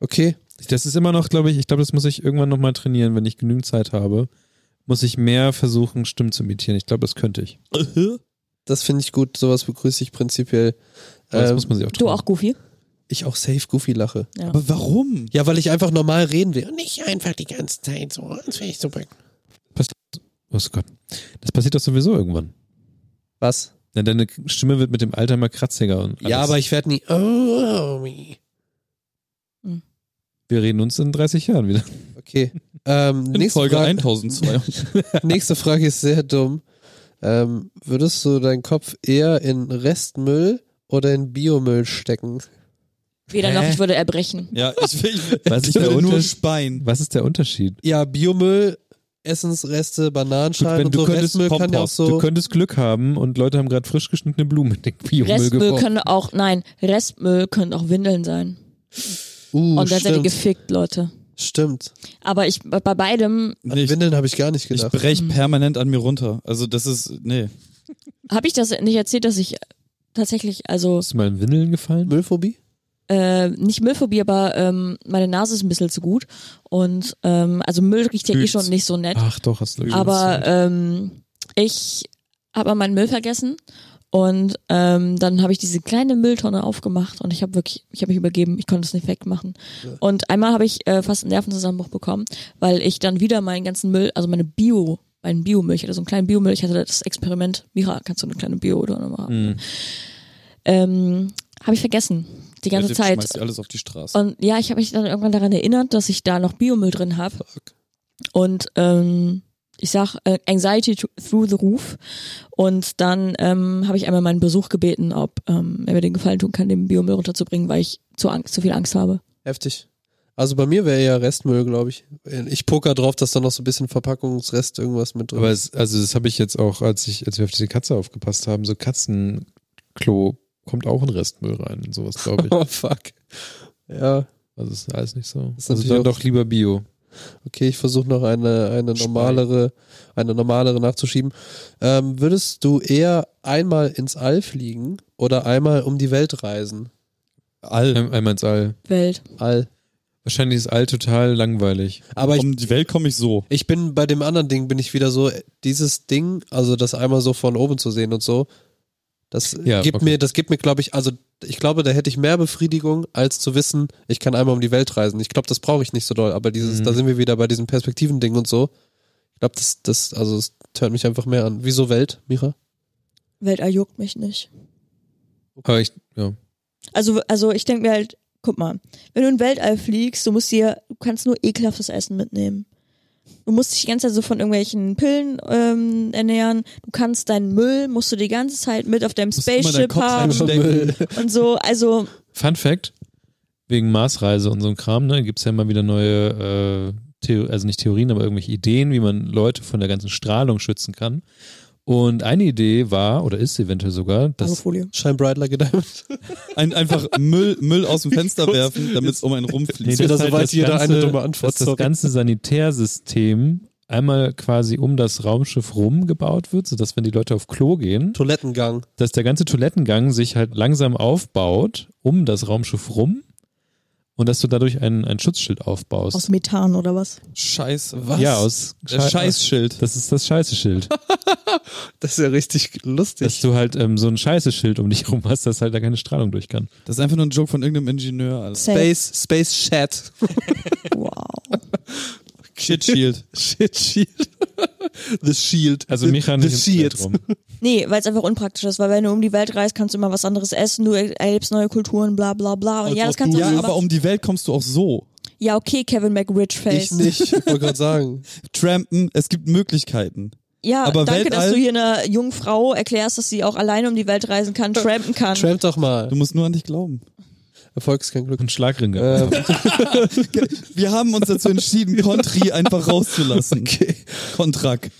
Speaker 4: Okay.
Speaker 1: Das ist immer noch, glaube ich, ich glaube, das muss ich irgendwann nochmal trainieren, wenn ich genügend Zeit habe. Muss ich mehr versuchen, Stimmen zu imitieren. Ich glaube, das könnte ich.
Speaker 4: Äh, Das finde ich gut. Sowas begrüße ich prinzipiell.
Speaker 1: Aber das
Speaker 4: Ähm,
Speaker 1: muss man sich auch
Speaker 2: Du
Speaker 1: trauen.
Speaker 2: auch Goofy?
Speaker 4: ich auch safe Goofy lache.
Speaker 3: Aber warum?
Speaker 4: Ja, weil ich einfach normal reden will.
Speaker 6: Nicht einfach die ganze Zeit so, als wäre ich so bei
Speaker 1: Oh Gott. Das passiert doch sowieso irgendwann.
Speaker 4: Was?
Speaker 1: Denn deine Stimme wird mit dem Alter mal kratziger. Und alles.
Speaker 4: Ja, aber ich werde nie.
Speaker 6: Oh, me.
Speaker 1: Wir reden uns in 30 Jahren wieder.
Speaker 4: Okay. Ähm,
Speaker 3: In
Speaker 4: nächste,
Speaker 3: Folge
Speaker 4: Frage,
Speaker 3: 1200.
Speaker 4: nächste Frage ist sehr dumm. Ähm, würdest du deinen Kopf eher in Restmüll oder in Biomüll stecken?
Speaker 2: Weder noch, ich würde erbrechen.
Speaker 3: ja, ich will, ich will,
Speaker 1: Was
Speaker 3: ich
Speaker 1: ist der
Speaker 3: will nur
Speaker 1: Unterschied?
Speaker 3: Spein.
Speaker 1: Was ist der Unterschied?
Speaker 4: Ja, Biomüll, Essensreste, Bananenschalen und so. Restmüll kann ja auch
Speaker 1: du
Speaker 4: so.
Speaker 1: könntest Glück haben und Leute haben gerade frisch geschnittene Blumen in den Biomüll
Speaker 2: Restmüll
Speaker 1: geworfen.
Speaker 2: könnte auch, nein, Restmüll können auch Windeln sein.
Speaker 4: Uh,
Speaker 2: Und dann seid ihr
Speaker 4: stimmt.
Speaker 2: gefickt, Leute.
Speaker 4: Stimmt.
Speaker 2: Aber ich, bei beidem,
Speaker 4: An Windeln habe ich gar nicht
Speaker 3: Ich
Speaker 4: gedacht.
Speaker 3: brech permanent an mir runter. Also das ist, nee.
Speaker 2: habe ich das nicht erzählt, dass ich tatsächlich, also
Speaker 1: Hast du mal in Windeln gefallen?
Speaker 4: Müllphobie?
Speaker 2: äh, nicht Müllphobie, aber ähm, meine Nase ist ein bisschen zu gut. Und ähm, also Müll riecht ja eh
Speaker 3: Übelst.
Speaker 2: schon nicht so
Speaker 3: Ah,
Speaker 2: nett.
Speaker 1: Ach doch, hast du übelst
Speaker 2: aber
Speaker 1: erzählt.
Speaker 2: ähm, ich habe mal meinen Müll vergessen und ähm, dann habe ich diese kleine Mülltonne aufgemacht und ich habe wirklich, ich habe mich übergeben, ich konnte es nicht wegmachen. Und einmal habe ich äh, fast einen Nervenzusammenbruch bekommen, weil ich dann wieder meinen ganzen Müll, also meine Bio, meinen Biomüll, ich hatte so einen kleinen Biomüll, ich hatte das Experiment, Mira, kannst du eine kleine Bio-Tonne mal haben?
Speaker 1: Mhm.
Speaker 2: Ähm, habe ich vergessen, die ganze
Speaker 3: Relativ
Speaker 2: Zeit.
Speaker 3: schmeißt ihr alles auf die Straße.
Speaker 2: Und ja, ich habe mich dann irgendwann daran erinnert, dass ich da noch Biomüll drin habe. Und ähm, ich sag äh, Anxiety to- through the roof. Und dann ähm, habe ich einmal meinen Besuch gebeten, ob ähm, er mir den Gefallen tun kann, den Biomüll runterzubringen, weil ich zu, Angst, zu viel Angst habe.
Speaker 4: Heftig. Also bei mir wäre eher Restmüll, glaube ich. Ich poker drauf, dass da noch so ein bisschen Verpackungsrest irgendwas mit drin
Speaker 1: Aber es, also das habe ich jetzt auch, als ich, als wir auf diese Katze aufgepasst haben, so Katzenklo kommt auch in Restmüll rein und sowas, glaube ich.
Speaker 4: Oh fuck. Ja,
Speaker 1: Also es ist alles nicht so.
Speaker 4: Ist
Speaker 1: Also
Speaker 4: natürlich
Speaker 1: dann
Speaker 4: auch-
Speaker 1: doch lieber Bio.
Speaker 4: okay, ich versuche noch eine, eine
Speaker 1: Spei.
Speaker 4: normalere, eine normalere nachzuschieben. Ähm, würdest du eher einmal ins All fliegen oder einmal um die Welt reisen?
Speaker 3: All.
Speaker 1: Ein- Einmal ins All.
Speaker 2: Welt.
Speaker 4: All.
Speaker 1: Wahrscheinlich ist All total langweilig.
Speaker 4: Aber ich,
Speaker 3: um die Welt komme ich so.
Speaker 4: ich bin bei dem anderen Ding bin ich wieder so äh, dieses Ding, also das einmal so von oben zu sehen und so. Das
Speaker 1: Ja,
Speaker 4: gibt
Speaker 1: okay.
Speaker 4: mir, das gibt mir, glaube ich, also ich glaube, da hätte ich mehr Befriedigung, als zu wissen, ich kann einmal um die Welt reisen. Ich glaube, das brauche ich nicht so doll, aber dieses,
Speaker 1: Mhm.
Speaker 4: da sind wir wieder bei diesem Perspektivending und so. Ich glaube, das, das, also es hört mich einfach mehr an. Wieso Welt, Mira?
Speaker 2: Weltall juckt mich nicht.
Speaker 1: Aber ich, ja.
Speaker 2: Also, also ich denke mir halt, guck mal, wenn du in Weltall fliegst, du musst dir, du kannst nur ekelhaftes Essen mitnehmen. Du musst dich die ganze Zeit so von irgendwelchen Pillen ähm, ernähren. Du kannst deinen Müll, musst du die ganze Zeit mit auf deinem
Speaker 3: Musst immer deinen
Speaker 2: Spaceship
Speaker 3: Kopf
Speaker 2: haben
Speaker 3: reinstecken.
Speaker 2: und so. Also
Speaker 1: Fun Fact, wegen Marsreise und so einem Kram, ne, gibt's ja immer wieder neue, äh, Theo also nicht Theorien, aber irgendwelche Ideen, wie man Leute von der ganzen Strahlung schützen kann. Und eine Idee war, oder ist eventuell sogar, dass
Speaker 2: Alufolie.
Speaker 4: Shine bright like a diamond.
Speaker 3: Ein, einfach Müll, Müll aus dem Fenster werfen, damit es um einen rumfliegt.
Speaker 4: Oh, Nee, wieder so weit,
Speaker 1: halt das
Speaker 4: jeder
Speaker 1: ganze-
Speaker 4: eine dumme Antwort,
Speaker 1: Dass das
Speaker 4: sorry.
Speaker 1: ganze Sanitärsystem einmal quasi um das Raumschiff rum gebaut wird, sodass wenn die Leute auf Klo gehen,
Speaker 4: Toilettengang.
Speaker 1: dass der ganze Toilettengang sich halt langsam aufbaut um das Raumschiff rum und dass du dadurch ein, ein Schutzschild aufbaust.
Speaker 2: Aus Methan oder was?
Speaker 3: Scheiß, was?
Speaker 4: Was?
Speaker 1: Ja, aus
Speaker 3: Das Scheißschild.
Speaker 1: Das ist das Scheiße-Schild.
Speaker 4: Das ist ja richtig
Speaker 1: dass
Speaker 4: lustig.
Speaker 1: du halt ähm, so ein Scheiße-Schild um dich rum hast, dass halt da keine Strahlung durch kann.
Speaker 3: Das ist einfach nur ein Joke von irgendeinem Ingenieur. Alter.
Speaker 4: Space, Space Chat.
Speaker 2: Wow.
Speaker 3: Shit Shield.
Speaker 4: Shit Shield. The Shield.
Speaker 1: Also
Speaker 4: The-
Speaker 1: Micha
Speaker 4: The
Speaker 1: nicht
Speaker 4: Shield.
Speaker 1: drum.
Speaker 2: Nee, weil es einfach unpraktisch ist, weil wenn du um die Welt reist, kannst du immer was anderes essen, du er- erlebst neue Kulturen, bla bla bla. Und ja, das kannst du
Speaker 3: ja,
Speaker 2: auch
Speaker 3: aber
Speaker 2: machen.
Speaker 3: um die Welt kommst du auch so.
Speaker 2: Ja, okay, Kevin
Speaker 4: Ich
Speaker 2: McRidgeface.
Speaker 4: nicht, ich wollte gerade sagen.
Speaker 3: Trampen, es gibt Möglichkeiten.
Speaker 2: Ja,
Speaker 3: Aber
Speaker 2: danke, dass
Speaker 3: Weltall-
Speaker 2: du hier einer jungen Frau erklärst, dass sie auch alleine um die Welt reisen kann, trampen kann.
Speaker 4: Tramp doch mal.
Speaker 3: Du musst nur an dich glauben.
Speaker 4: Erfolg ist kein Glück.
Speaker 1: Ein Schlagring
Speaker 4: Ähm,
Speaker 3: Wir haben uns dazu entschieden, Contri einfach rauszulassen.
Speaker 4: okay.
Speaker 3: Kontrak.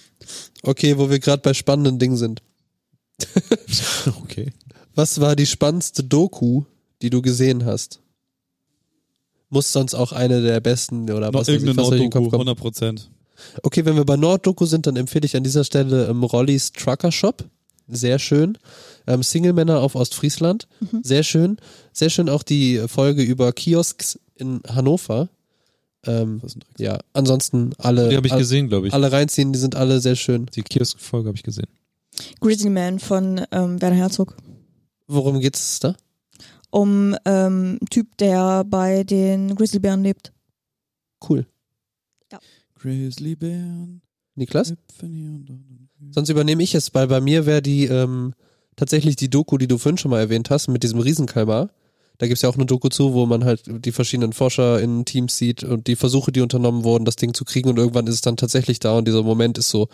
Speaker 4: okay, wo wir gerade bei spannenden Dingen sind.
Speaker 1: Okay.
Speaker 4: Was war die spannendste Doku, die du gesehen hast? Muss sonst auch eine der besten oder
Speaker 3: Noch
Speaker 4: was, weiß ich,
Speaker 3: irgendeine
Speaker 4: was euch in den
Speaker 3: Norddoku,
Speaker 4: Kopf kommt.
Speaker 3: 100 Prozent.
Speaker 4: Okay, wenn wir bei Norddoku sind, dann empfehle ich an dieser Stelle ähm, Rollys Trucker Shop. Sehr schön. Ähm, Single-Männer auf Ostfriesland.
Speaker 2: Mhm.
Speaker 4: Sehr schön. Sehr schön auch die Folge über Kiosks in Hannover. Ähm, ja, ansonsten alle,
Speaker 1: Die habe ich
Speaker 4: alle,
Speaker 1: gesehen, glaube ich.
Speaker 4: alle reinziehen, die sind alle sehr schön.
Speaker 1: Die Kiosk-Folge habe ich gesehen.
Speaker 2: Grizzly Man von ähm, Werner Herzog.
Speaker 4: Worum geht's da?
Speaker 2: Um ähm, Typ, der bei den Grizzlybären lebt.
Speaker 4: Cool.
Speaker 3: Grizzlybären.
Speaker 4: Niklas?
Speaker 3: hüpfen hier und da.
Speaker 4: Sonst übernehme ich es, weil bei mir wäre die ähm, tatsächlich die Doku, die du vorhin schon mal erwähnt hast, mit diesem Riesenkalmar. Da gibt's ja auch eine Doku zu, wo man halt die verschiedenen Forscher in Teams sieht und die Versuche, die unternommen wurden, das Ding zu kriegen und irgendwann ist es dann tatsächlich da und dieser Moment ist so,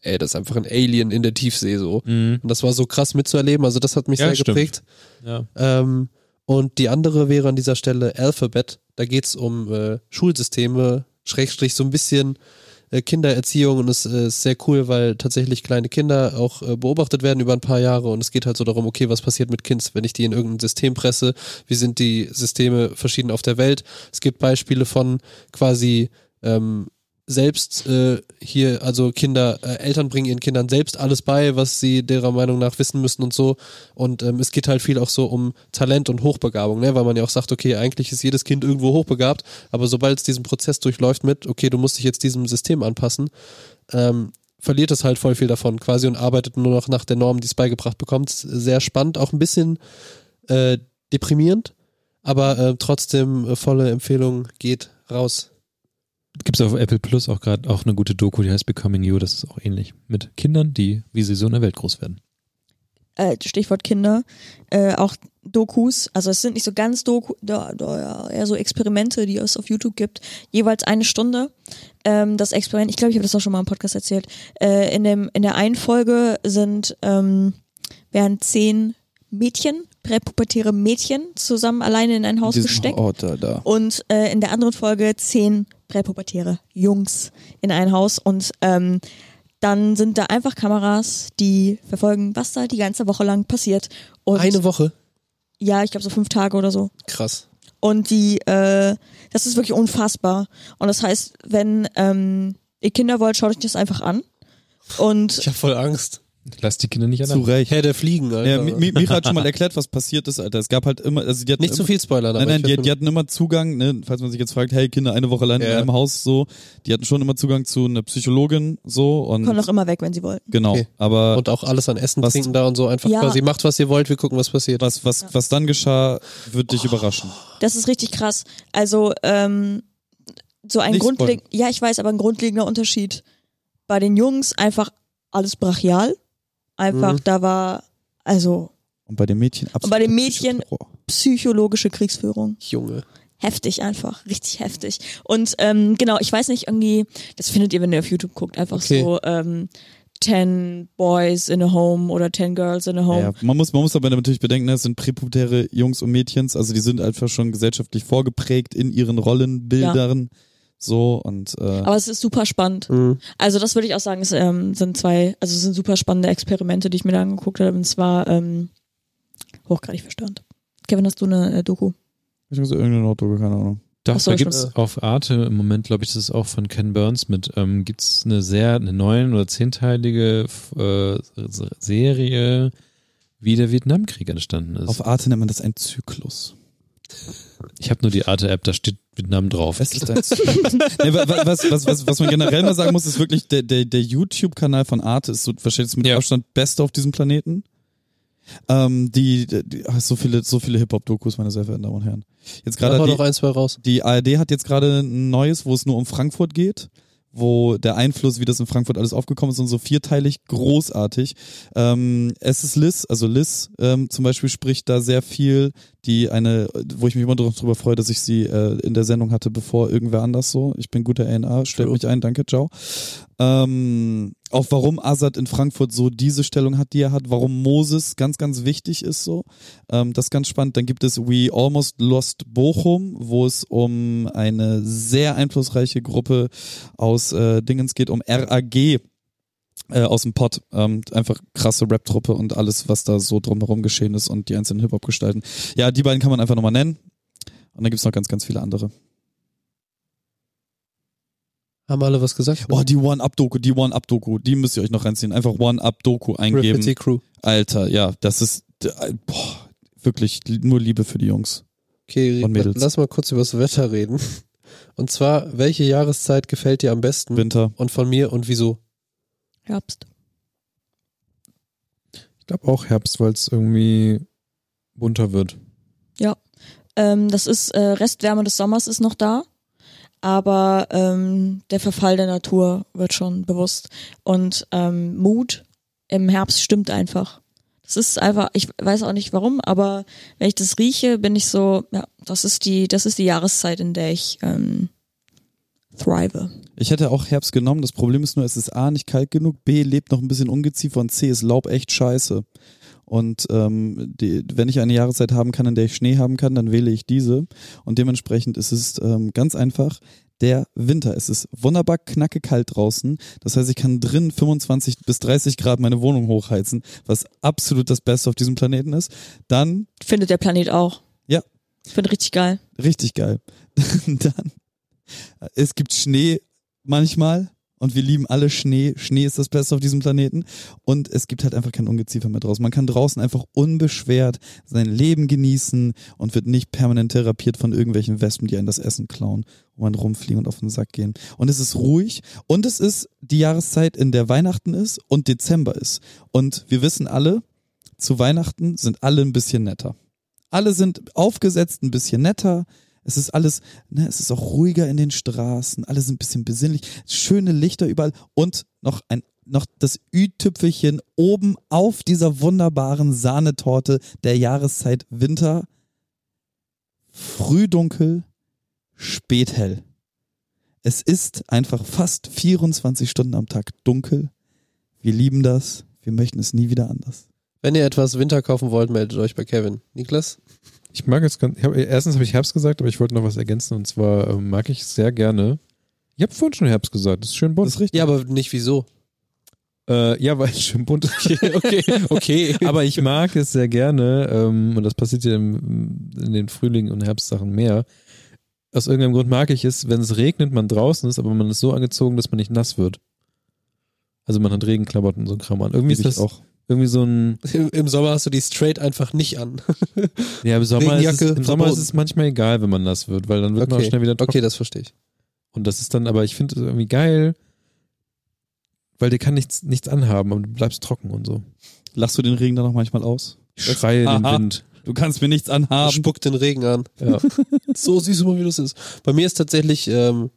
Speaker 4: ey, das ist einfach ein Alien in der Tiefsee so. Und das war so krass mitzuerleben, also das hat mich
Speaker 1: Mhm. Ja,
Speaker 4: sehr
Speaker 1: stimmt.
Speaker 4: geprägt.
Speaker 1: Ja.
Speaker 4: Ähm, und die andere wäre an dieser Stelle Alphabet. Da geht's um äh, Schulsysteme, Schrägstrich so ein bisschen äh, Kindererziehung und es äh, ist sehr cool, weil tatsächlich kleine Kinder auch äh, beobachtet werden über ein paar Jahre und es geht halt so darum, okay, was passiert mit Kinds, wenn ich die in irgendein System presse, wie sind die Systeme verschieden auf der Welt. Es gibt Beispiele von quasi ähm, selbst äh, hier, also Kinder, äh, Eltern bringen ihren Kindern selbst alles bei, was sie derer Meinung nach wissen müssen und so. Und ähm, es geht halt viel auch so um Talent und Hochbegabung, ne? weil man ja auch sagt, okay, eigentlich ist jedes Kind irgendwo hochbegabt, aber sobald es diesen Prozess durchläuft mit, okay, du musst dich jetzt diesem System anpassen, ähm, verliert es halt voll viel davon quasi und arbeitet nur noch nach der Norm, die es beigebracht bekommt. Sehr spannend, auch ein bisschen äh, deprimierend, aber äh, trotzdem äh, volle Empfehlung geht raus.
Speaker 1: Gibt es auf Apple Plus auch gerade auch eine gute Doku, die heißt Becoming You, das ist auch ähnlich. Mit Kindern, die, wie sie so in der Welt groß werden.
Speaker 2: äh, Stichwort Kinder, äh, auch Dokus, also es sind nicht so ganz Doku, da, da, eher so Experimente, die es auf YouTube gibt, jeweils eine Stunde. Ähm, das Experiment, ich glaube, ich habe das auch schon mal im Podcast erzählt, äh, in, dem, in der einen Folge sind, ähm, werden zehn Mädchen, präpubertäre Mädchen zusammen alleine in ein Haus
Speaker 3: Diesen
Speaker 2: gesteckt
Speaker 3: Ort da, da.
Speaker 2: und äh, in der anderen Folge zehn präpubertäre Jungs in ein Haus und ähm, dann sind da einfach Kameras, die verfolgen, was da die ganze Woche lang passiert. Und
Speaker 4: Eine Woche?
Speaker 2: ja, ich glaube so fünf Tage oder so.
Speaker 4: Krass.
Speaker 2: Und die, äh, das ist wirklich unfassbar. Und das heißt, wenn ähm, ihr Kinder wollt, schaut euch das einfach an. Und
Speaker 4: Ich habe voll Angst.
Speaker 1: Lasst die Kinder nicht
Speaker 3: Zu
Speaker 1: allein.
Speaker 3: Recht.
Speaker 4: Herr der Fliegen, Alter.
Speaker 3: Ja, Mi- Mi- Mira hat schon mal erklärt, was passiert ist, Alter. Es gab halt immer, also die hatten
Speaker 4: nicht
Speaker 3: immer,
Speaker 4: zu viel Spoiler,
Speaker 3: Nein, nein, die, die hatten immer Zugang, ne, falls man sich jetzt fragt, hey Kinder, eine Woche allein in
Speaker 4: Ja.
Speaker 3: einem Haus, so, die hatten schon immer Zugang zu einer Psychologin, so, und,
Speaker 2: können auch immer weg, wenn sie wollen.
Speaker 3: genau,
Speaker 4: Okay.
Speaker 3: aber
Speaker 4: und auch alles an Essen,
Speaker 3: Was-
Speaker 4: Trinken da und so einfach
Speaker 2: Ja.
Speaker 4: quasi. Macht, was ihr wollt, wir gucken, was passiert.
Speaker 3: was, was, was dann geschah, wird dich überraschen.
Speaker 2: Das ist richtig krass. Also, ähm, so ein
Speaker 3: Nicht
Speaker 2: grundlegender, ja, ich weiß, aber ein grundlegender Unterschied. Bei den Jungs einfach alles brachial. Einfach,
Speaker 4: Mhm.
Speaker 2: da war, also,
Speaker 3: Und bei den Mädchen absolut.
Speaker 2: bei den Mädchen- psychologische Kriegsführung.
Speaker 4: Junge.
Speaker 2: Heftig einfach, richtig heftig. Und ähm, genau, ich weiß nicht, irgendwie, das findet ihr, wenn ihr auf YouTube guckt, einfach
Speaker 4: Okay.
Speaker 2: so ähm, 10 Boys in a Home oder 10 Girls in a Home.
Speaker 3: Ja, man muss, man muss aber natürlich bedenken, ne, es sind präpubertäre Jungs und Mädchens, also die sind einfach schon gesellschaftlich vorgeprägt in ihren Rollenbildern, so, und, äh,
Speaker 2: Aber es ist super spannend.
Speaker 4: Mhm.
Speaker 2: Also das würde ich auch sagen, es ähm, sind zwei, also es sind super spannende Experimente, die ich mir da angeguckt habe. Und zwar ähm, hochgradig verstörend. Kevin, hast du eine äh, Doku?
Speaker 3: ich muss irgendeine Notdruck, keine Ahnung.
Speaker 2: Ach
Speaker 1: Doch,
Speaker 2: so,
Speaker 1: da
Speaker 2: schon.
Speaker 1: gibt es auf Arte im Moment, glaube ich, das ist auch von Ken Burns mit, ähm, gibt es eine sehr, eine neun- oder zehnteilige f- äh, S- Serie, wie der Vietnamkrieg entstanden ist.
Speaker 3: Auf Arte nennt man das ein Zyklus.
Speaker 1: ich habe nur die Arte-App, da steht Vietnam drauf.
Speaker 3: Was ist das? nee, wa- wa- was, was, was, was man generell mal sagen muss, ist wirklich, der, der, der YouTube-Kanal von Arte ist so, wahrscheinlich mit
Speaker 1: Ja.
Speaker 3: Abstand beste auf diesem Planeten. Ähm, die, die ach, so viele, so viele Hip-Hop-Dokus, meine sehr verehrten Damen und Herren. Jetzt
Speaker 4: Gerade
Speaker 3: gerade
Speaker 4: noch
Speaker 3: die,
Speaker 4: ein, zwei raus.
Speaker 3: die ARD hat jetzt gerade ein neues, wo es nur um Frankfurt geht, wo der Einfluss, wie das in Frankfurt alles aufgekommen ist und so vierteilig, großartig. Ähm, es ist Liz, also Liz ähm, zum Beispiel spricht da sehr viel, die eine, wo ich mich immer noch drüber freue, dass ich sie äh, in der Sendung hatte, bevor irgendwer anders so. Ich bin guter ANA, stellt mich ein, danke, ciao. Ähm, auch warum Azad in Frankfurt so diese Stellung hat, die er hat, warum Moses ganz, ganz wichtig ist so. Ähm, das ist ganz spannend. Dann gibt es We Almost Lost Bochum, wo es um eine sehr einflussreiche Gruppe aus äh, Dingens geht, um RAG äh, aus dem Pott. Ähm, einfach krasse Rap-Truppe und alles, was da so drumherum geschehen ist und die einzelnen Hip-Hop-Gestalten. Ja, die beiden kann man einfach nochmal nennen. Und dann gibt's noch ganz, ganz viele andere.
Speaker 4: Haben alle was gesagt?
Speaker 3: Oh, die One-Up-Doku, die One-Up-Doku, die müsst ihr euch noch reinziehen. Einfach One-Up-Doku eingeben.
Speaker 4: Graffiti Crew.
Speaker 3: Alter, ja, das ist äh, boah, wirklich nur Liebe für die Jungs.
Speaker 4: Okay,
Speaker 3: Und Mädels.
Speaker 4: lass mal kurz über das Wetter reden. Und zwar, welche Jahreszeit gefällt dir am besten?
Speaker 3: Winter.
Speaker 4: Und von mir und wieso?
Speaker 2: Herbst.
Speaker 1: Ich glaube auch Herbst, weil es irgendwie bunter wird.
Speaker 2: Ähm, das ist, äh, Restwärme des Sommers ist noch da, aber ähm, der Verfall der Natur wird schon bewusst. Und ähm, Mut im Herbst stimmt einfach. Das ist einfach, ich weiß auch nicht warum, aber wenn ich das rieche, bin ich so, ja, das ist die, das ist die Jahreszeit, in der ich ähm, thrive.
Speaker 3: Ich hätte auch Herbst genommen. Das Problem ist nur, es ist A, nicht kalt genug, B, lebt noch ein bisschen ungeziefer und C, ist Laub echt scheiße. Und ähm, die, wenn ich eine Jahreszeit haben kann, in der ich Schnee haben kann, dann wähle ich diese. Und dementsprechend ist es ähm, ganz einfach der Winter. Es ist wunderbar knacke kalt draußen. Das heißt, ich kann drin 25 bis 30 Grad meine Wohnung hochheizen, was absolut das Beste auf diesem Planeten ist. Dann
Speaker 2: Findet der Planet auch.
Speaker 3: Ja.
Speaker 2: Ich finde richtig geil.
Speaker 3: Richtig geil. Dann, es gibt Schnee manchmal und wir lieben alle Schnee. Schnee ist das Beste auf diesem Planeten und es gibt halt einfach kein Ungeziefer mehr draußen. Man kann draußen einfach unbeschwert sein Leben genießen und wird nicht permanent therapiert von irgendwelchen Wespen, die einen das Essen klauen, wo man rumfliegen und auf den Sack gehen. Und es ist ruhig und es ist die Jahreszeit, in der Weihnachten ist und Dezember ist. Und wir wissen alle, zu Weihnachten sind alle ein bisschen netter. Alle sind aufgesetzt, ein bisschen netter. Es ist alles, ne, es ist auch ruhiger in den Straßen, alles ein bisschen besinnlich, schöne Lichter überall und noch ein noch das Ü-Tüpfelchen oben auf dieser wunderbaren Sahnetorte der Jahreszeit Winter. Frühdunkel, späthell. Es ist einfach fast 24 Stunden am Tag dunkel. Wir lieben das. Wir möchten es nie wieder anders.
Speaker 4: Wenn ihr etwas Winter kaufen wollt, meldet euch bei Kevin. Niklas?
Speaker 1: Ich mag es ganz. Ich hab, erstens habe ich Herbst gesagt, aber ich wollte noch was ergänzen und zwar ähm, mag ich es sehr gerne. Ich habe vorhin schon Herbst gesagt, das ist schön bunt.
Speaker 3: Das ist richtig.
Speaker 4: Ja, aber nicht wieso.
Speaker 1: äh, ja, weil es schön bunt ist.
Speaker 4: Okay, okay.
Speaker 1: aber ich mag es sehr gerne ähm, und das passiert ja im, in den Frühling- und Herbstsachen mehr. Aus irgendeinem Grund mag ich es, wenn es regnet, man draußen ist, aber man ist so angezogen, dass man nicht nass wird. Also man hat Regenklamotten und so ein Kram an. Irgendwie ist
Speaker 3: Liebe ich
Speaker 1: das auch irgendwie so ein
Speaker 4: Im, Im Sommer hast du die straight einfach nicht an.
Speaker 1: Ja, im Sommer, ist es,
Speaker 4: Regenjacke
Speaker 1: im Sommer ist
Speaker 4: verboten.
Speaker 1: es manchmal egal, wenn man nass wird, weil dann wird man auch
Speaker 4: Okay.
Speaker 1: schnell wieder trocken.
Speaker 4: Okay, das verstehe ich.
Speaker 1: Und das ist dann, aber ich finde es irgendwie geil, weil dir kann nichts, nichts anhaben, aber du bleibst trocken und so.
Speaker 3: Lachst du den Regen dann auch manchmal aus?
Speaker 1: Ich schreie den
Speaker 3: Aha.
Speaker 1: Wind.
Speaker 3: Du kannst mir nichts anhaben.
Speaker 4: Spuck den Regen an.
Speaker 1: Ja.
Speaker 4: so süß immer, wie das ist. Bei mir ist tatsächlich, ähm,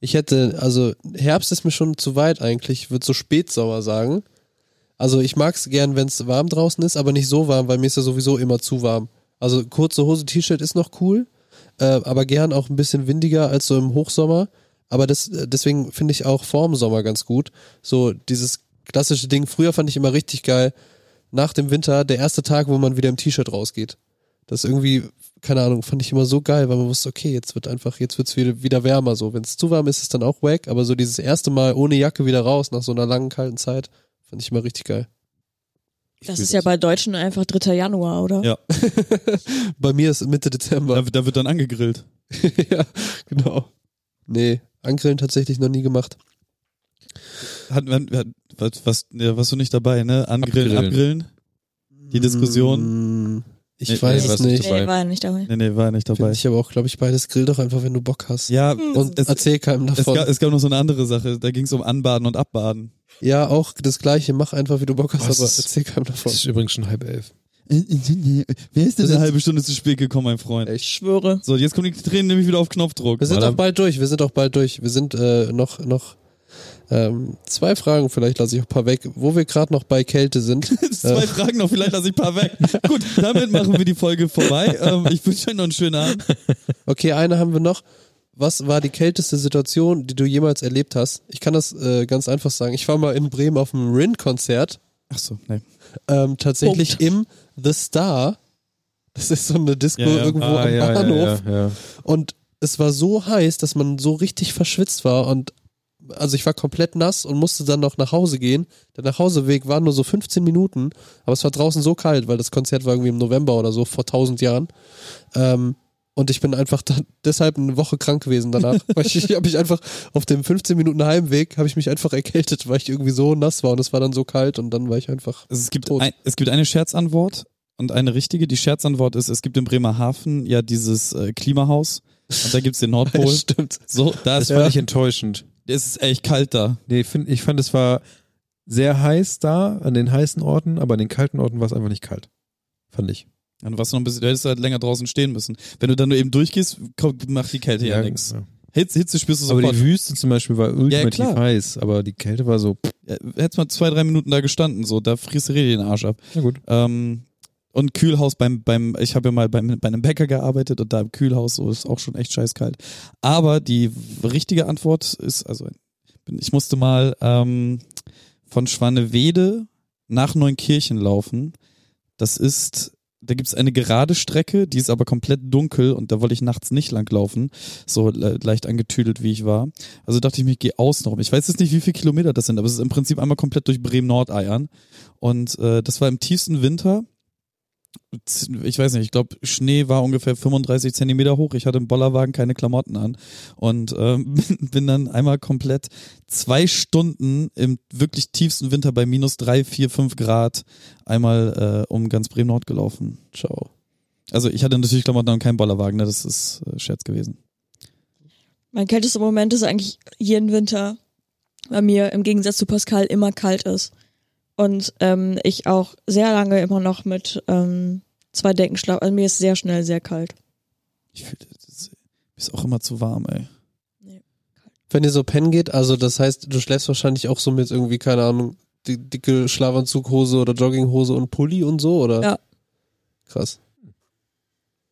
Speaker 4: ich hätte, also Herbst ist mir schon zu weit eigentlich, würde so Spätsommer sagen. Also ich mag es gern, wenn es warm draußen ist, aber nicht so warm, weil mir ist ja sowieso immer zu warm. Also kurze Hose, T-Shirt ist noch cool, äh, aber gern auch ein bisschen windiger als so im Hochsommer. Aber das, äh, deswegen finde ich auch vorm Sommer ganz gut. So dieses klassische Ding, früher fand ich immer richtig geil, nach dem Winter, der erste Tag, wo man wieder im T-Shirt rausgeht. Das irgendwie, keine Ahnung, fand ich immer so geil, weil man wusste, okay, jetzt wird einfach, jetzt wird's wieder, wieder wärmer so. Wenn es zu warm ist, ist es dann auch wack, aber so dieses erste Mal ohne Jacke wieder raus nach so einer langen kalten Zeit, fand ich immer richtig geil.
Speaker 2: Das ist ja bei Deutschen einfach 3. Januar, oder?
Speaker 3: Ja.
Speaker 4: Bei mir ist Mitte
Speaker 3: Da,
Speaker 4: Dezember.
Speaker 3: da wird dann angegrillt.
Speaker 4: ja, genau. Nee, Angrillen tatsächlich noch nie gemacht.
Speaker 3: Hat, hat, hat, was, was, ja, warst du nicht dabei, ne? Angrillen,
Speaker 1: Abgrillen.
Speaker 3: abgrillen? Die Diskussion?
Speaker 4: Mm, Ich
Speaker 3: Nee,
Speaker 4: weiß
Speaker 1: nee,
Speaker 4: es
Speaker 1: was
Speaker 4: nicht.
Speaker 1: nicht
Speaker 2: Nee, war ja nicht dabei.
Speaker 3: Nee, nee, war nicht dabei.
Speaker 4: Finde ich aber auch, glaube ich, beides grill doch einfach, wenn du Bock hast.
Speaker 3: Ja,
Speaker 4: Und
Speaker 3: es,
Speaker 4: Mm. erzähl keinem
Speaker 3: es,
Speaker 4: davon.
Speaker 3: gab, es gab noch so eine andere Sache. Da ging es um Anbaden und Abbaden.
Speaker 4: ja, auch das gleiche, mach einfach, wie du Bock hast,
Speaker 1: Was?
Speaker 4: aber erzähl keinem davon.
Speaker 1: Es ist übrigens schon halb elf.
Speaker 3: Wer ist denn eine halbe Stunde zu spät gekommen, mein Freund?
Speaker 2: Ich schwöre.
Speaker 3: So, jetzt kommen die Tränen nämlich wieder auf Knopfdruck.
Speaker 4: Wir sind
Speaker 1: Madame-
Speaker 4: auch bald durch, wir sind auch bald durch. Wir sind äh, noch, noch ähm, zwei Fragen, vielleicht lasse ich auch ein paar weg, wo wir gerade noch bei Kälte sind.
Speaker 3: Zwei Fragen noch, vielleicht lasse ich ein paar weg. Gut, damit machen wir die Folge vorbei. Ähm, ich wünsche euch noch einen schönen Abend.
Speaker 4: Okay, eine haben wir noch. Was war die kälteste Situation, die du jemals erlebt hast? Ich kann das äh, ganz einfach sagen. Ich war mal in Bremen auf einem Rin-Konzert,
Speaker 3: Ach so, nee.
Speaker 4: ähm, tatsächlich
Speaker 3: Oh.
Speaker 4: im The Star. Das ist so eine Disco
Speaker 3: Ja, ja.
Speaker 4: irgendwo am Bahnhof.
Speaker 1: Ah, ja, ja.
Speaker 4: Und es war so heiß, dass man so richtig verschwitzt war und also ich war komplett nass und musste dann noch nach Hause gehen. Der Nachhauseweg war nur so 15 Minuten, aber es war draußen so kalt, weil das Konzert war irgendwie im November oder so vor 1000 Jahren. Ähm, und ich bin einfach dann deshalb eine Woche krank gewesen danach. weil ich, ich habe mich einfach auf dem 15 Minuten Heimweg habe ich mich einfach erkältet, weil ich irgendwie so nass war und es war dann so kalt und dann war ich einfach.
Speaker 3: Also es gibt,
Speaker 4: Tot.
Speaker 3: ein, es gibt eine Scherzantwort und eine richtige. Die Scherzantwort ist, es gibt in Bremerhaven ja dieses äh, Klimahaus und da gibt's den Nordpol.
Speaker 4: Stimmt.
Speaker 3: So, da
Speaker 1: Das
Speaker 3: ist,
Speaker 1: fand
Speaker 3: ja.
Speaker 1: ich enttäuschend.
Speaker 3: es ist echt kalt da.
Speaker 1: Nee, ich find, ich fand, es war sehr heiß da, an den heißen Orten, aber an den kalten Orten war es einfach nicht kalt. Fand ich.
Speaker 3: Dann warst du noch ein bisschen, da hättest du halt länger draußen stehen müssen. Wenn du dann nur eben durchgehst, kommt, macht die Kälte ja, nix. Hitze, Hitze spürst du
Speaker 1: Aber
Speaker 3: sofort.
Speaker 1: die Wüste zum Beispiel war ultimativ
Speaker 3: klar.
Speaker 1: heiß, aber die Kälte war so,
Speaker 3: Ja, Äh, Hättest mal zwei, drei Minuten da gestanden, so, da frierst du richtig den Arsch ab.
Speaker 1: na gut.
Speaker 3: Ähm, und Kühlhaus beim, beim, ich habe ja mal beim, bei einem Bäcker gearbeitet und da im Kühlhaus, so ist auch schon echt scheißkalt. Aber die w- richtige Antwort ist, also bin- ich musste mal ähm, von Schwannewede nach Neunkirchen laufen. Das ist da gibt's eine gerade Strecke, die ist aber komplett dunkel und da wollte ich nachts nicht langlaufen, so le leicht angetüdelt wie ich war. Also dachte ich mir, ich gehe außen rum. Ich weiß jetzt nicht, wie viele Kilometer das sind, aber es ist im Prinzip einmal komplett durch Bremen-Nordeiern. Und äh, das war im tiefsten Winter. Ich weiß nicht, ich glaube, Schnee war ungefähr 35 Zentimeter hoch. Ich hatte im Bollerwagen keine Klamotten an und ähm, bin dann einmal komplett zwei Stunden im wirklich tiefsten Winter bei minus drei, vier, fünf Grad einmal äh, um ganz Bremen Nord gelaufen. Ciao. Also ich hatte natürlich Klamotten an und keinen Bollerwagen, ne? das ist äh, Scherz gewesen.
Speaker 2: Mein kältester Moment ist eigentlich jeden Winter bei mir, im Gegensatz zu Pascal, immer kalt ist. Und ähm, ich auch sehr lange immer noch mit ähm, zwei Decken schlafe. Also mir ist sehr schnell sehr kalt.
Speaker 3: Ich fühle, ist auch immer zu warm, ey.
Speaker 4: Wenn ihr so pennen geht, also das heißt, du schläfst wahrscheinlich auch so mit irgendwie, keine Ahnung, di- dicke Schlafanzughose oder Jogginghose und Pulli und so, oder?
Speaker 2: Ja.
Speaker 4: Krass.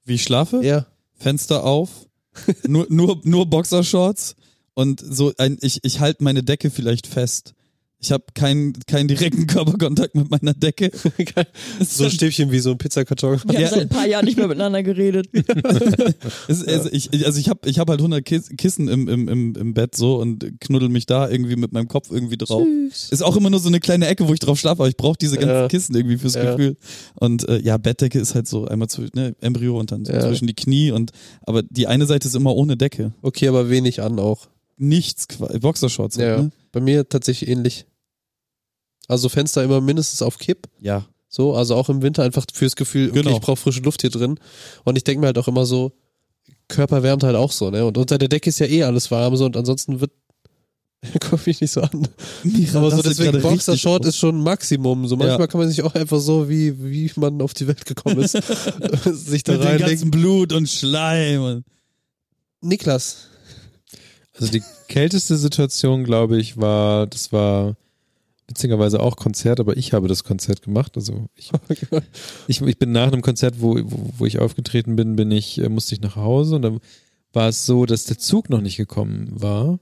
Speaker 3: Wie ich schlafe?
Speaker 4: Ja.
Speaker 3: Fenster auf, nur, nur, nur Boxershorts und so ein, ich, ich halte meine Decke vielleicht fest. Ich habe keinen keinen direkten Körperkontakt mit meiner Decke.
Speaker 4: Geil. so ein Stäbchen wie so ein Pizzakarton.
Speaker 2: Wir
Speaker 3: Ja.
Speaker 2: haben seit ein paar Jahren nicht mehr miteinander geredet.
Speaker 3: Es, also ich, ich- also ich habe ich hab halt 100 Kiss, Kissen im, im, im, im Bett so und knuddel mich da irgendwie mit meinem Kopf irgendwie drauf. Ist auch immer nur so eine kleine Ecke, wo ich drauf schlafe, aber ich brauche diese ganzen
Speaker 4: Ja.
Speaker 3: Kissen irgendwie fürs
Speaker 4: Ja.
Speaker 3: Gefühl. Und äh, ja, Bettdecke ist halt so einmal zwischen ne, Embryo und dann so
Speaker 4: Ja.
Speaker 3: zwischen die Knie und aber die eine Seite ist immer ohne Decke.
Speaker 4: Okay, aber wenig an auch.
Speaker 3: Nichts, qua- Boxershorts. halt,
Speaker 4: Ja.
Speaker 3: Ne?
Speaker 4: Bei mir tatsächlich ähnlich. Also Fenster immer mindestens auf Kipp.
Speaker 3: ja.
Speaker 4: So, also auch im Winter einfach fürs Gefühl, okay,
Speaker 3: Genau.
Speaker 4: ich brauche frische Luft hier drin. Und ich denke mir halt auch immer so, Körper wärmt halt auch so, ne? Und unter der Decke ist ja eh alles warm so und ansonsten wird komme ich nicht so an.
Speaker 3: Mira,
Speaker 4: Aber so
Speaker 3: rastet
Speaker 4: deswegen
Speaker 3: gerade richtig
Speaker 4: Boxershort
Speaker 3: aus.
Speaker 4: ist schon Maximum. So manchmal
Speaker 3: Ja.
Speaker 4: kann man sich auch einfach so, wie, wie man auf die Welt gekommen ist, sich da
Speaker 3: mit dem
Speaker 4: reinlegen.
Speaker 3: ganzen Blut und Schleim. Und
Speaker 4: Niklas.
Speaker 1: Also die kälteste Situation, glaube ich, war, das war witzigerweise auch Konzert, aber ich habe das Konzert gemacht. Also ich, ich, ich bin nach einem Konzert, wo, wo, wo ich aufgetreten bin, bin ich, äh, musste ich nach Hause und dann war es so, dass der Zug noch nicht gekommen war.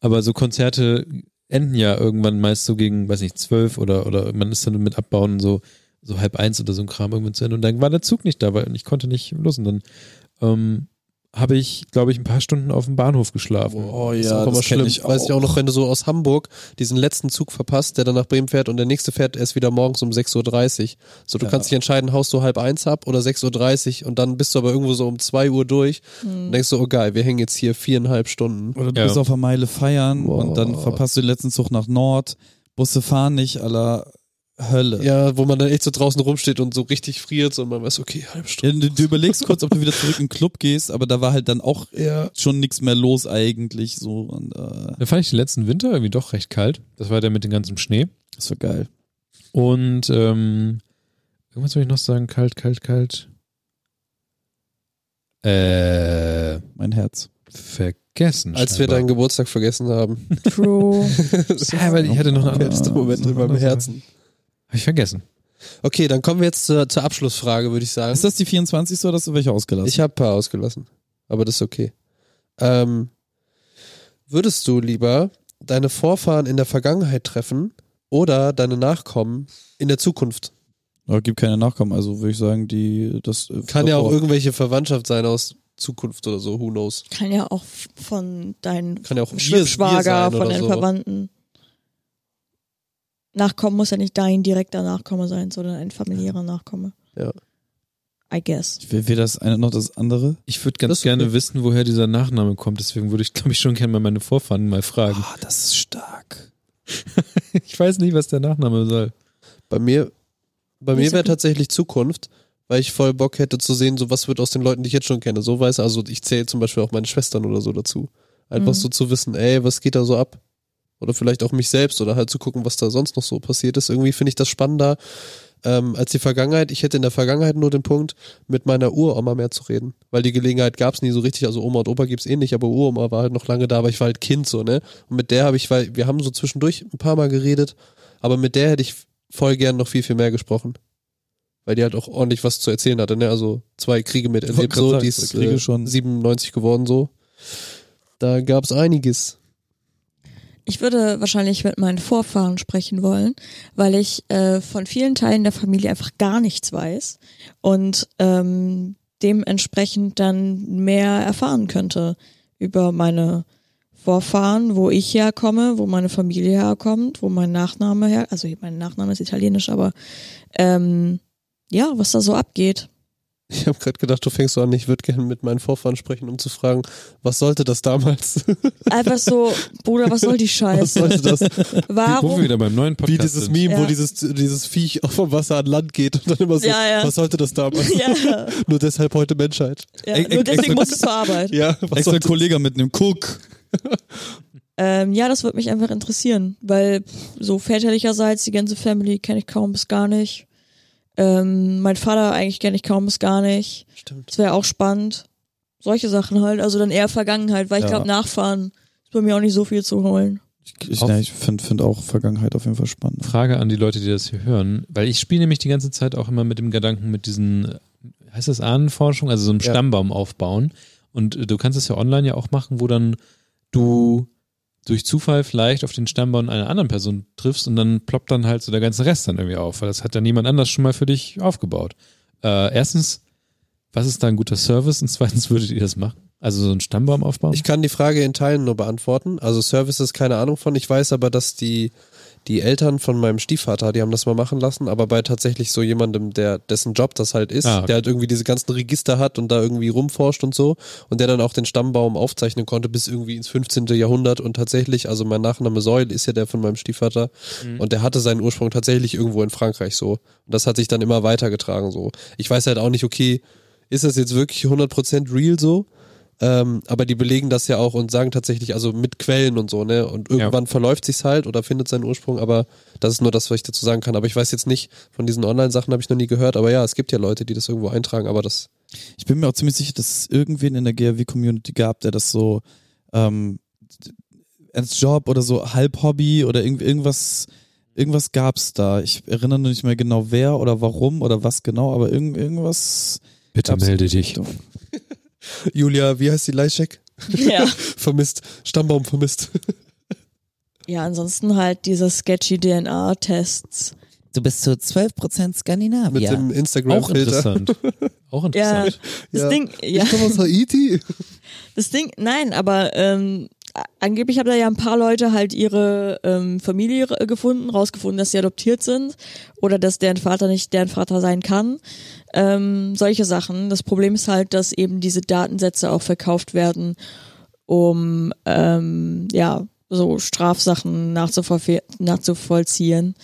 Speaker 1: Aber so Konzerte enden ja irgendwann meist so gegen, weiß nicht, zwölf oder, oder man ist dann mit Abbauen so, so halb eins oder so ein Kram irgendwann zu Ende. Und dann war der Zug nicht da, weil ich konnte nicht los. Und dann ähm, habe ich, glaube ich, ein paar Stunden auf dem Bahnhof geschlafen.
Speaker 4: ist
Speaker 3: ja,
Speaker 4: auch immer
Speaker 3: das kenn
Speaker 4: schlimm.
Speaker 3: ich
Speaker 4: Weiß ich auch noch, wenn du so aus Hamburg diesen letzten Zug verpasst, der dann nach Bremen fährt und der nächste fährt erst wieder morgens um 6.30 Uhr. So, du
Speaker 3: Ja.
Speaker 4: kannst dich entscheiden, haust du halb eins ab oder 6.30 Uhr und dann bist du aber irgendwo so um 2 Uhr durch und denkst so, oh geil, wir hängen jetzt hier viereinhalb Stunden.
Speaker 3: Oder du
Speaker 1: Ja.
Speaker 3: bist auf einer Meile feiern
Speaker 4: Boah.
Speaker 3: und dann verpasst du den letzten Zug nach Nord. Busse fahren nicht aller Hölle.
Speaker 4: Ja, wo man dann echt so draußen rumsteht und so richtig friert so, und man weiß, okay, halbe Stunde.
Speaker 3: Ja, du, du überlegst kurz, ob du wieder zurück in den Club gehst, aber da war halt dann auch
Speaker 4: Ja.
Speaker 3: schon nichts mehr los eigentlich. So und äh,
Speaker 1: Da fand ich den letzten Winter irgendwie doch recht kalt. Das war der mit dem ganzen Schnee.
Speaker 3: das war geil.
Speaker 1: Und ähm, irgendwas will ich noch sagen, kalt, kalt, kalt. Äh,
Speaker 3: Mein Herz.
Speaker 1: vergessen.
Speaker 4: Als wir deinen
Speaker 1: scheinbar.
Speaker 4: Geburtstag vergessen haben.
Speaker 2: True.
Speaker 1: Ja, weil ich hatte noch eine andere.
Speaker 4: Letzter
Speaker 3: Ah,
Speaker 4: Moment in meinem Herzen.
Speaker 1: Hab ich vergessen.
Speaker 4: Okay, dann kommen wir jetzt zur, zur Abschlussfrage, würde ich sagen.
Speaker 3: Ist das die 24. oder hast du welche ausgelassen?
Speaker 4: Ich habe ein paar ausgelassen, aber das ist okay. Ähm, würdest du lieber deine Vorfahren in der Vergangenheit treffen oder deine Nachkommen in der Zukunft?
Speaker 3: Aber gibt keine Nachkommen, also würde ich sagen, die das äh,
Speaker 4: Kann ja auch
Speaker 3: davor-
Speaker 4: irgendwelche Verwandtschaft sein aus Zukunft oder so, who knows.
Speaker 2: Kann ja auch von deinen
Speaker 4: Kann ja auch wir- wir
Speaker 2: Schwibschwager,
Speaker 4: sein
Speaker 2: von
Speaker 4: oder
Speaker 2: deinen
Speaker 4: so.
Speaker 2: Verwandten. Nachkommen muss ja nicht dein direkter Nachkomme sein, sondern ein familiärer Nachkomme.
Speaker 4: Ja.
Speaker 2: I guess.
Speaker 3: Weder das eine noch das andere.
Speaker 1: Ich würde
Speaker 4: Das
Speaker 1: ganz
Speaker 4: ist
Speaker 1: gerne
Speaker 4: okay.
Speaker 1: wissen, woher dieser Nachname kommt. Deswegen würde ich, glaube ich, schon gerne mal meine Vorfahren mal fragen.
Speaker 3: Ah, das ist stark.
Speaker 1: Ich weiß nicht, was der Nachname soll.
Speaker 4: Bei mir, bei
Speaker 2: Nicht
Speaker 4: mir
Speaker 2: so
Speaker 4: wäre
Speaker 2: gut.
Speaker 4: tatsächlich Zukunft, weil ich voll Bock hätte zu sehen, so was wird aus den Leuten, die ich jetzt schon kenne. So weiß, also ich zähle zum Beispiel auch meine Schwestern oder so dazu. Einfach
Speaker 2: Mhm.
Speaker 4: so zu wissen, ey, was geht da so ab? Oder vielleicht auch mich selbst oder halt zu gucken, was da sonst noch so passiert ist. Irgendwie finde ich das spannender ähm, als die Vergangenheit. Ich hätte in der Vergangenheit nur den Punkt, mit meiner Uroma mehr zu reden. Weil die Gelegenheit gab es nie so richtig. Also Oma und Opa gibt's eh nicht, aber Uroma war halt noch lange da, aber ich war halt Kind so, ne? Und mit der habe ich, weil wir haben so zwischendurch ein paar Mal geredet, aber mit der hätte ich voll gern noch viel, viel mehr gesprochen. Weil die halt auch ordentlich was zu erzählen hatte, ne? Also zwei Kriege
Speaker 3: Wollte
Speaker 4: miterlebt,
Speaker 3: grad
Speaker 4: so,
Speaker 3: sagen,
Speaker 4: die
Speaker 3: zwei
Speaker 4: ist
Speaker 3: Kriege
Speaker 4: äh,
Speaker 3: schon.
Speaker 4: 97 geworden, so. Da gab's einiges.
Speaker 2: Ich würde wahrscheinlich mit meinen Vorfahren sprechen wollen, weil ich äh, von vielen Teilen der Familie einfach gar nichts weiß und ähm, dementsprechend dann mehr erfahren könnte über meine Vorfahren, wo ich herkomme, wo meine Familie herkommt, wo mein Nachname her, also mein Nachname ist italienisch, aber ähm, ja, was da so abgeht.
Speaker 4: Ich habe gerade gedacht, du fängst so an, ich würde gerne mit meinen Vorfahren sprechen, um zu fragen, was sollte das damals?
Speaker 2: Einfach so, Bruder, was soll die
Speaker 4: Was
Speaker 2: Scheiße?
Speaker 4: sollte das?
Speaker 1: Wo wir
Speaker 2: Warum?
Speaker 1: wieder beim neuen Podcast
Speaker 4: Wie dieses
Speaker 1: sind.
Speaker 4: Meme, wo
Speaker 2: Ja.
Speaker 4: dieses, dieses Viech auch vom Wasser an Land geht und dann immer so,
Speaker 2: Ja, ja.
Speaker 4: was sollte das damals?
Speaker 2: Ja,
Speaker 4: Nur deshalb heute Menschheit.
Speaker 2: ja,
Speaker 3: Ex-
Speaker 2: nur deswegen
Speaker 3: ex-
Speaker 2: muss es zur Arbeit.
Speaker 4: Ja, was
Speaker 3: Extra
Speaker 4: sollte
Speaker 3: Kollege mit einem Cook.
Speaker 2: Ähm, ja, das würde mich einfach interessieren, weil pff, so väterlicherseits die ganze Family kenne ich kaum bis gar nicht. Ähm, mein Vater eigentlich kenne ich kaum bis gar nicht.
Speaker 4: Stimmt.
Speaker 2: Das wäre auch spannend. Solche Sachen halt, also dann eher Vergangenheit, weil ich
Speaker 3: Ja.
Speaker 2: glaube, Nachfahren ist bei mir auch nicht so viel zu holen.
Speaker 3: Ich, ich, ne, ich finde find auch Vergangenheit auf jeden Fall spannend.
Speaker 1: Frage an die Leute, die das hier hören, weil ich spiele nämlich die ganze Zeit auch immer mit dem Gedanken, mit diesen, äh, heißt das Ahnenforschung, also so einen
Speaker 4: Ja.
Speaker 1: Stammbaum aufbauen. Und äh, du kannst es ja online ja auch machen, wo dann du durch Zufall vielleicht auf den Stammbaum einer anderen Person triffst und dann ploppt dann halt so der ganze Rest dann irgendwie auf, weil das hat dann jemand anders schon mal für dich aufgebaut. Äh, erstens, was ist da ein guter Service? Und zweitens, würdet ihr das machen? Also so einen Stammbaum aufbauen?
Speaker 4: Ich kann die Frage in Teilen nur beantworten. Also Services, keine Ahnung von. Ich weiß aber, dass die, die Eltern von meinem Stiefvater, die haben das mal machen lassen, aber bei tatsächlich so jemandem, der, dessen Job das halt ist,
Speaker 1: Ah, okay.
Speaker 4: der halt irgendwie diese ganzen Register hat und da irgendwie rumforscht und so und der dann auch den Stammbaum aufzeichnen konnte bis irgendwie ins 15. Jahrhundert und tatsächlich, also mein Nachname Säul ist ja der von meinem Stiefvater und der hatte seinen Ursprung tatsächlich irgendwo in Frankreich so. Und das hat sich dann immer weitergetragen so. Ich weiß halt auch nicht, okay, ist das jetzt wirklich 100% real so? Ähm, aber die belegen das ja auch und sagen tatsächlich, also mit Quellen und so, ne? Und irgendwann verläuft sich's halt oder findet seinen Ursprung, aber das ist nur das, was ich dazu sagen kann. Aber ich weiß jetzt nicht, von diesen Online-Sachen habe ich noch nie gehört, aber ja, es gibt ja Leute, die das irgendwo eintragen, aber das.
Speaker 3: Ich bin mir auch ziemlich sicher, dass es irgendwen in der GRW-Community gab, der das so ähm, als Job oder so halb Hobby oder irgend, irgendwas, irgendwas gab's da. Ich erinnere nur nicht mehr genau wer oder warum oder was genau, aber irgend, irgendwas.
Speaker 1: Bitte
Speaker 3: gab's in
Speaker 1: melde
Speaker 3: die
Speaker 1: dich.
Speaker 3: Richtung.
Speaker 4: Julia, wie heißt die Leischek?
Speaker 2: Ja.
Speaker 4: Vermisst. Stammbaum vermisst.
Speaker 2: ja, ansonsten halt diese sketchy DNA-Tests.
Speaker 7: Du bist zu 12%
Speaker 4: Mit
Speaker 7: Skandinavier.
Speaker 4: dem
Speaker 1: Auch
Speaker 4: Instagram-Filter.
Speaker 1: interessant. auch
Speaker 2: Ja,
Speaker 1: interessant.
Speaker 2: das
Speaker 4: Ja.
Speaker 2: Ding, ja.
Speaker 4: Ich komme aus Haiti.
Speaker 2: Das Ding, nein, aber ähm, a- angeblich haben da ja ein paar Leute halt ihre ähm, Familie r- gefunden, rausgefunden, dass sie adoptiert sind oder dass deren Vater nicht deren Vater sein kann. Ähm, solche Sachen. Das Problem ist halt, dass eben diese Datensätze auch verkauft werden, um ähm, ja so Strafsachen nachzuverfe- nachzuvollziehen,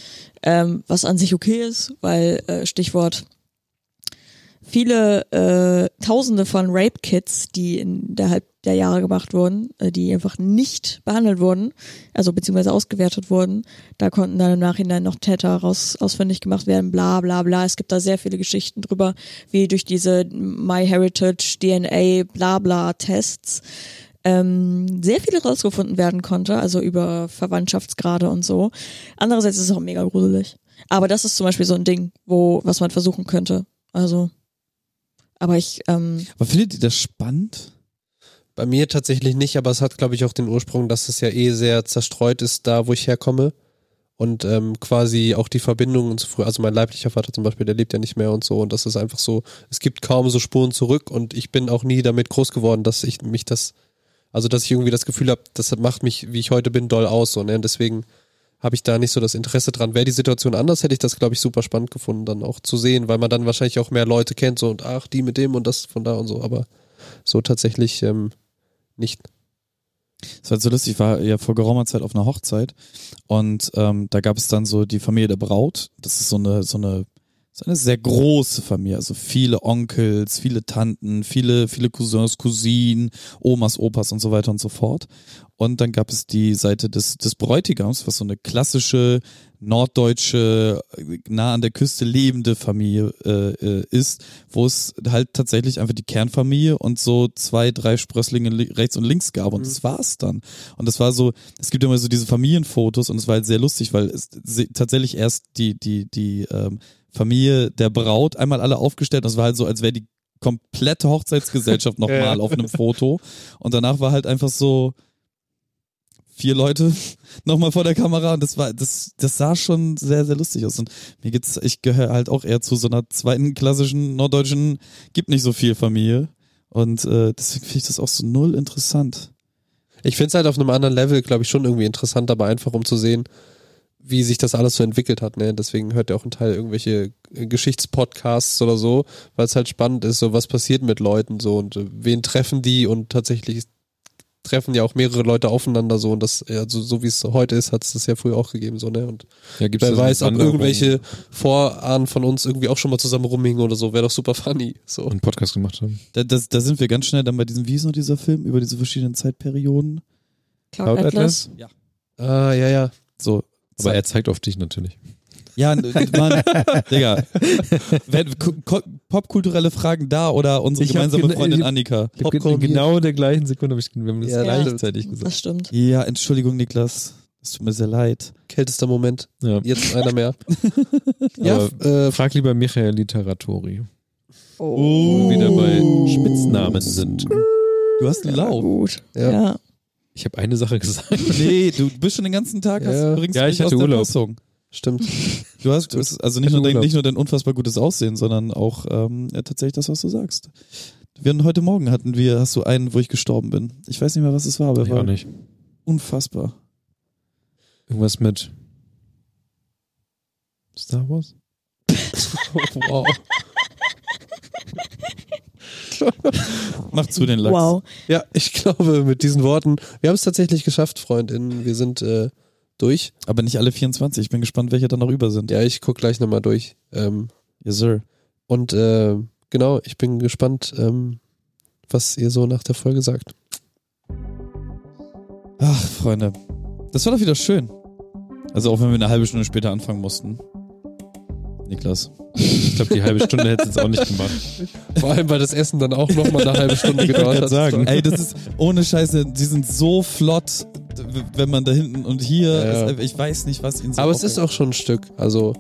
Speaker 2: ähm, was an sich okay ist, weil äh, Stichwort viele äh, Tausende von Rape-Kits, die innerhalb der Jahre gemacht wurden, äh, die einfach nicht behandelt wurden, also beziehungsweise ausgewertet wurden. Da konnten dann im Nachhinein noch Täter raus, ausfindig gemacht werden, bla bla bla. Es gibt da sehr viele Geschichten drüber, wie durch diese MyHeritage, DNA, bla bla Tests ähm, sehr viel rausgefunden werden konnte, also über Verwandtschaftsgrade und so. Andererseits ist es auch mega gruselig. Aber das ist zum Beispiel so ein Ding, wo, was man versuchen könnte. Also, aber ich, ähm,
Speaker 3: Aber findet ihr das spannend?
Speaker 4: Bei mir tatsächlich nicht, aber es hat, glaube ich, auch den Ursprung, dass es ja eh sehr zerstreut ist, da wo ich herkomme. Und ähm, quasi auch die Verbindungen zu früher, also mein leiblicher Vater zum Beispiel, der lebt ja nicht mehr und so. Und das ist einfach so, es gibt kaum so Spuren zurück und ich bin auch nie damit groß geworden, dass ich mich das, also dass ich irgendwie das Gefühl habe, das macht mich, wie ich heute bin, doll aus. So, ne? Und deswegen habe ich da nicht so das Interesse dran. Wäre die Situation anders, hätte ich das, glaube ich, super spannend gefunden, dann auch zu sehen, weil man dann wahrscheinlich auch mehr Leute kennt, so und ach, die mit dem und das von da und so, aber so tatsächlich ähm, nicht.
Speaker 3: Es war halt so lustig, ich war ja vor geraumer Zeit auf einer Hochzeit und ähm, da gab es dann so die Familie der Braut. Das ist so eine, so eine, so eine sehr große Familie. Also viele Onkels, viele Tanten, viele, viele Cousins, Cousinen, Omas, Opas und so weiter und so fort. Und dann gab es die Seite des, des Bräutigams, was so eine klassische norddeutsche, nah an der Küste lebende Familie äh, äh, ist, wo es halt tatsächlich einfach die Kernfamilie und so zwei, drei Sprösslinge li- rechts und links gab und das war's dann. Und das war so, es gibt immer so diese Familienfotos und es war halt sehr lustig, weil es se- tatsächlich erst die, die, die ähm, Familie der Braut einmal alle aufgestellt und es war halt so, als wäre die komplette Hochzeitsgesellschaft nochmal
Speaker 4: Ja, ja.
Speaker 3: auf einem Foto und danach war halt einfach so, vier Leute nochmal vor der Kamera und das war, das, das sah schon sehr, sehr lustig aus. Und mir geht's, ich gehöre halt auch eher zu so einer zweiten klassischen norddeutschen, gibt nicht so viel Familie. Und äh, deswegen finde ich das auch so null interessant.
Speaker 4: Ich finde es halt auf einem anderen Level, glaube ich, schon irgendwie interessant, aber einfach um zu sehen, wie sich das alles so entwickelt hat. Ne? Deswegen hört ihr auch einen Teil irgendwelche äh, Geschichtspodcasts oder so, weil es halt spannend ist, so was passiert mit Leuten so und äh, wen treffen die und tatsächlich treffen ja auch mehrere Leute aufeinander so und das, ja, so, so wie es heute ist, hat es das ja früher auch gegeben so, ne? Und
Speaker 1: Ja, gibt's
Speaker 4: wer
Speaker 1: da so
Speaker 4: weiß, ob
Speaker 1: Wanderungen
Speaker 4: irgendwelche Vorahnen von uns irgendwie auch schon mal zusammen rumhingen oder so, wäre doch super funny. So.
Speaker 1: einen Podcast gemacht haben.
Speaker 3: Da, das, da sind wir ganz schnell dann bei diesem, wie ist noch dieser Film, über diese verschiedenen Zeitperioden.
Speaker 2: Cloud Atlas.
Speaker 4: Ah, ja, ja.
Speaker 3: So.
Speaker 1: Aber er zeigt auf dich natürlich.
Speaker 3: Ja, n- Mann, Digga. Wenn ko- ko- popkulturelle Fragen da oder unsere
Speaker 1: Ich hab
Speaker 3: gemeinsame
Speaker 1: gena-
Speaker 3: Freundin
Speaker 1: ich-
Speaker 3: Annika?
Speaker 1: Ich hab ge- in genau der gleichen Sekunde habe ich wir haben das
Speaker 4: Ja, das
Speaker 1: gleichzeitig gesagt.
Speaker 2: Das stimmt.
Speaker 3: Ja, Entschuldigung, Niklas. Es tut mir sehr leid.
Speaker 4: Kältester Moment.
Speaker 1: Ja.
Speaker 4: Jetzt einer mehr. ja,
Speaker 1: Aber
Speaker 4: äh,
Speaker 1: Frag lieber Michael Literatori, wo
Speaker 3: Oh.
Speaker 1: wir wieder bei Spitznamen sind.
Speaker 3: Du hast einen Lauf.
Speaker 2: Gut.
Speaker 4: Ja.
Speaker 2: Ja.
Speaker 1: Ich habe eine Sache gesagt.
Speaker 3: Nee, du bist schon den ganzen Tag, hast,
Speaker 4: Ja.
Speaker 3: bringst
Speaker 1: Ja,
Speaker 3: mich
Speaker 1: ich hatte
Speaker 3: aus der
Speaker 1: Urlaub.
Speaker 3: Fassung.
Speaker 4: stimmt.
Speaker 3: Du hast du hast also nicht
Speaker 1: Hatte
Speaker 3: nur, dein,
Speaker 1: Urlaub.
Speaker 3: nicht nur dein unfassbar gutes Aussehen, sondern auch ähm, ja, tatsächlich das, was du sagst. Wir hatten heute Morgen hatten wir, hast du einen, wo ich gestorben bin. Ich weiß nicht mehr, was es war, aber
Speaker 1: Ich
Speaker 3: war
Speaker 1: auch nicht.
Speaker 3: unfassbar.
Speaker 1: Irgendwas mit Star Wars?
Speaker 4: Wow.
Speaker 3: Mach zu den Lachs.
Speaker 2: Wow.
Speaker 4: Ja, ich glaube, mit diesen Worten, wir haben es tatsächlich geschafft, Freundinnen. Wir sind äh, durch.
Speaker 3: Aber nicht alle 24. Ich bin gespannt, welche da noch über sind.
Speaker 4: Ja, ich guck gleich nochmal durch. Ähm,
Speaker 3: Yes, sir.
Speaker 4: und äh, genau, ich bin gespannt, ähm, was ihr so nach der Folge sagt.
Speaker 3: Ach, Freunde. Das war doch wieder schön. Also auch wenn wir eine halbe Stunde später anfangen mussten. Niklas.
Speaker 1: Ich glaube, die halbe Stunde hätte es jetzt auch nicht gemacht.
Speaker 4: Vor allem, weil das Essen dann auch nochmal eine halbe Stunde gedauert hat.
Speaker 3: Ey, das ist ohne Scheiße, die sind so flott, w- wenn man da hinten und hier,
Speaker 4: Ja, ja.
Speaker 3: Ist, ich weiß nicht, was ihnen so
Speaker 4: Aber es
Speaker 3: aufregt.
Speaker 4: ist auch schon ein Stück. Also,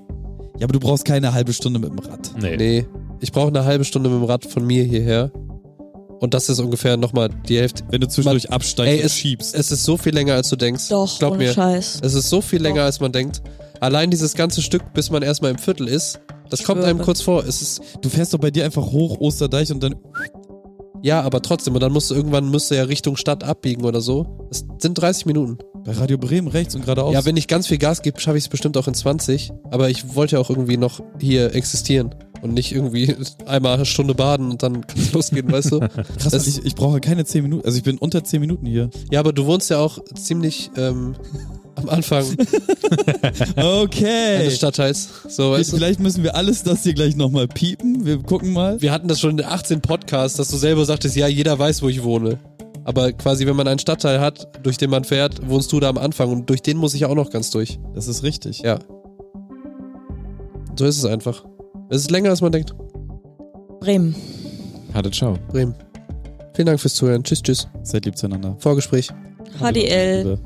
Speaker 3: Ja, aber du brauchst keine halbe Stunde mit dem Rad.
Speaker 1: Nee.
Speaker 4: nee. Ich brauche eine halbe Stunde mit dem Rad von mir hierher. Und das ist ungefähr nochmal die Hälfte.
Speaker 3: Wenn du zwischendurch absteigst
Speaker 4: Ey,
Speaker 3: und
Speaker 4: es-
Speaker 3: schiebst.
Speaker 4: Es ist so viel länger, als du denkst.
Speaker 2: Doch,
Speaker 4: Glaub
Speaker 2: ohne
Speaker 4: mir.
Speaker 2: Scheiß.
Speaker 4: Es ist so viel länger, als man denkt. Allein dieses ganze Stück, bis man erstmal im Viertel ist, das
Speaker 2: Ich
Speaker 4: kommt einem
Speaker 2: schwöre.
Speaker 4: kurz vor. Es ist,
Speaker 3: du fährst doch bei dir einfach hoch Osterdeich und dann
Speaker 4: ja, aber trotzdem. Und dann musst du irgendwann, musst du ja Richtung Stadt abbiegen oder so. Es sind 30 Minuten.
Speaker 3: bei Radio Bremen rechts und geradeaus.
Speaker 4: Ja, wenn ich ganz viel Gas gebe, schaffe ich es bestimmt auch in 20. Aber ich wollte ja auch irgendwie noch hier existieren. Und nicht irgendwie einmal eine Stunde baden und dann kann's losgehen, weißt du?
Speaker 3: Krass,
Speaker 4: es-
Speaker 3: ich, ich brauche keine 10 Minuten. Also ich bin unter 10 Minuten hier.
Speaker 4: Ja, aber du wohnst ja auch ziemlich ähm, am Anfang
Speaker 3: Okay.
Speaker 4: eines Stadtteils. So, Also weißt du?
Speaker 3: Vielleicht müssen wir alles das hier gleich nochmal piepen. Wir gucken mal.
Speaker 4: Wir hatten das schon in 18 Podcasts, dass du selber sagtest, ja, jeder weiß, wo ich wohne. Aber quasi, wenn man einen Stadtteil hat, durch den man fährt, wohnst du da am Anfang und durch den muss ich auch noch ganz durch.
Speaker 3: Das ist richtig.
Speaker 4: Ja. So ist es einfach. Es ist länger, als man denkt.
Speaker 2: Bremen.
Speaker 1: Harte Ciao.
Speaker 4: Bremen. Vielen Dank fürs Zuhören. Tschüss, tschüss.
Speaker 3: Seid lieb zueinander.
Speaker 4: Vorgespräch.
Speaker 2: HDL.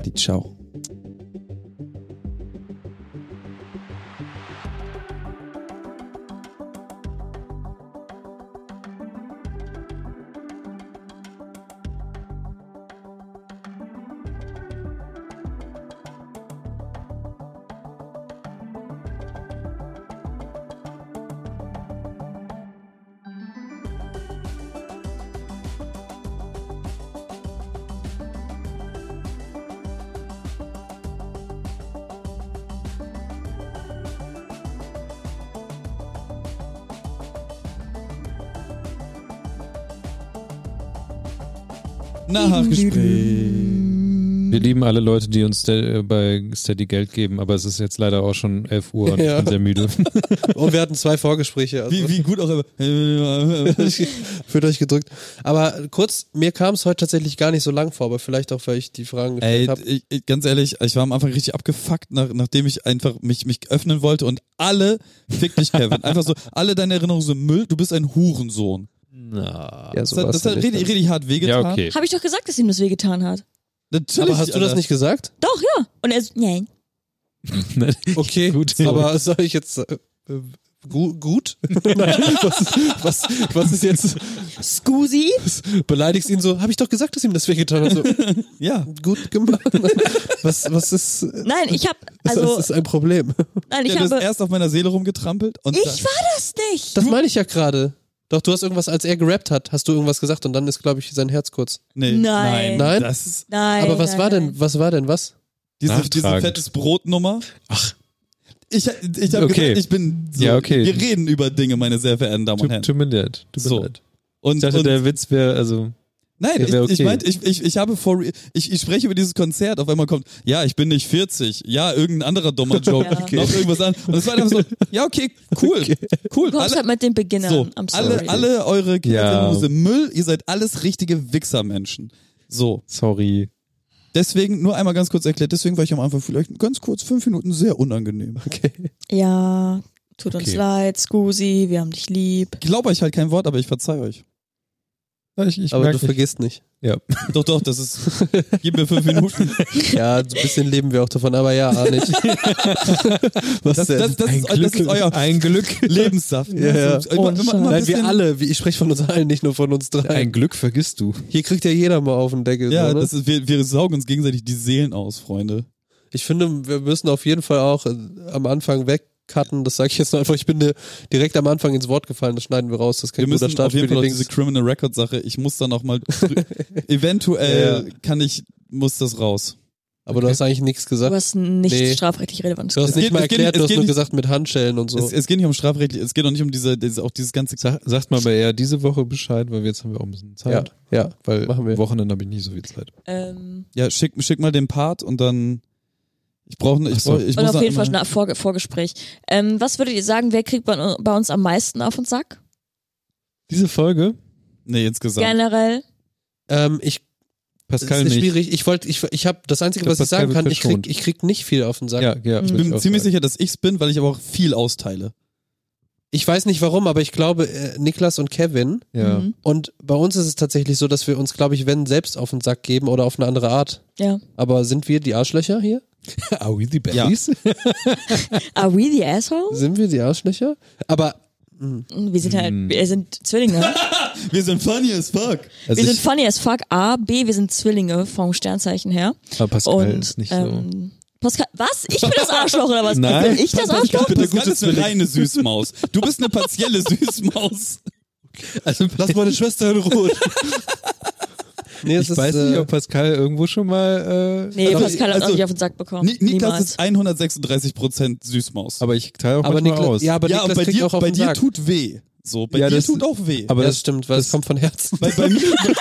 Speaker 3: Adi, ciao. Nachgespräch.
Speaker 1: Wir lieben alle Leute, die uns ste äh, bei Steady Geld geben, aber es ist jetzt leider auch schon 11 Uhr und
Speaker 4: Ja.
Speaker 1: ich bin sehr müde.
Speaker 4: Und wir hatten zwei Vorgespräche. Also
Speaker 3: Wie, wie gut auch immer.
Speaker 4: Fühlt euch gedrückt. Aber kurz, mir kam es heute tatsächlich gar nicht so lang vor, aber vielleicht auch, weil ich die Fragen gestellt
Speaker 3: Ey,
Speaker 4: habe.
Speaker 3: ich, ich, ganz ehrlich, ich war am Anfang richtig abgefuckt, nach, nachdem ich einfach mich, mich öffnen wollte und alle, fick dich, Kevin, einfach so, alle deine Erinnerungen so Müll, du bist ein Hurensohn.
Speaker 1: Na.
Speaker 4: Ja,
Speaker 3: Das
Speaker 4: so
Speaker 3: hat,
Speaker 4: war's
Speaker 3: das
Speaker 4: dann
Speaker 3: hat
Speaker 4: nicht,
Speaker 3: richtig,
Speaker 4: ne?
Speaker 3: richtig hart wehgetan.
Speaker 1: Ja, okay.
Speaker 2: Habe ich doch gesagt, dass ihm das wehgetan hat.
Speaker 3: Natürlich,
Speaker 4: Aber hast du das
Speaker 3: Alter.
Speaker 4: nicht gesagt?
Speaker 2: Doch, ja. Und er so, nein.
Speaker 4: Okay,
Speaker 1: Gut.
Speaker 4: aber soll ich jetzt äh, äh, Gu gut? Nein, was, ist- was, was ist jetzt?
Speaker 2: Scusi?
Speaker 4: Beleidigst ihn so, habe ich doch gesagt, dass ihm das wehgetan hat. So,
Speaker 3: Ja.
Speaker 4: gut gemacht. Was, was ist,
Speaker 2: Nein, ich hab,
Speaker 4: also,
Speaker 2: also,
Speaker 4: das ist ein Problem.
Speaker 2: nein, ich
Speaker 3: Ich ja, du hast
Speaker 2: habe,
Speaker 3: erst auf meiner Seele rumgetrampelt und dann,
Speaker 2: ich war das nicht!
Speaker 4: Das meine ich ja gerade. Doch, du hast irgendwas, als er gerappt hat, hast du irgendwas gesagt und dann ist, glaube ich, sein Herz kurz.
Speaker 3: nee,
Speaker 2: Nein.
Speaker 4: Nein?
Speaker 3: Das ist
Speaker 2: Nein.
Speaker 4: Aber was
Speaker 2: nein,
Speaker 4: war denn,
Speaker 2: nein.
Speaker 4: was war denn was?
Speaker 3: diese,
Speaker 1: Nachtragend.
Speaker 3: diese fettes Brotnummer. Ach. Ich, ich habe
Speaker 1: Okay.
Speaker 3: gesagt, ich bin so,
Speaker 1: Ja, okay.
Speaker 3: wir reden über Dinge, meine sehr verehrten Damen
Speaker 1: Tut
Speaker 3: und
Speaker 1: mir
Speaker 3: Herren.
Speaker 1: tut mir leid. Tut mir
Speaker 3: So.
Speaker 1: leid. Ich
Speaker 3: Und,
Speaker 1: dachte,
Speaker 3: und
Speaker 1: der Witz wäre, also.
Speaker 3: Nein,
Speaker 1: Der
Speaker 3: ich,
Speaker 1: wär
Speaker 3: ich
Speaker 1: okay.
Speaker 3: meinte, ich, ich, ich habe vor, ich, ich spreche über dieses Konzert, auf einmal kommt, ja, ich bin nicht 40, ja, irgendein anderer dummer Joke,
Speaker 2: Ja. Okay.
Speaker 3: noch irgendwas an. Und es war einfach so, ja, okay, cool, cool.
Speaker 4: Oh
Speaker 2: Du kommst halt mit den Beginnern.
Speaker 3: so,
Speaker 2: I'm sorry.
Speaker 3: alle, alle eure
Speaker 1: Ja.
Speaker 3: Kinderlose Müll, ihr seid alles richtige Wichsermenschen. So,
Speaker 1: Sorry.
Speaker 3: deswegen, nur einmal ganz kurz erklärt, deswegen war ich am Anfang vielleicht ganz kurz fünf Minuten sehr unangenehm.
Speaker 2: Ja, tut uns
Speaker 1: Okay.
Speaker 2: leid, Scusi, wir haben dich lieb.
Speaker 3: Ich glaube euch halt kein Wort, aber ich verzeih euch.
Speaker 1: Ich, ich
Speaker 4: Aber
Speaker 1: merk
Speaker 4: du
Speaker 1: nicht.
Speaker 4: vergisst nicht.
Speaker 3: Doch, doch, das ist, gib mir fünf Minuten.
Speaker 4: Ja, ein bisschen leben wir auch davon, aber ja, ah, nicht. was
Speaker 3: Das, das, das, ist, das ist euer
Speaker 1: ein Glück.
Speaker 3: Lebenssaft.
Speaker 4: Ja, ja. Oh,
Speaker 2: Oh,
Speaker 3: Immer, immer, immer
Speaker 4: Nein, wir
Speaker 3: bisschen-
Speaker 4: alle, wie- ich spreche von uns allen, nicht nur von uns drei.
Speaker 1: Ein Glück vergisst du.
Speaker 4: Hier kriegt ja jeder mal auf den Deckel.
Speaker 3: Ja,
Speaker 4: so, ne?
Speaker 3: das ist, wir, wir saugen uns gegenseitig die Seelen aus, Freunde.
Speaker 4: Ich finde, wir müssen auf jeden Fall auch äh, am Anfang wegcutten. Das sage ich jetzt nur einfach. Ich bin äh, direkt am Anfang ins Wort gefallen. Das schneiden wir raus. Das
Speaker 3: Wir
Speaker 4: kann guter
Speaker 3: müssen
Speaker 4: Start
Speaker 3: auf
Speaker 4: für
Speaker 3: jeden
Speaker 4: die
Speaker 3: Fall auf
Speaker 4: Links.
Speaker 3: diese Criminal Record Sache. Ich muss da noch mal drü- eventuell kann ich muss das raus.
Speaker 4: Aber du hast eigentlich nichts
Speaker 2: Du
Speaker 4: gesagt.
Speaker 2: hast nichts
Speaker 4: Nee.
Speaker 2: strafrechtlich Relevantes
Speaker 4: Du hast
Speaker 3: es
Speaker 4: nicht
Speaker 3: geht-
Speaker 4: mal
Speaker 3: es geht-
Speaker 4: erklärt.
Speaker 3: es
Speaker 4: Du hast
Speaker 3: geht
Speaker 4: nur
Speaker 3: nicht-
Speaker 4: gesagt mit Handschellen und so.
Speaker 3: Es, es geht nicht um strafrechtlich, es geht auch nicht um diese, diese auch dieses ganze
Speaker 1: Sag, sagt mal bei er diese Woche Bescheid, weil jetzt haben wir auch ein bisschen
Speaker 4: ja,
Speaker 1: Zeit.
Speaker 4: ja,
Speaker 1: Weil
Speaker 4: machen wir.
Speaker 1: am Wochenende habe ich nicht so viel Zeit.
Speaker 2: Ähm,
Speaker 3: Ja, schick schick mal den Part und dann ich brauche ich,
Speaker 1: Ach so.
Speaker 3: brauch, ich
Speaker 2: und
Speaker 3: muss
Speaker 2: auf jeden
Speaker 3: noch
Speaker 2: Fall schon ein Vor Vorgespräch. Ähm, was würdet ihr sagen, wer kriegt bei, bei uns am meisten auf den Sack?
Speaker 1: Diese Folge,
Speaker 3: Nee, insgesamt.
Speaker 2: Generell?
Speaker 4: Ähm, ich, das
Speaker 1: Pascal
Speaker 4: ist
Speaker 1: nicht.
Speaker 4: schwierig. Ich wollte, ich, ich habe das Einzige,
Speaker 1: Ich glaub,
Speaker 4: was ich
Speaker 1: Pascal
Speaker 4: sagen
Speaker 1: wird
Speaker 4: kann, ich krieg,
Speaker 1: verschont.
Speaker 4: ich krieg nicht viel auf den Sack.
Speaker 1: Ja, ja. würd
Speaker 2: Ich
Speaker 3: Ich bin
Speaker 1: auch
Speaker 3: ziemlich
Speaker 1: sagen.
Speaker 3: sicher, dass ich's bin, weil ich aber auch viel austeile.
Speaker 4: Ich weiß nicht warum, aber ich glaube, äh, Niklas und Kevin.
Speaker 1: Ja.
Speaker 2: Mhm.
Speaker 4: Und bei uns ist es tatsächlich so, dass wir uns, glaube ich, wenn selbst auf den Sack geben oder auf eine andere Art.
Speaker 2: Ja.
Speaker 4: Aber sind wir die Arschlöcher hier?
Speaker 1: Are we the
Speaker 3: baddies?
Speaker 2: Are we the assholes?
Speaker 4: Sind wir die Arschlöcher? Aber
Speaker 2: Wir sind halt,
Speaker 1: Hm.
Speaker 2: wir sind Zwillinge.
Speaker 3: Wir sind funny as fuck.
Speaker 1: Also
Speaker 2: wir sind
Speaker 1: ich,
Speaker 2: funny as fuck. A, B, wir sind Zwillinge vom Sternzeichen her.
Speaker 1: aber Pascal
Speaker 2: Und
Speaker 1: ist nicht so.
Speaker 2: ähm, Pascal, was? Ich bin das Arschloch oder was?
Speaker 1: Nein.
Speaker 2: Bin ich das
Speaker 3: Ich
Speaker 2: Arschloch?
Speaker 3: bin eine gute ist eine reine Süßmaus. Du bist eine partielle Süßmaus.
Speaker 4: Also lass meine Schwester in Ruhe. nee, es
Speaker 1: Ich weiß
Speaker 4: äh,
Speaker 1: nicht, ob Pascal irgendwo schon mal. Äh,
Speaker 2: Nee,
Speaker 3: Also,
Speaker 2: Pascal hat
Speaker 3: also,
Speaker 2: auch nicht auf den Sack bekommen.
Speaker 3: Ni Niklas
Speaker 2: Niemals.
Speaker 3: ist 136% Süßmaus.
Speaker 1: Aber ich teile auch
Speaker 4: aber
Speaker 1: manchmal
Speaker 4: Niklas,
Speaker 1: aus.
Speaker 4: ja, aber
Speaker 3: ja, und
Speaker 4: Niklas
Speaker 3: bei
Speaker 4: kriegt
Speaker 3: dir,
Speaker 4: auch auf
Speaker 3: bei
Speaker 4: den
Speaker 3: dir
Speaker 4: Sack.
Speaker 3: tut weh. So, bei
Speaker 1: Ja,
Speaker 3: dir
Speaker 1: das-
Speaker 3: tut auch weh.
Speaker 1: aber
Speaker 4: ja,
Speaker 1: das,
Speaker 4: äh, das stimmt, weil es kommt von Herzen.
Speaker 3: bei, bei, Mira,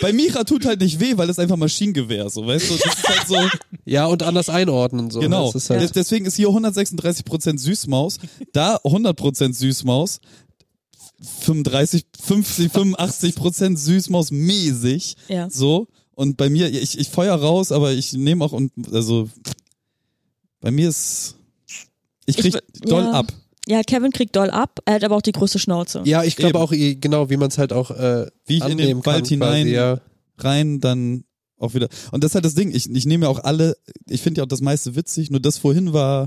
Speaker 3: bei Mira tut halt nicht weh, weil es einfach Maschinengewehr, so, weißt du? Das ist halt so,
Speaker 4: Ja, und anders einordnen so.
Speaker 3: genau.
Speaker 4: Das ist halt,
Speaker 3: Des- Deswegen ist hier 136% Süßmaus, da 100% Süßmaus, 35, 50, 85% Süßmaus mäßig,
Speaker 2: ja.
Speaker 3: so. Und bei mir, ich, ich feuer raus, aber ich nehme auch und, also, bei mir ist,
Speaker 2: Ich
Speaker 3: ich krieg
Speaker 2: w-
Speaker 3: doll
Speaker 2: ja.
Speaker 3: ab.
Speaker 2: ja, Kevin kriegt doll ab, er hat aber auch die größte Schnauze.
Speaker 4: ja, ich glaube
Speaker 3: Eben.
Speaker 4: auch, eh, genau, wie man es halt auch äh,
Speaker 3: Wie ich in
Speaker 4: annehmen
Speaker 3: den
Speaker 4: kann.
Speaker 3: Wald hinein
Speaker 4: Quasi, ja.
Speaker 3: rein, dann auch wieder. Und das ist halt das Ding. Ich, ich nehme ja auch alle, ich finde ja auch das meiste witzig, nur das vorhin war.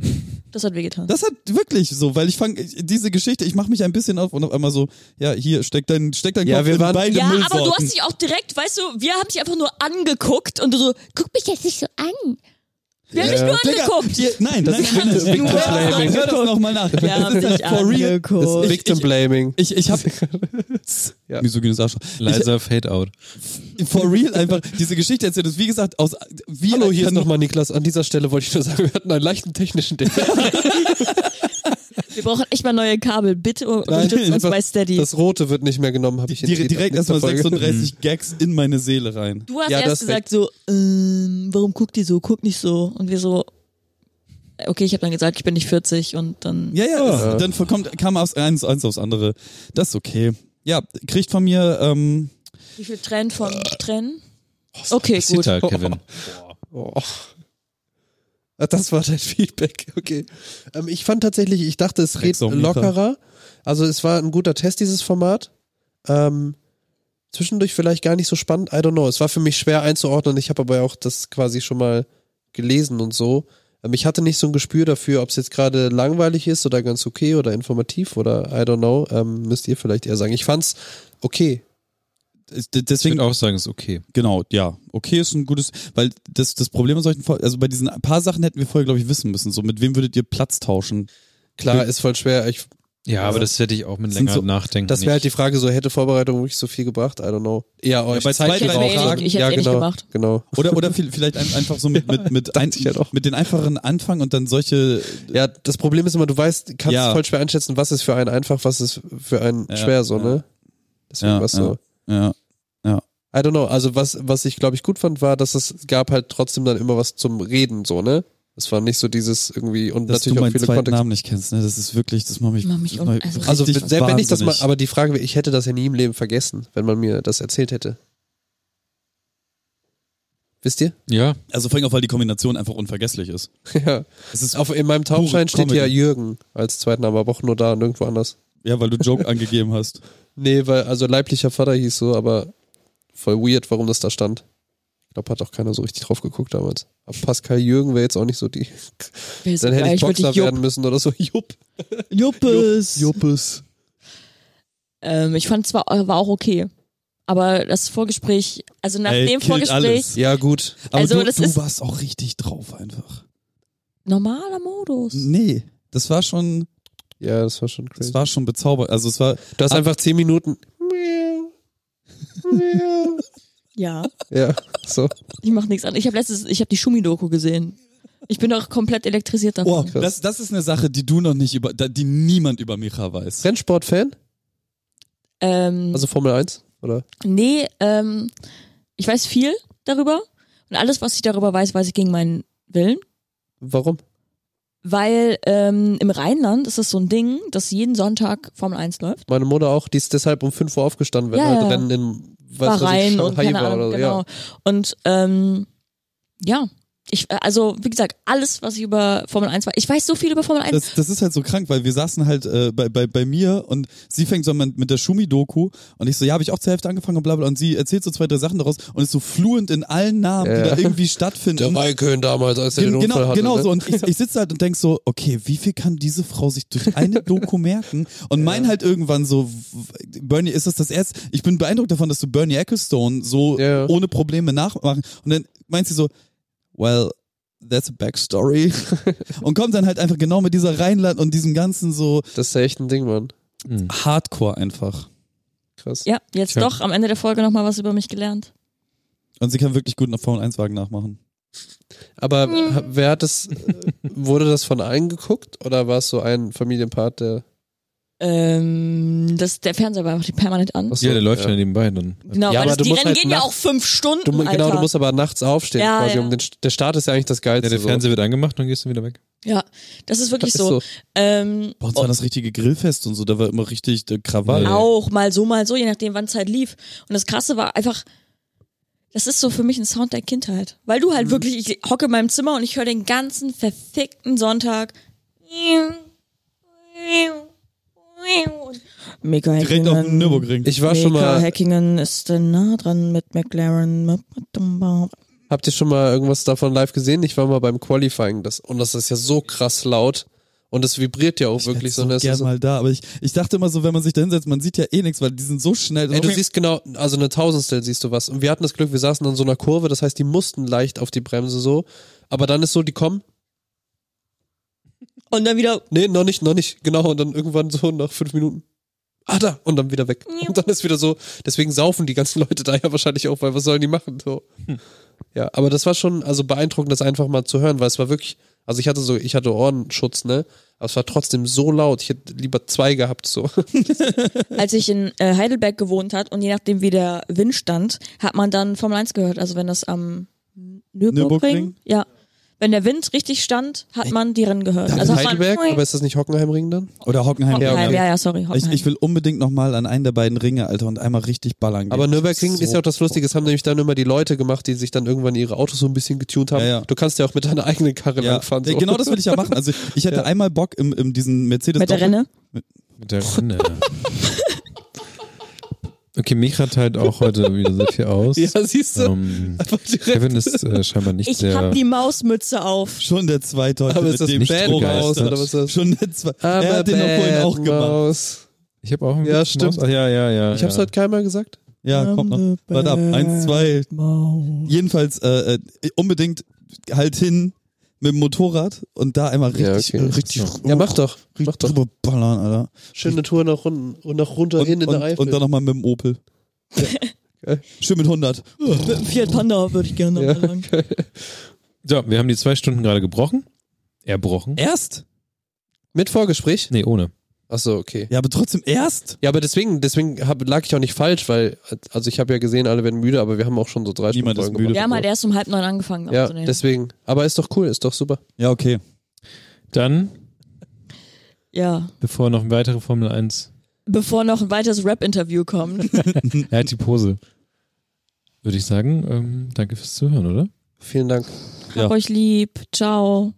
Speaker 2: Das hat wehgetan.
Speaker 3: Das hat wirklich so, weil ich fange diese Geschichte, ich mache mich ein bisschen auf und auf einmal so, ja, hier, steck dein, steck dein
Speaker 4: Ja,
Speaker 3: Kopf
Speaker 4: wir
Speaker 3: in
Speaker 4: waren-
Speaker 3: beide
Speaker 2: ja,
Speaker 3: Müllsorten.
Speaker 2: aber du hast dich auch direkt, weißt du, wir haben dich einfach nur angeguckt und du so,
Speaker 5: Guck mich jetzt nicht so an.
Speaker 2: wir haben dich nur angeguckt.
Speaker 3: Digga, ihr, nein, das nein, nein, nein, nein,
Speaker 2: Victim Blaming.
Speaker 3: Hör das nochmal nach.
Speaker 2: Wir haben
Speaker 3: das ist
Speaker 2: dich
Speaker 3: nicht for real.
Speaker 4: Das
Speaker 2: angeguckt.
Speaker 4: ist
Speaker 3: Ich-
Speaker 4: Victim
Speaker 3: ich-
Speaker 4: Blaming.
Speaker 3: Ich, ich hab,
Speaker 4: Ja.
Speaker 3: misogynes Arschloch.
Speaker 1: Leiser Fade-out.
Speaker 3: Ich, for real einfach, diese Geschichte erzählt ist, wie gesagt, aus, wie
Speaker 4: Hallo, hier ist
Speaker 3: kann-
Speaker 4: nochmal Niklas. An dieser Stelle wollte ich nur sagen, wir hatten einen leichten technischen Defekt.
Speaker 2: Wir brauchen echt mal neue Kabel. Bitte um, unterstützt uns
Speaker 4: was-
Speaker 2: bei Steady.
Speaker 4: Das Rote wird nicht mehr genommen, habe ich in
Speaker 3: dire-
Speaker 4: jeder-
Speaker 3: direkt
Speaker 4: nächster
Speaker 3: erstmal
Speaker 4: Folge.
Speaker 3: 36 Gags in meine Seele rein.
Speaker 2: Du hast
Speaker 4: Ja,
Speaker 2: erst
Speaker 4: das
Speaker 2: gesagt so, ähm, warum guckt die so, guck nicht so. Und wir so, okay, ich habe dann gesagt, ich bin nicht 40 und dann...
Speaker 3: Ja, ja, es- dann kommt, kam aus eins, eins aufs andere. Das ist okay. Ja, kriegt von mir, ähm,
Speaker 2: Wie viel Tränen von Tränen? Okay,
Speaker 1: Passiert
Speaker 2: gut.
Speaker 1: halt, Kevin.
Speaker 4: Oh. Ah, Das war dein Feedback, okay. Ähm, ich fand tatsächlich, ich dachte, es geht
Speaker 3: Rexometer.
Speaker 4: lockerer. Also es war ein guter Test, dieses Format. Ähm, zwischendurch vielleicht gar nicht so spannend, I don't know. Es war für mich schwer einzuordnen. Ich habe aber auch das quasi schon mal gelesen und so. Ähm, ich hatte nicht so ein Gespür dafür, ob es jetzt gerade langweilig ist oder ganz okay oder informativ oder I don't know. Ähm, müsst ihr vielleicht eher sagen. Ich fand's okay.
Speaker 3: Es- Äh, d-
Speaker 1: Ich würde
Speaker 3: Deswegen
Speaker 1: auch sagen, ist okay.
Speaker 3: Genau, ja. Okay ist ein gutes, weil das, das Problem in solchen, Fol- also bei diesen paar Sachen hätten wir vorher, glaube ich, wissen müssen. So, mit wem würdet ihr Platz tauschen?
Speaker 4: Klar, ist voll schwer. Ich,
Speaker 1: Ja, aber das hätte ich auch mit
Speaker 3: Sind
Speaker 1: länger
Speaker 3: so-
Speaker 1: Nachdenken.
Speaker 4: das wäre halt die
Speaker 1: nicht.
Speaker 4: Frage, so hätte Vorbereitung wirklich so viel gebracht? I don't know. Eher euch
Speaker 3: bei
Speaker 4: Zeit
Speaker 3: zwei, drei
Speaker 4: gebraucht.
Speaker 3: Fragen-
Speaker 2: Ich hätt's eh nicht
Speaker 4: genau,
Speaker 2: gemacht.
Speaker 4: Genau.
Speaker 3: Oder, oder viel- vielleicht ein, einfach so mit, mit, mit, ein,
Speaker 4: dachte ich ja doch.
Speaker 3: mit den einfachen Anfang und dann solche,
Speaker 4: Ja, das Problem ist immer, du weißt, kannst
Speaker 3: Ja.
Speaker 4: voll schwer einschätzen, was ist für einen einfach, was ist für einen
Speaker 3: Ja,
Speaker 4: schwer, so,
Speaker 3: ja.
Speaker 4: ne? Deswegen
Speaker 3: Ja,
Speaker 4: was
Speaker 3: ja.
Speaker 4: so.
Speaker 3: ja,
Speaker 4: I don't know. Also was, was ich, glaube ich, gut fand, war, dass es gab halt trotzdem dann immer was zum Reden, so, ne? Es war nicht so dieses irgendwie und
Speaker 3: dass du
Speaker 4: natürlich auch
Speaker 3: meinen
Speaker 4: viele
Speaker 3: zweiten
Speaker 4: Kontexte.
Speaker 3: Namen nicht kennst, ne? Das ist wirklich, das macht mich,
Speaker 2: Macht mich
Speaker 3: das
Speaker 2: un-
Speaker 3: macht
Speaker 2: also-
Speaker 3: mich
Speaker 4: Also
Speaker 3: richtig
Speaker 4: selbst wenn ich das mal,
Speaker 3: wahnsinnig.
Speaker 4: aber die Frage, wäre, ich hätte das ja nie im Leben vergessen, wenn man mir das erzählt hätte. Wisst ihr?
Speaker 1: Ja,
Speaker 3: also vor allem auch, weil die Kombination einfach unvergesslich ist.
Speaker 4: ja.
Speaker 3: Es ist,
Speaker 4: Auf, in meinem Taubschein steht
Speaker 3: Comedy.
Speaker 4: ja Jürgen als Zweitname, aber auch nur da und irgendwo anders.
Speaker 3: ja, weil du Joke angegeben hast.
Speaker 4: Nee, weil, also leiblicher Vater hieß so, aber voll weird, warum das da stand. Ich glaube, hat auch keiner so richtig drauf geguckt damals. Aber Pascal Jürgen wäre jetzt auch nicht so die.
Speaker 2: Wäre so
Speaker 4: Dann hätte
Speaker 2: geil,
Speaker 4: ich
Speaker 2: würd
Speaker 4: Boxer
Speaker 2: dich Jupp-
Speaker 4: werden müssen oder so. Jupp.
Speaker 2: Juppes.
Speaker 4: Juppes.
Speaker 2: Ähm, ich fand zwar war auch okay, aber das Vorgespräch, also nach
Speaker 3: Ey,
Speaker 2: dem
Speaker 3: killt
Speaker 2: Vorgespräch,
Speaker 3: alles.
Speaker 4: Ja, gut.
Speaker 3: Aber
Speaker 2: Also,
Speaker 3: du,
Speaker 2: das
Speaker 3: du
Speaker 2: ist-
Speaker 3: warst auch richtig drauf einfach.
Speaker 2: normaler Modus.
Speaker 3: Nee, das war schon,
Speaker 4: Ja, das war schon crazy.
Speaker 3: das war schon bezaubernd. Also es war,
Speaker 4: Du hast
Speaker 3: Ah.
Speaker 4: einfach zehn Minuten.
Speaker 2: Ja,
Speaker 4: Ja, so.
Speaker 2: ich mach nichts anderes. Ich habe letztes, ich habe die Schumi-Doku gesehen. Ich bin auch komplett elektrisiert davon.
Speaker 3: Oh,
Speaker 4: Krass.
Speaker 3: das, das ist eine Sache, die du noch nicht über, da- die niemand über Micha weiß.
Speaker 4: Rennsport-Fan?
Speaker 2: Ähm,
Speaker 4: Also Formel 1? Oder?
Speaker 2: nee, ähm, ich weiß viel darüber und alles, was ich darüber weiß, weiß ich gegen meinen Willen.
Speaker 4: Warum?
Speaker 2: Weil ähm, im Rheinland ist das so ein Ding, dass jeden Sonntag Formel 1 läuft.
Speaker 4: Meine Mutter auch, die ist deshalb um 5 Uhr aufgestanden, wenn
Speaker 2: Ja,
Speaker 4: halt
Speaker 2: ja.
Speaker 4: Rennen in weiß
Speaker 2: Bahrain und
Speaker 4: Shanghai
Speaker 2: keine
Speaker 4: war
Speaker 2: Ahnung,
Speaker 4: oder so.
Speaker 2: genau.
Speaker 4: Ja.
Speaker 2: Und ähm, ja, ich, äh, also wie gesagt, alles, was ich über Formel 1 weiß, ich weiß so viel über Formel 1.
Speaker 3: Das, das ist halt so krank, weil wir saßen halt äh, bei, bei, bei mir und sie fängt so an mit, mit der Schumi-Doku und ich so, ja, habe ich auch zur Hälfte angefangen und bla bla und sie erzählt so zwei, drei Sachen daraus und ist so fluent in allen Namen,
Speaker 4: Ja,
Speaker 3: die
Speaker 4: ja.
Speaker 3: da irgendwie stattfinden.
Speaker 4: Der Raikön damals, als er
Speaker 3: Gen-
Speaker 4: den Unfall
Speaker 3: genau,
Speaker 4: hatte.
Speaker 3: genau
Speaker 4: ne?
Speaker 3: so. Und ich, ich sitze halt und denk so, okay, wie viel kann diese Frau sich durch eine Doku merken? Und mein halt irgendwann so, w- Bernie, ist das das erste? Ich bin beeindruckt davon, dass du Bernie Ecclestone so
Speaker 4: Ja.
Speaker 3: ohne Probleme nachmachen. Und dann meint sie so, well, that's a backstory. und kommt dann halt einfach genau mit dieser Rheinland und diesem ganzen so
Speaker 4: Das ist ja echt ein Ding, Mann.
Speaker 3: Hardcore einfach.
Speaker 4: Krass.
Speaker 2: ja, jetzt
Speaker 1: Tja.
Speaker 2: doch am Ende der Folge nochmal was über mich gelernt.
Speaker 3: Und sie kann wirklich gut einen Formel-1-Wagen nachmachen.
Speaker 4: Aber ha- wer hat das, äh, wurde das von allen geguckt oder war es so ein Familienpart, der.
Speaker 2: Ähm, das, der Fernseher war einfach permanent an.
Speaker 4: Achso,
Speaker 1: ja, der läuft ja,
Speaker 4: ja.
Speaker 1: nebenbei dann.
Speaker 2: Genau,
Speaker 4: Ja,
Speaker 2: weil
Speaker 4: aber
Speaker 2: das,
Speaker 4: du
Speaker 2: die
Speaker 4: musst
Speaker 2: Rennen
Speaker 4: halt
Speaker 2: gehen ja
Speaker 4: nach-
Speaker 2: auch fünf Stunden.
Speaker 4: Du, mu-
Speaker 2: Alter.
Speaker 4: genau, du musst aber nachts aufstehen
Speaker 2: Ja,
Speaker 4: quasi.
Speaker 2: ja.
Speaker 4: Um den, St- der Start ist ja eigentlich das
Speaker 1: Ja,
Speaker 4: Geilste.
Speaker 1: der
Speaker 4: so.
Speaker 1: Fernseher wird angemacht, dann gehst du wieder weg.
Speaker 2: ja, das ist wirklich
Speaker 4: Das ist
Speaker 2: so.
Speaker 4: so.
Speaker 2: Ähm,
Speaker 3: Bei uns war das richtige Grillfest und so, da war immer richtig der Krawall.
Speaker 1: Ja.
Speaker 2: auch mal so, mal so, je nachdem, wann es halt lief. Und das Krasse war einfach, das ist so für mich ein Sound der Kindheit. Weil du
Speaker 4: Mhm.
Speaker 2: halt wirklich, ich hocke in meinem Zimmer und ich höre den ganzen verfickten Sonntag. Mega
Speaker 3: Direkt auf dem Nürburgring.
Speaker 4: Ich war schon mal.
Speaker 2: Hackingen ist äh, nah dran mit McLaren.
Speaker 4: Habt ihr schon mal irgendwas davon live gesehen? Ich war mal beim Qualifying. Das, und das ist ja so krass laut. Und es vibriert ja auch
Speaker 3: Ich
Speaker 4: wirklich so.
Speaker 3: wär so
Speaker 4: ne? Es
Speaker 3: gern
Speaker 4: ist so
Speaker 3: mal da, aber ich, ich dachte immer so, wenn man sich da hinsetzt, man sieht ja eh nichts, weil die sind so schnell.
Speaker 4: Ey, du siehst genau, also eine Tausendstel siehst du was. Und wir hatten das Glück, wir saßen an so einer Kurve, das heißt, die mussten leicht auf die Bremse so. Aber dann ist so, die kommen,
Speaker 2: Und dann wieder
Speaker 4: Nee, noch nicht, noch nicht. Genau, und dann irgendwann so nach fünf Minuten. Ah, da! Und dann wieder weg. Und dann ist wieder so. Deswegen saufen die ganzen Leute da ja wahrscheinlich auch, weil was sollen die machen? So. Ja, aber das war schon also beeindruckend, das einfach mal zu hören, weil es war wirklich. Also ich hatte so, ich hatte Ohrenschutz, ne? Aber es war trotzdem so laut. Ich hätte lieber zwei gehabt, so.
Speaker 2: als ich in äh, Heidelberg gewohnt hat und je nachdem wie der Wind stand, hat man dann Formel 1 gehört. Also wenn das am Nürburgring,
Speaker 3: Nürburgring?
Speaker 2: ja, wenn der Wind richtig stand, hat man die Rennen gehört. Also hat man,
Speaker 4: Heidelberg, aber ist das nicht Hockenheimring dann?
Speaker 3: Oder Hockenheim.
Speaker 2: Hockenheim,
Speaker 4: okay.
Speaker 2: ja, ja, sorry.
Speaker 3: Ich,
Speaker 2: Hockenheim.
Speaker 3: ich will unbedingt nochmal an einen der beiden Ringe, Alter, und einmal richtig ballern gehen.
Speaker 4: Aber Nürburgring
Speaker 3: So-
Speaker 4: ist ja auch das Lustige, es haben nämlich dann immer die Leute gemacht, die sich dann irgendwann ihre Autos so ein bisschen getunt haben.
Speaker 3: Ja, ja.
Speaker 4: Du kannst ja auch mit deiner eigenen Karre
Speaker 3: ja,
Speaker 4: langfahren.
Speaker 3: Ja,
Speaker 4: So.
Speaker 3: Genau das will ich ja machen. Also ich hätte
Speaker 4: Ja.
Speaker 3: einmal Bock im, im diesen Mercedes
Speaker 2: mit der Renne.
Speaker 1: Mit der Rinde. Okay, mich hat halt auch heute wieder sehr viel aus.
Speaker 4: Ja, siehst du.
Speaker 1: Ähm,
Speaker 4: Einfach direkt.
Speaker 1: Kevin ist äh, scheinbar nicht
Speaker 2: Ich
Speaker 1: sehr.
Speaker 2: hab die Mausmütze auf.
Speaker 3: Schon der zweite heute
Speaker 4: Aber
Speaker 3: mit
Speaker 4: ist das
Speaker 3: dem
Speaker 1: nicht
Speaker 4: Bad
Speaker 1: begeistert.
Speaker 4: Maus oder was ist das?
Speaker 3: Schon der zweite. Er hat den auch vorhin auch gemacht.
Speaker 4: Maus.
Speaker 1: ich habe auch ein
Speaker 4: Ja,
Speaker 1: bisschen
Speaker 4: stimmt.
Speaker 1: Maus- Ah, ja, ja, ja.
Speaker 4: Ich hab's
Speaker 1: ja.
Speaker 4: heute keinmal gesagt.
Speaker 3: Ja, kommt noch. Warte ab. Eins, zwei. Jedenfalls äh, äh, unbedingt halt hin mit dem Motorrad und da einmal
Speaker 4: Ja,
Speaker 3: richtig,
Speaker 4: okay.
Speaker 3: richtig,
Speaker 4: äh, Ja, mach doch. Mach doch.
Speaker 3: drüber ballern, Alter.
Speaker 4: Schöne Tour nach unten und nach runter hin
Speaker 3: Und,
Speaker 4: in der
Speaker 3: und,
Speaker 4: Eifel.
Speaker 3: und dann nochmal mit dem Opel.
Speaker 4: Geil.
Speaker 3: Schön mit 100.
Speaker 2: Mit dem Fiat Panda würde ich gerne
Speaker 4: Ja.
Speaker 2: mal sagen.
Speaker 1: So, wir haben die zwei Stunden gerade gebrochen. Erbrochen?
Speaker 3: Erst?
Speaker 4: Mit Vorgespräch?
Speaker 1: Nee, ohne.
Speaker 4: Achso, okay.
Speaker 3: Ja, aber trotzdem erst?
Speaker 4: Ja, aber deswegen, deswegen hab, lag ich auch nicht falsch, weil, also ich habe ja gesehen, alle werden müde, aber wir haben auch schon so drei
Speaker 3: Niemand
Speaker 4: Stunden
Speaker 3: ist müde.
Speaker 2: Wir haben halt erst um halb neun angefangen
Speaker 4: Ja,
Speaker 2: aufzunehmen.
Speaker 4: deswegen. Aber ist doch cool, ist doch super.
Speaker 3: Ja, okay.
Speaker 1: Dann,
Speaker 2: ja.
Speaker 1: bevor noch eine weitere Formel 1.
Speaker 2: Bevor noch ein weiteres Rap-Interview kommt.
Speaker 1: Er hat die Pose. Würde ich sagen, ähm, danke fürs Zuhören, oder?
Speaker 4: Vielen Dank.
Speaker 2: Hab euch lieb. Ciao.